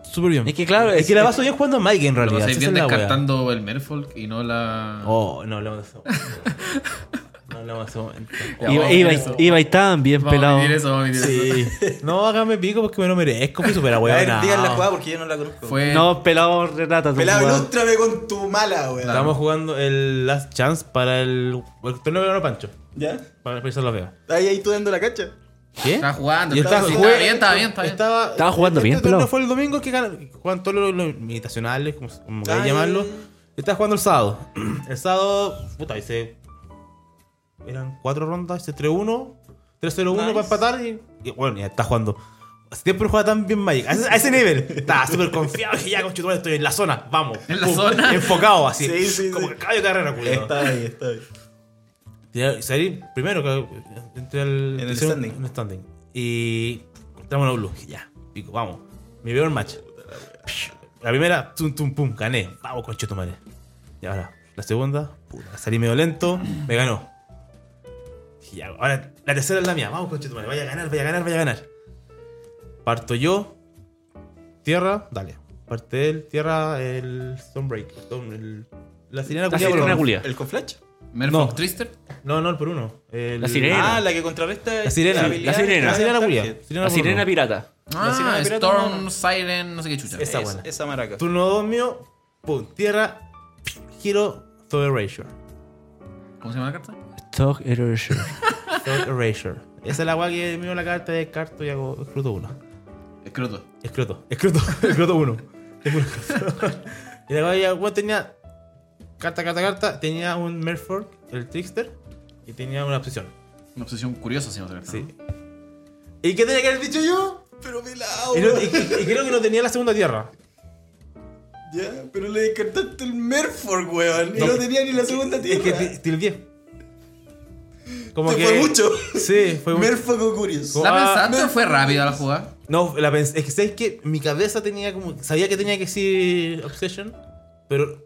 S2: Súper bien.
S3: Es que claro,
S2: Es que la paso bien jugando a Mike en
S4: ¿Lo
S2: realidad.
S4: pasáis
S2: esa es
S4: bien
S2: la wea.
S4: descartando el Merfolk y no la...
S2: Oh, no hablamos de eso. No hablamos de ese momento.
S4: Ya,
S3: Iba,
S4: vamos a
S3: iba,
S4: medir eso.
S3: iba y tan bien
S4: Vamos a
S3: pelado.
S4: medir eso, vamos a medir eso.
S2: Sí. No, hágame pico porque me lo merezco. Fui super
S1: a ver,
S2: weón.
S1: digan la jugada porque yo no la conozco.
S4: Fue...
S3: No, pelado, relata tu
S1: Pelado,
S3: jugada.
S1: ilústrame con tu mala, weón.
S2: Estamos jugando el Last Chance para el. El torneo de verano Pancho.
S1: ¿Ya?
S2: Para empezar la vega.
S1: Ahí, ahí tú dando la cancha.
S2: ¿Qué?
S4: Estaba jugando.
S2: Yo
S4: estaba,
S2: ¿Eh? estaba-
S4: sí,
S2: jugué-
S4: estaba bien, estaba bien, estaba bien.
S2: Estaba,
S3: Estaba jugando bien,
S2: este
S3: pelado.
S2: torneo fue el domingo que ganan- juegan todos los, los invitacionales, como, como queráis
S1: Ah, ya,
S2: llamarlo.
S1: ya, ya.
S2: Yo estaba jugando el sábado. El sábado, puta, hice. Eran cuatro rondas, hice 3-1, 3-0-1 para
S1: Nice.
S2: empatar y, y bueno, ya está jugando. Hace tiempo no jugaba tan bien Magic. A ese, a ese nivel. Estaba súper confiado. Dije, ya, conchito, estoy en la zona. Vamos.
S4: En la
S2: Pum,
S4: zona.
S2: Enfocado así.
S1: Sí, sí,
S2: como
S1: sí.
S2: que caballo de carrera, culiao.
S1: Está ahí, está ahí.
S2: Ya, Salí primero que entré al,
S1: En el
S2: hicieron
S1: standing.
S2: un standing. Y entramos a la blue. Dije, Ya, pico, vamos. Me veo el match. La primera, tum, tum, pum, gané. Vamos, concho tu madre. Y ahora, la segunda, puta, salí medio lento, me ganó. Dije, ya, ahora la tercera es la mía. Vamos, concho tu madre. Vaya a ganar, vaya a ganar, vaya a ganar. Parto yo, tierra, dale. Parte él, tierra, el Stonebreak. Stone- el- la sirena
S3: La
S2: culiao,
S3: sirena
S2: perdón.
S3: culiao.
S1: ¿El con flash?
S4: Merfolk
S2: No.
S4: Trister.
S2: No, no, el por uno. El-
S3: La sirena.
S1: Ah, la que contrarresta.
S2: La sirena,
S1: esa habilidad
S3: la sirena.
S1: que
S2: La
S1: da
S2: sirena
S1: target.
S2: culia.
S3: La sirena pirata.
S1: La sirena
S4: Ah,
S1: de pirata, no,
S4: Storm,
S1: no.
S4: Siren, no sé qué chucha.
S2: Es- Esa
S1: Es-
S2: buena.
S1: Esa maraca.
S2: Turno 2 mío. Pum. Tierra. Giro. Thought Erasure.
S4: ¿Cómo se llama la carta?
S3: Stock Erasure.
S2: Thought Erasure. Esa es la guay que miro la carta, descarto y hago escroto 1.
S4: Escroto.
S2: Escroto. Escroto. Escroto 1. Tengo un escroto. Y la guay, bueno, tenía. Carta, carta, carta. Tenía un Merfolk, el Trickster. Y tenía una obsesión.
S4: Una obsesión curiosa se llama esa carta.
S2: Sí. ¿Y qué tenía que haber dicho yo?
S1: Pero pelado.
S2: Y, no- y- y- y creo que no tenía la segunda tierra.
S1: Ya, pero le descartaste el Merfolk, weón. Y
S2: No.
S1: no tenía ni la segunda
S2: Es que
S1: tierra.
S2: ti- tildeé. Como
S1: Te fue mucho.
S2: Sí, fue mucho.
S1: Merfolk o Curious.
S2: Co-
S4: ¿La
S2: Ah,
S4: pensaste o fue rápida la jugada?
S2: No, la pensé, es que sabes que mi cabeza tenía como. Sabía que tenía que decir Obsession, pero.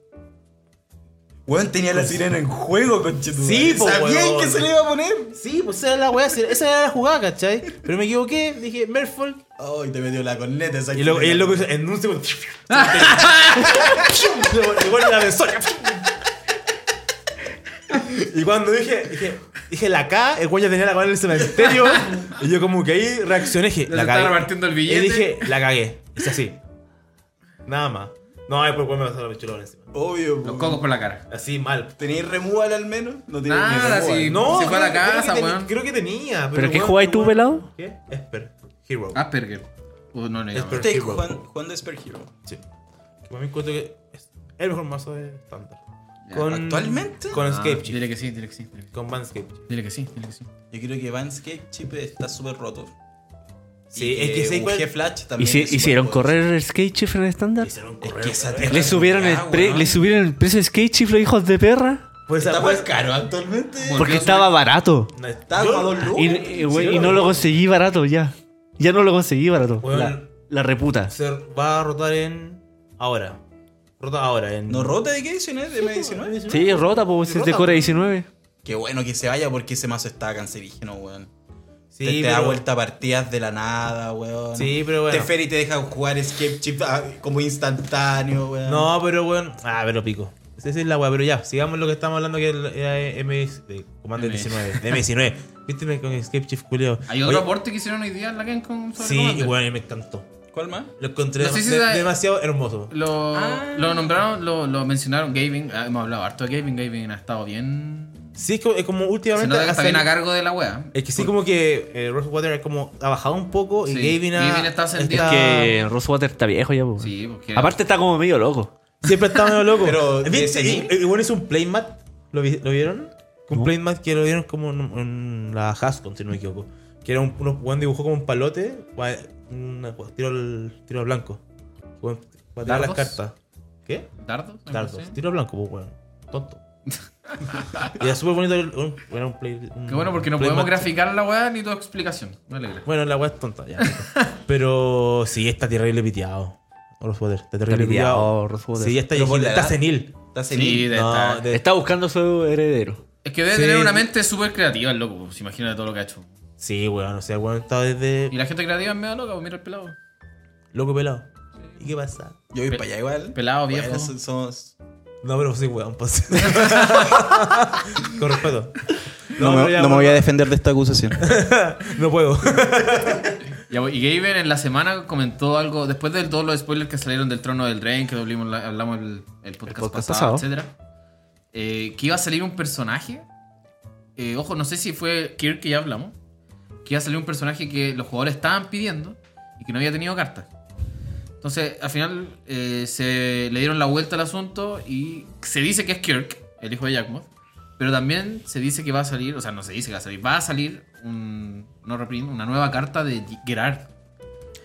S1: Weón tenía la sirena en juego, conchetumare.
S2: Sí, po,
S1: Sabían
S2: weón.
S1: que se le iba a poner.
S2: Sí, pues esa era la weá, esa era la jugada, ¿cachai? Pero me equivoqué, dije Merfolk.
S1: Ay, te metió la corneta esa
S2: Y luego, y el loco dice, en un segundo. Le pone la benzoña. Y cuando dije, dije, dije la K, el güey ya tenía la K en el cementerio. Y yo como que ahí reaccioné, dije,
S4: Ya
S2: la
S4: se
S2: cagué.
S4: estaba repartiendo el billete.
S2: Y dije, la cagué. Hice así. Nada más. No, después pues, me pasó la pichulona encima.
S1: Obvio,
S4: Los
S1: po.
S4: cocos por la cara.
S2: Así mal.
S1: ¿Tenéis removal al menos? No tenéis
S4: Nada,
S1: removal.
S4: sí.
S2: No,
S4: Se fue a la
S2: creo que-
S4: casa,
S2: creo que teni-
S4: weón.
S2: Creo que tenía.
S3: ¿Pero qué
S2: weón,
S3: jugáis tú,
S2: weón-
S3: pelado?
S2: ¿Qué? Esper. Hero.
S4: Asperger. Uh, no le llaman.
S2: Asperger.
S1: Este es
S2: Hero.
S1: Juan, Juan de Esper Hero.
S2: Sí. Que para mí encuentro que es el mejor mazo de estándar.
S4: Ya,
S1: ¿actualmente?
S2: Con
S4: Ah,
S2: Escape Chief.
S4: Dile que sí, dile que sí. dile que-
S2: Con Vanscape Chief.
S4: Dile que sí, dile que sí.
S1: Yo creo que Vanscape Chip está súper roto.
S2: Sí,
S1: Y
S2: es que sé
S1: UG
S2: cuál-
S1: Flash también.
S3: ¿Y si,
S1: es
S3: hicieron
S1: superpoderoso.
S3: correr el skate shift en el estándar?
S1: Es que esa
S3: ¿Le subieron, el pre- ¿Le subieron el precio de skate shift los hijos de perra?
S2: Pues
S1: Está
S2: esa
S1: más caro actualmente.
S4: Por-
S3: Porque estaba barato.
S2: No,
S1: Está
S2: yo-
S1: como a dos lucas.
S3: Y, y, güey, y no lo conseguí barato ya. Ya no lo conseguí barato.
S2: Bueno.
S3: La, la reputa.
S2: Se va a rotar en. Ahora. Rota ahora en.
S1: ¿No rota de qué edición es? ¿De M19?
S3: Sí, pues, rota, pues es de
S2: Rota,
S3: Core
S2: po.
S3: 19.
S1: Qué bueno que se vaya porque ese mazo está cancerígeno, weón.
S2: Sí,
S1: te, te da
S2: pero-
S1: vuelta partidas de la nada, weón.
S2: Sí, pero bueno.
S1: Teferi te deja jugar escape chip ah, como instantáneo, weón.
S2: No, pero bueno. Ah, pero pico. Esa es la weá, pero ya, sigamos lo que estamos hablando que era M de Commander
S4: M.
S2: 19. De M19. Viste me- con Escape Chief culeo.
S4: Hay otro
S2: Oye,
S4: aporte que hicieron hoy día en la Game con sobre
S2: Sí, y
S4: Commander.
S2: bueno, y me encantó.
S1: ¿Cuál más?
S2: Lo encontré
S4: No sé si
S2: de-
S4: da-
S2: demasiado hermoso.
S4: Lo,
S1: Ah.
S4: lo nombraron, lo, lo mencionaron. Gavin, ah, hemos hablado harto de Gavin. Gavin ha estado bien
S2: Sí, es, que, es como
S4: Se
S2: últimamente.
S4: nota que está
S2: hacen-
S4: bien a cargo de la wea.
S2: es que sí, como que eh, Rosewater es como ha bajado un poco y
S4: Sí,
S2: Gavin, ha-
S4: Gavin está ascendiendo.
S2: Ah.
S3: Que Rosewater está viejo ya, po.
S4: Sí, porque.
S3: Aparte está como medio loco.
S2: Siempre está medio loco.
S1: Pero,
S2: Vi-
S1: ¿de
S2: y,
S1: seguir?
S2: y bueno, hizo un playmat. ¿Lo, vi- lo vieron? Un
S3: No.
S2: playmat que lo vieron como en, en la Hascon, si no me equivoco. Que era un, uno- weón dibujó como un palote. pa- una- tiro al tiro al blanco. Weón, Para tirar las
S4: ¿Dardos?
S2: cartas. ¿Qué?
S4: Dardo. algo
S2: Dardos.
S4: así.
S2: Tiro al blanco, pues, weón. Tonto. y era súper bonito. el- un- Era un play. un
S4: Qué bueno, porque no podemos
S2: playmat.
S4: graficar la wea ni tu explicación. Me alegra.
S2: Bueno, la weá es tonta, ya. Pero sí, está terrible piteado. Rosewater, está terrible
S3: Está piteado,
S2: piteado.
S3: Rosewater.
S2: Sí, está,
S1: Pero por la
S2: está
S1: edad.
S2: senil.
S1: Está
S4: Sí,
S1: senil.
S4: de
S2: No,
S4: esta-
S2: de-
S3: Está buscando su heredero.
S4: Es que debe
S2: Sí.
S4: tener una mente súper creativa el loco, pues, imagínate todo lo que ha hecho.
S2: Sí, weón, o sea, weón está desde
S4: Y la gente creativa es medio loca, pues, mira el pelado.
S2: loco pelado. ¿Y qué pasa?
S1: Yo voy
S4: Pe-
S1: para allá igual.
S4: Pelado, viejo.
S1: Bueno, so- somos-
S2: No, pero sí, weón, pues. Con respeto.
S1: No,
S2: pero
S1: me,
S2: ya,
S1: no me voy
S2: weón,
S1: a defender de esta acusación.
S2: No puedo.
S4: Ya, pues, y Gaben en la semana comentó algo, después de todos los spoilers que salieron del Trono del Rey, que doblimos la- hablamos el, el podcast,
S3: podcast
S4: pasado,
S3: pasado.
S4: etcétera, eh, que iba a salir un personaje. eh, ojo, no sé si fue Kirk que ya hablamos. Que iba a salir un personaje que los jugadores estaban pidiendo y que no había tenido carta. Entonces, al final eh, se le dieron la vuelta al asunto y se dice que es Kirk, el hijo de Yakmoth. Pero también se dice que va a salir, o sea, no se dice que va a salir, va a salir un, no reprint, una nueva carta de Gerard.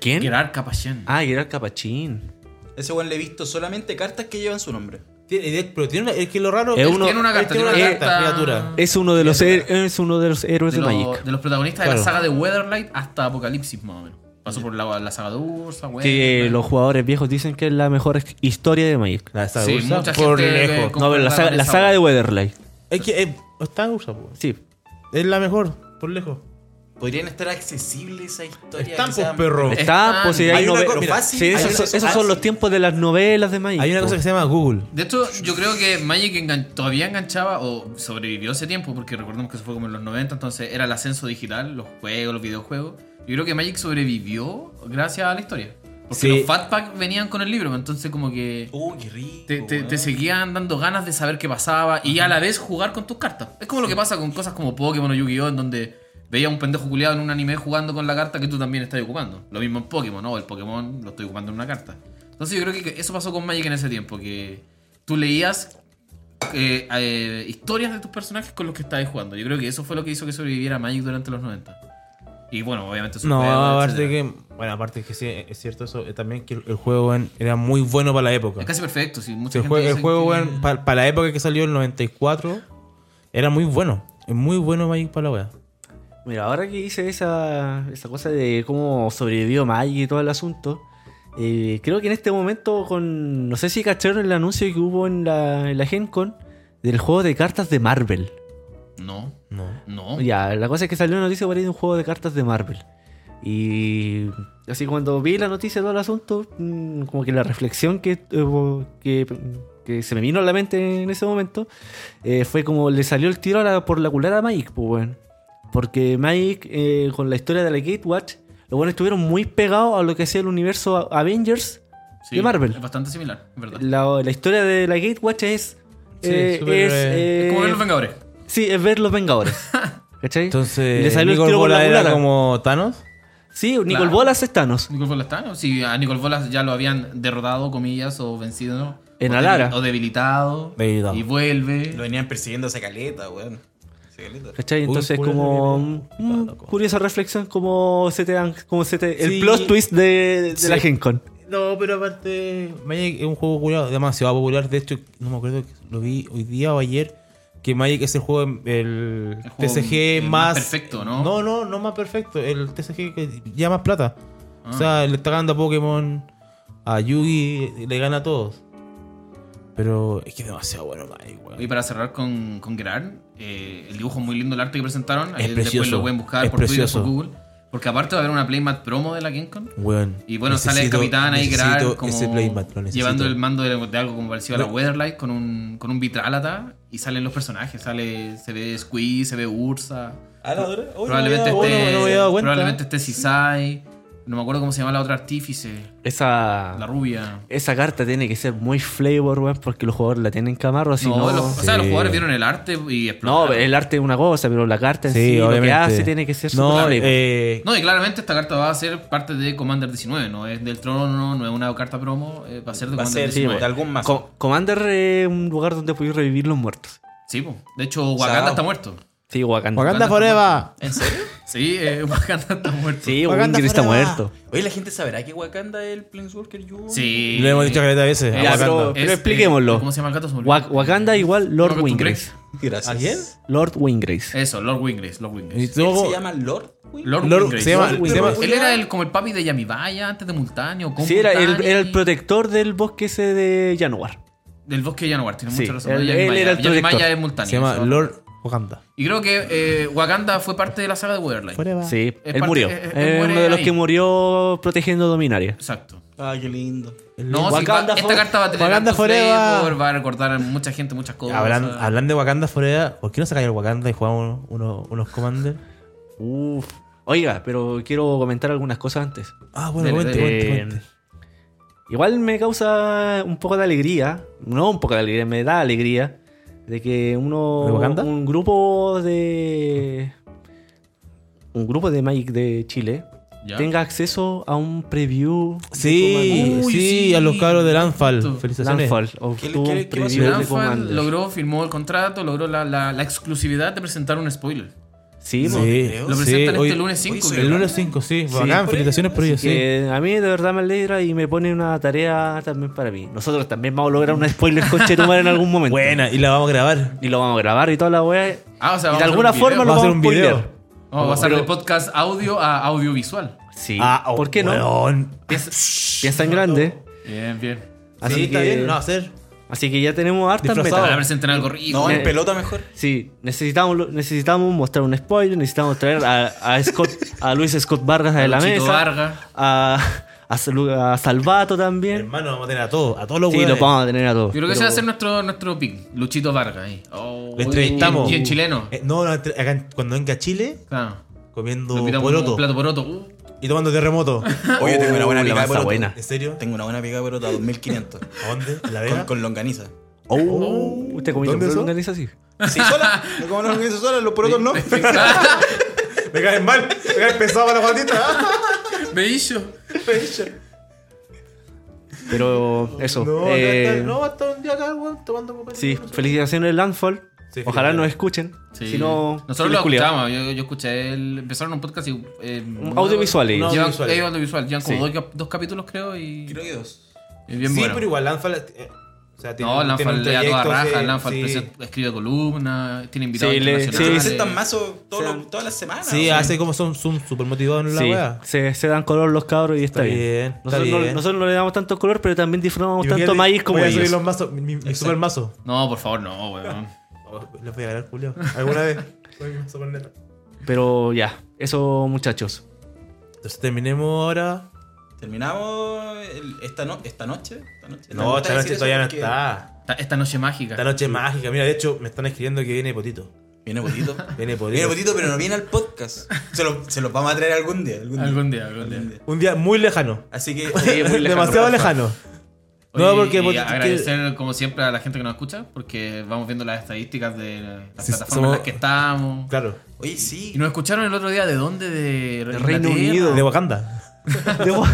S3: ¿Quién?
S4: Gerard Capachén.
S3: Ah, Gerard Capachín.
S1: Ese weón le he visto solamente cartas que llevan su nombre.
S2: Tiene- de- pero tiene una, es que lo raro
S3: Es
S2: que
S3: uno-
S4: tiene una carta,
S2: tiene una
S4: tiene una
S2: carta,
S4: carta-
S2: criatura.
S3: Es uno de los, her- es uno de los héroes
S4: de,
S3: de,
S4: lo-
S3: Magic.
S4: de los protagonistas de la
S2: Claro.
S4: saga de Weatherlight hasta Apocalipsis, más o menos. Pasó por la, la saga de Ursa,
S3: Que
S4: Weatherlight.
S3: los jugadores viejos dicen que es la mejor ex- historia de Magic.
S2: La saga
S4: Sí,
S2: Ursa,
S4: mucha
S2: por
S4: gente que-
S2: lejos.
S4: con-
S3: No, pero la saga, la saga de Weatherlight.
S2: Es que eh, está Ursa, po.
S3: Sí.
S2: Es la mejor, por lejos.
S1: Podrían estar accesibles a historias.
S2: Están,
S1: que
S2: pues,
S1: sean-
S2: perro.
S4: Es-
S3: Está,
S4: Están-
S3: pues si hay,
S2: Hay una
S3: nove-
S2: co- mira,
S1: fácil,
S3: Sí,
S1: hay una
S3: esos,
S1: cosa
S3: esos son
S1: fácil.
S3: los tiempos de las novelas de Magic.
S2: Hay una cosa que se llama Google.
S4: De hecho, yo creo que Magic engan- todavía enganchaba o sobrevivió ese tiempo, porque recordemos que eso fue como en los 90, entonces era el ascenso digital, los juegos, los videojuegos. Yo creo que Magic sobrevivió gracias a la historia. Porque
S2: Sí.
S4: los Fat Pack venían con el libro, entonces como que
S1: Uy, qué rico.
S4: te, te- te
S1: weón.
S4: seguían dando ganas de saber qué pasaba y a la vez jugar con tus cartas. Es como lo que pasa con cosas como Pokémon o Yu-Gi-Oh! en donde veía a un pendejo culiado en un anime jugando con la carta que tú también estás ocupando. Lo mismo en Pokémon, ¿no? El Pokémon lo estoy ocupando en una carta. Entonces yo creo que eso pasó con Magic en ese tiempo, que tú leías eh, eh, historias de tus personajes con los que estabas jugando. Yo creo que eso fue lo que hizo que sobreviviera Magic durante los 90. Y bueno, obviamente sus
S2: No,
S4: juegos,
S2: aparte
S4: etcétera.
S2: que. Bueno, aparte que sí, es cierto eso. eh, También que el el juego weón, era muy bueno para la época.
S4: Es casi perfecto, sí. Mucha
S2: El
S4: gente
S2: jue- el
S4: dice
S2: juego,
S4: que-
S2: weón, pa- para la época que salió el 94, era muy bueno. Es muy bueno Magic para la wea.
S3: Mira, ahora que hice esa, esa cosa de cómo sobrevivió Magic y todo el asunto, eh, creo que en este momento, con no sé si cacharon el anuncio que hubo en la, en la Gen Con del juego de cartas de Marvel.
S4: No,
S2: No.
S4: no.
S3: Ya, la cosa es que salió una noticia por ahí de un juego de cartas de Marvel. Y así cuando vi la noticia todo el asunto, mm, como que la reflexión que, eh, que, que se me vino a la mente en ese momento eh, fue como le salió el tiro a la- por la culada a Magic, pues weón. Porque Magic, eh, con la historia de la Gatewatch, los buenos estuvieron muy pegados a lo que hacía el universo A- Avengers
S4: Sí,
S3: de Marvel.
S4: Es bastante similar, es
S2: Eh,
S4: verdad.
S3: La, la historia de la Gatewatch es...
S2: Sí,
S3: eh,
S2: súper,
S3: es,
S2: eh,
S4: Es como
S3: eh,
S4: ver los Vengadores.
S3: Sí, es ver los Vengadores. ¿Cachai?
S2: Entonces,
S3: Le salió el
S2: Nicol
S3: tiro por la
S2: Bola era
S3: culata.
S2: como Thanos.
S3: Sí, Nicol
S4: Claro.
S3: Bolas es Thanos.
S4: Nicol Bolas está, ¿no? Si a Nicol Bolas ya lo habían derrotado, comillas, o vencido, ¿no?
S3: En
S4: o
S3: Alara.
S4: debil- O debilitado.
S2: Debilitado.
S4: Y
S1: Lo
S4: vuelve.
S1: venían persiguiendo esa caleta, weón. Esa caleta.
S3: ¿Cachai?
S2: Uy,
S3: Entonces,
S2: culo
S3: como.
S2: de mierda.
S3: mm,
S2: Está loco.
S3: curiosa reflexión, como se te dan. Como se te,
S2: Sí.
S3: El plot twist de, de
S2: Sí.
S3: la Gen Con.
S2: No, pero aparte, Magic es un juego curado, demasiado popular. De hecho, no me acuerdo, que lo vi hoy día o ayer, que Magic es el juego, el,
S4: El juego,
S2: TCG
S4: eh,
S2: más...
S4: más perfecto, ¿no?
S2: No, no, no más perfecto. El TCG que ya más plata.
S4: Ah.
S2: O sea, le está ganando a Pokémon, a Yugi, le gana a todos. Pero es que es demasiado bueno Magic, weón.
S4: Y para cerrar con, con Gerard, eh, el dibujo es muy lindo, el arte que presentaron. Ahí
S2: Es
S4: Después
S2: precioso,
S4: lo pueden buscar
S2: es
S4: por Twitter,
S2: precioso.
S4: por Google. Porque aparte va a haber una Playmat promo de la GenCon.
S2: Weón,
S4: Y bueno, sale el
S2: necesito-
S4: capitán ahí, Gerard,
S2: necesito
S4: como
S2: ese playmat, lo necesito.
S4: llevando el mando de, de algo como parecido a la
S2: No.
S4: Weatherlight con un, con un vitrálata y salen los personajes. sale Se ve Squeeze, se ve Ursa.
S1: Ah, la dura. Uy,
S4: Probablemente
S1: no,
S2: había-
S4: esté,
S2: oh, no, no me había dado cuenta.
S4: probablemente esté Sisai. No me acuerdo cómo se llama la otra artífice.
S3: Esa,
S4: La rubia.
S3: esa carta tiene que ser muy flavor, weón, porque los jugadores la tienen camarro, si
S4: no,
S3: no...
S4: los- o sea, los
S2: sí.
S4: jugadores vieron el arte y
S3: No,
S4: explotaron.
S3: el arte es una cosa, pero la carta en sí, lo que hace tiene que ser
S2: No,
S3: super flavor.
S2: eh,
S4: No, y claramente esta carta va a ser parte de Commander 19, no es del trono, no es una carta promo, eh, va a ser de
S1: Va a
S4: Commander
S1: ser
S4: 19.
S1: de algún más.
S3: Co- Commander es un lugar donde podéis revivir los muertos.
S4: Sí, po. de hecho Wakanda
S1: Sao.
S4: está muerto.
S3: Sí, Wakanda.
S2: Wakanda Forever.
S1: ¿En serio?
S4: Sí, eh, Wakanda está muerto.
S3: Sí,
S2: Wakanda
S3: Wakanda está
S2: fuera.
S3: muerto.
S1: Ah, Oye, la gente sabrá que Wakanda es el Planeswalker Yu.
S4: Sí.
S2: Lo hemos dicho caleta de veces.
S3: Ya,
S2: a Wakanda.
S3: pero-
S4: Es, eh,
S3: expliquémoslo.
S4: ¿Cómo se llama el gato? Se me olvidó.
S3: Wa- Wakanda igual
S4: No
S3: Lord
S4: me acostumbré.
S3: Wingrace.
S1: Gracias.
S2: ¿A quién?
S3: Lord Wingrace.
S4: Eso, Lord Wingrace, Lord Wingrace.
S2: Y
S1: ¿Él
S2: luego-
S1: se llama Lord? Wing?
S4: Lord,
S2: Lord-
S4: Wingrace.
S2: se llama-
S4: Lord
S2: se
S4: Wingrace.
S2: llama-
S4: Él era el, como el papi de Yamibaya antes de Montaño. con
S3: Sí, era el,
S4: Multani,
S3: era el protector del bosque ese de Januar.
S4: Del bosque de Yanuar, tiene
S3: Sí,
S4: mucha razón.
S3: él-
S4: ¿no?
S3: él
S4: Yamibaya.
S3: era el
S4: Yamibaya
S3: protector.
S4: es Multani.
S2: Se llama
S4: eso.
S2: Lord Wakanda.
S4: Y creo que eh, Wakanda fue parte de la saga de Weatherline.
S2: Forever.
S3: Sí, él
S4: parte-
S3: murió.
S4: eh, eh,
S3: Es
S4: él muere
S3: uno de los
S4: ahí.
S3: que murió protegiendo Dominaria.
S4: Exacto.
S1: Ah, qué lindo.
S4: No, sí,
S3: Wakanda
S4: va- esta
S3: for-
S4: carta va a tener
S2: Wakanda
S4: harto
S2: forever.
S4: flavor, va a recordar a mucha gente muchas cosas.
S2: Hablan, hablan de Wakanda Forever, ¿por qué no sacáis el Wakanda y jugamos unos, unos, unos Commander?
S3: Uf. Oiga, pero quiero comentar algunas cosas antes.
S2: Ah, bueno,
S4: Dele,
S2: cuente,
S4: dele.
S2: cuente,
S3: Eh,
S2: cuente.
S3: Igual me causa un poco de alegría, no un poco de alegría, me da alegría de que uno
S2: ¿De Wakanda?
S3: un grupo de un grupo de Magic de Chile
S4: Ya.
S3: tenga acceso a un preview de
S2: Sí,
S4: Uy,
S2: sí,
S4: sí,
S2: a los cabros de
S4: justo.
S2: Landfall.
S3: Commander.
S2: Felicitaciones.
S3: Landfall
S1: ¿Qué-
S3: obtuvo
S1: qué-
S3: Oh, un
S1: qué
S3: preview
S1: pasó?
S3: de
S4: Lanfal
S3: Commander.
S4: logró, firmó el contrato, logró la, la- la exclusividad de presentar un spoiler.
S3: Sí, po.
S2: Sí,
S1: creo.
S4: Lo presentan este
S2: hoy-
S4: lunes 5.
S1: hoy
S2: El lunes 5, sí. Bacán,
S1: por
S2: felicitaciones por ello, sí.
S3: pues, que a mí de verdad me alegra y me pone una tarea también para mí. Nosotros también vamos a lograr un spoiler coche de tu madre en algún momento.
S2: Buena, y la vamos a grabar.
S3: Y lo vamos a grabar y toda la weá.
S4: Ah, o sea, vamos a
S3: y de
S4: hacer
S3: alguna
S4: un video.
S3: forma lo
S2: Vamos a
S3: vamos
S2: hacer
S3: a
S2: un
S3: spoiler.
S2: video.
S3: Oh,
S4: Vamos Oh, a pasar de podcast audio a audiovisual.
S3: Sí.
S2: Ah, oh,
S3: ¿Por qué no?
S2: weón.
S3: Piensa, piensa en grande.
S4: Bien, bien.
S3: Así,
S2: Sí,
S3: que,
S2: está bien, lo va a hacer.
S3: así que ya tenemos hartas
S2: Disfrazado.
S4: Ahora
S3: metas.
S4: presenten algo rico.
S1: No,
S3: Eh.
S1: en pelota mejor.
S3: Sí, necesitamos, lo- necesitamos mostrar un spoiler, necesitamos traer a, a Scott, a Luis Scott Vargas de la
S4: Luchito
S3: mesa.
S4: Vargas.
S3: A, a, Salu- a Salvato también.
S2: Hermano, vamos a tener a todos, a todos los
S3: Sí,
S2: weones.
S3: los vamos a tener a
S2: Pues,
S3: todos.
S4: Yo creo que ese va
S3: pero-
S4: a ser nuestro, nuestro pick. Luchito Vargas ahí. Oh,
S2: Lo entrevistamos.
S4: Y, en chileno.
S2: Eh, no, lo entre- acá en- cuando venga a Chile,
S4: Claro.
S2: comiendo
S4: Lo invitamos con
S2: poroto
S4: un plato poroto. Uh,
S2: y tomando terremoto.
S1: Oye, tengo una buena
S3: Oh,
S1: picada
S3: la
S1: de
S3: masa
S1: poroto.
S3: buena.
S2: ¿En serio?
S1: Tengo una buena picada de poroto a 2500.
S2: ¿A dónde? ¿En ¿La
S1: con,
S2: Vega?
S1: con longaniza.
S3: Oh, ¿Usted comió
S2: Uh, ¿Dónde eso?
S3: longaniza así?
S1: Sí, sola. No como longaniza sola, los porotos no.
S2: Me caen mal, me caen pesado para la guatita. Ah,
S4: me hizo.
S3: Pero eso.
S2: No,
S3: eh,
S2: no, va a estar un día acá, weón, tomando copa.
S3: Sí, felicitaciones Landfall.
S2: Sí,
S3: Ojalá
S2: felicitaciones.
S3: nos escuchen.
S4: Sí.
S3: Si no,
S4: Nosotros
S3: si
S4: lo
S3: les culiamos.
S4: escuchamos. Yo, yo escuché. El, empezaron un podcast y. Eh,
S3: audiovisual, eh.
S4: Llevan,
S2: Un audiovisual.
S4: eh, audiovisual. Llevan como
S3: Sí.
S4: dos, dos capítulos, creo. Y,
S1: Creo que dos.
S4: y bien
S2: sí,
S4: bueno.
S2: pero igual, Lanfal. eh, o sea, tiene,
S4: no,
S2: tiene un
S4: Lanfal le da toda
S2: trayecto,
S4: raja.
S2: sí,
S4: Lanfal
S2: sí.
S4: presen- escribe columnas. Tiene invitados
S3: Sí, le-
S1: Se
S4: internacionales.
S3: sí,
S1: presentan mazos todos
S3: Sí.
S1: los- todas las semanas.
S2: Sí,
S4: Ah,
S1: o sea.
S2: hace como son, son súper motivados en la
S3: Sí,
S2: wea.
S3: se, se dan color los cabros y está,
S2: Está
S3: bien.
S2: bien, está
S3: Nosotros, No,
S2: bien.
S3: nosotros no le damos tanto color, pero también disfrutamos tanto
S2: Imagínate,
S3: maíz como
S2: voy a subir
S3: ellos.
S2: los mazos, mi, mi- mi super mazo.
S4: No, por favor, no, weón.
S2: Los voy Oh, a ganar, Julio. ¿Alguna vez? Voy a mi mazo con neta.
S3: Pero ya, eso muchachos.
S2: Entonces terminemos ahora.
S1: Terminamos el- esta, no- esta noche. Esta noche.
S2: No, esta noche
S1: gusta decir
S2: todavía no
S1: eso porque
S2: está.
S4: Esta, esta noche mágica.
S2: Esta noche mágica. Mira, de hecho, me están escribiendo que viene Potito.
S1: Viene potito.
S2: Viene Potito.
S1: Viene potito, pero no viene al podcast. Se los, se los vamos a traer algún día. Algún día.
S4: Algún día, algún día.
S1: Algún día.
S2: Un día muy lejano.
S1: Así que.
S2: Demasiado lejano.
S4: Oye,
S2: no, porque
S4: y
S2: Potito. que-
S4: agradecer como siempre a la gente que nos escucha, porque vamos viendo las estadísticas de las
S2: Sí,
S4: plataformas
S2: somos-
S4: en las que estamos.
S2: Claro.
S1: Oye,
S4: Y
S1: sí.
S4: nos escucharon el otro día de dónde, de,
S3: Reino
S4: Inglaterra.
S3: Unido.
S2: De Wakanda.
S3: Debo-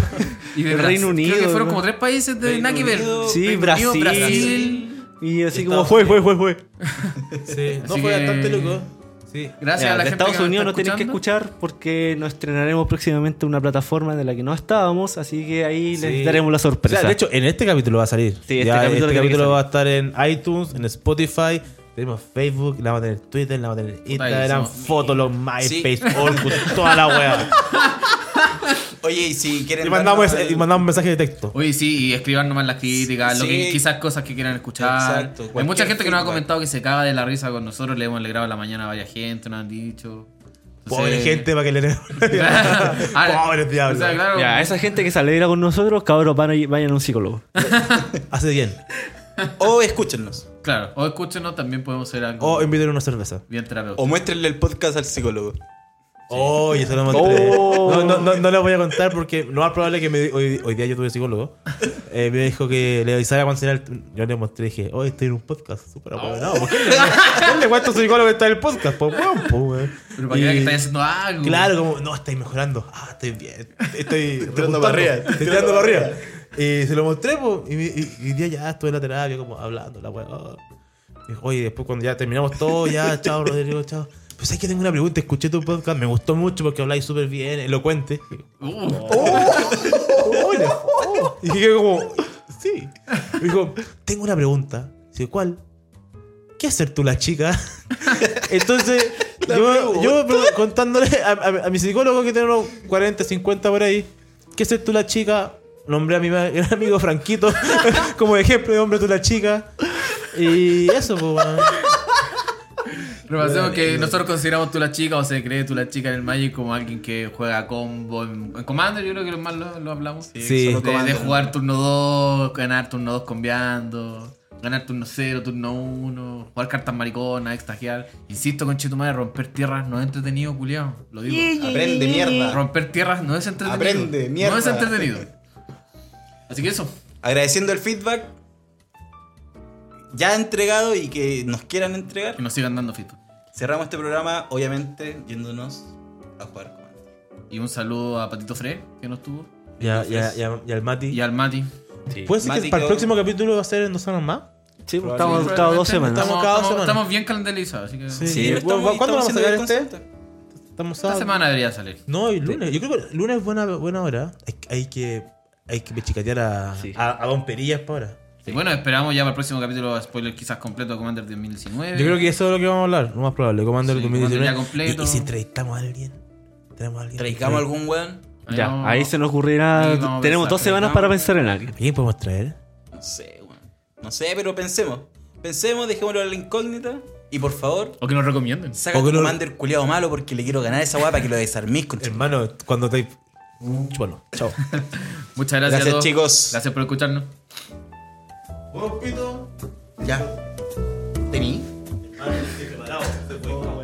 S4: y de
S3: del
S4: Brasil.
S3: Reino Unido,
S4: Creo que fueron
S3: ¿no?
S4: como tres países de
S1: Reino
S4: Naki Ver.
S1: Unido,
S3: Sí,
S4: Reino
S3: Brasil.
S4: Unido,
S3: Y así
S2: Estados
S3: como fue, fue, fue, fue.
S2: Sí. No
S4: Así
S2: fue
S4: que-
S2: bastante loco. Sí.
S4: Gracias
S3: Ya,
S4: a la
S3: de
S4: gente
S3: Estados
S4: que nos
S3: Unidos no
S4: está
S3: tienen que escuchar porque nos estrenaremos próximamente una plataforma de la que no estábamos, así que ahí
S2: Sí.
S3: les daremos la sorpresa.
S2: O sea, de hecho, en este capítulo va a salir.
S3: Sí, este
S2: Ya,
S3: capítulo tiene que
S2: capítulo va a estar en iTunes, en Spotify. Tenemos Facebook, la vamos a tener Twitter, la vamos a tener Instagram,
S4: somos-
S2: Fotolog,
S1: Sí.
S2: MySpace, Orkut, toda la wea.
S1: Oye, y si quieren.
S2: Y mandamos,
S1: darnos-
S2: y mandamos mensaje de texto.
S4: Oye, sí, y escriban nomás las críticas, lo
S1: Sí.
S4: que, quizás cosas que quieran escuchar.
S1: Exacto,
S4: Hay mucha
S1: cualquier
S4: gente que nos ha
S1: feedback.
S4: comentado que se caga de la risa con nosotros, le hemos alegrado la mañana a varias gente, nos han dicho. Entonces-
S2: Pobre gente para que le
S4: Ah,
S2: Pobres diablos.
S4: o sea, claro,
S3: ya, esa gente que se alegra con nosotros, cabros, van a ir- vayan a un psicólogo.
S2: Hace bien.
S1: O escúchenos.
S4: Claro, o escúchenos, también podemos hacer algo
S2: O invitar una cerveza.
S4: bien terapéutico.
S1: O muéstrenle el podcast al psicólogo.
S2: Oh, y eso lo mostré.
S4: Oh.
S2: No, no, no, no lo voy a contar porque lo más probable es que me, hoy, hoy día yo tuve psicólogo. Eh, me dijo que le avisara cuando era el- Yo le mostré y dije, hoy estoy en un podcast. Súper apoderado. ¿Por qué le- ¿Dónde cuánto psicólogo está en el podcast? Pues weón, pues weón.
S4: Pero para que
S2: Y-
S4: vean que estáis haciendo algo.
S2: Claro, como, no, estáis mejorando. Ah, estoy bien. Estoy
S1: tirando
S2: repuntando.
S1: para arriba.
S2: Estoy tirando para arriba. Y se lo mostré, po, y, me- y, y día ya estuve en la terapia, como hablando, la weá. Y dijo, Oye, después cuando ya terminamos todo, ya, chao, Rodrigo, chao. Pues es que tengo una pregunta, escuché tu podcast, me gustó mucho porque habláis súper bien, elocuente.
S4: Uh,
S2: Hola. Y dije como, sí. Me dijo, tengo una pregunta. Dice, ¿cuál? ¿Qué hacer tú la chica? Entonces, yo, yo pre- contándole a, a- a mi psicólogo que tiene unos 40, 50 por ahí, ¿qué hacer tú la chica? Nombré a mi ma- gran amigo Franquito como ejemplo de hombre tú la chica. Y eso, pues, weón.
S4: repasemos que nosotros consideramos tú la chica o se cree tú la chica en el Magic como alguien que juega combo. En, en Commander, yo creo que lo más lo, lo hablamos.
S2: Sí.
S4: De,
S1: solo Commander.
S4: de jugar turno 2, ganar turno 2 combiando, ganar turno 0, turno 1, jugar cartas mariconas, extagiar. Insisto, con Chetumare, romper tierras no es entretenido, culiao. Lo digo.
S1: Aprende mierda.
S4: Romper tierras no es entretenido.
S1: Aprende, mierda.
S4: No es entretenido. Así que eso.
S1: Agradeciendo el feedback ya entregado y que nos quieran entregar.
S4: Que nos sigan dando feedback.
S1: Cerramos este programa, obviamente, yéndonos a jugar Commander.
S4: Y un saludo a Patito Fre, que nos tuvo.
S2: Ya, ya, ya, ya el Mati.
S4: Y al Mati.
S2: ¿Puede ser que para
S1: Mati
S2: el
S1: quedó-
S2: próximo capítulo va a ser en dos semanas más?
S3: Sí, pues, estamos cada dos semanas.
S2: Estamos cada dos
S4: Estamos, estamos-
S2: semanas.
S4: estamos bien calendarizados, así que.
S2: Sí.
S1: lo
S2: ¿Cuándo vamos a
S1: haciendo
S2: sacar
S1: bien
S2: este?
S1: consciente.
S2: Estamos
S4: Esta
S2: sábado.
S4: semana debería salir.
S2: No, y lunes. Yo creo que lunes es buena, buena hora. Hay, hay que hay que pechicatear a,
S3: Sí.
S2: a, a Don Perillas para ahora.
S4: Y bueno, esperamos ya para el próximo capítulo, spoiler quizás completo de Commander 2019.
S2: Yo creo que eso es lo que vamos a hablar. Lo más probable. Comando
S4: Sí,
S2: el 2019.
S4: Commander ya completo.
S2: Y, y si entrevistamos a alguien. Tenemos a alguien.
S1: ¿Traigamos algún weón?
S4: Ahí
S3: Ya,
S4: vamos-
S3: ahí se nos
S4: Ahí
S3: ocurrirá.
S4: vamos a
S3: Tenemos
S4: pensar,
S3: dos semanas
S1: vamos.
S3: para pensar en algo.
S2: ¿A quién podemos traer?
S1: No sé, weón. No sé, pero pensemos. Pensemos, dejémoslo a la incógnita. Y por favor,
S4: O que nos recomienden.
S1: saca
S2: O que
S1: un
S2: lo-
S1: Commander culiado malo porque le quiero ganar esa weá para que lo desarmís con
S2: Hermano, cuando te. Chúpalo. Chao.
S4: Muchas gracias,
S1: Gracias,
S4: a todos.
S1: chicos.
S4: Gracias por escucharnos.
S1: Ya. Tení.
S2: Se fue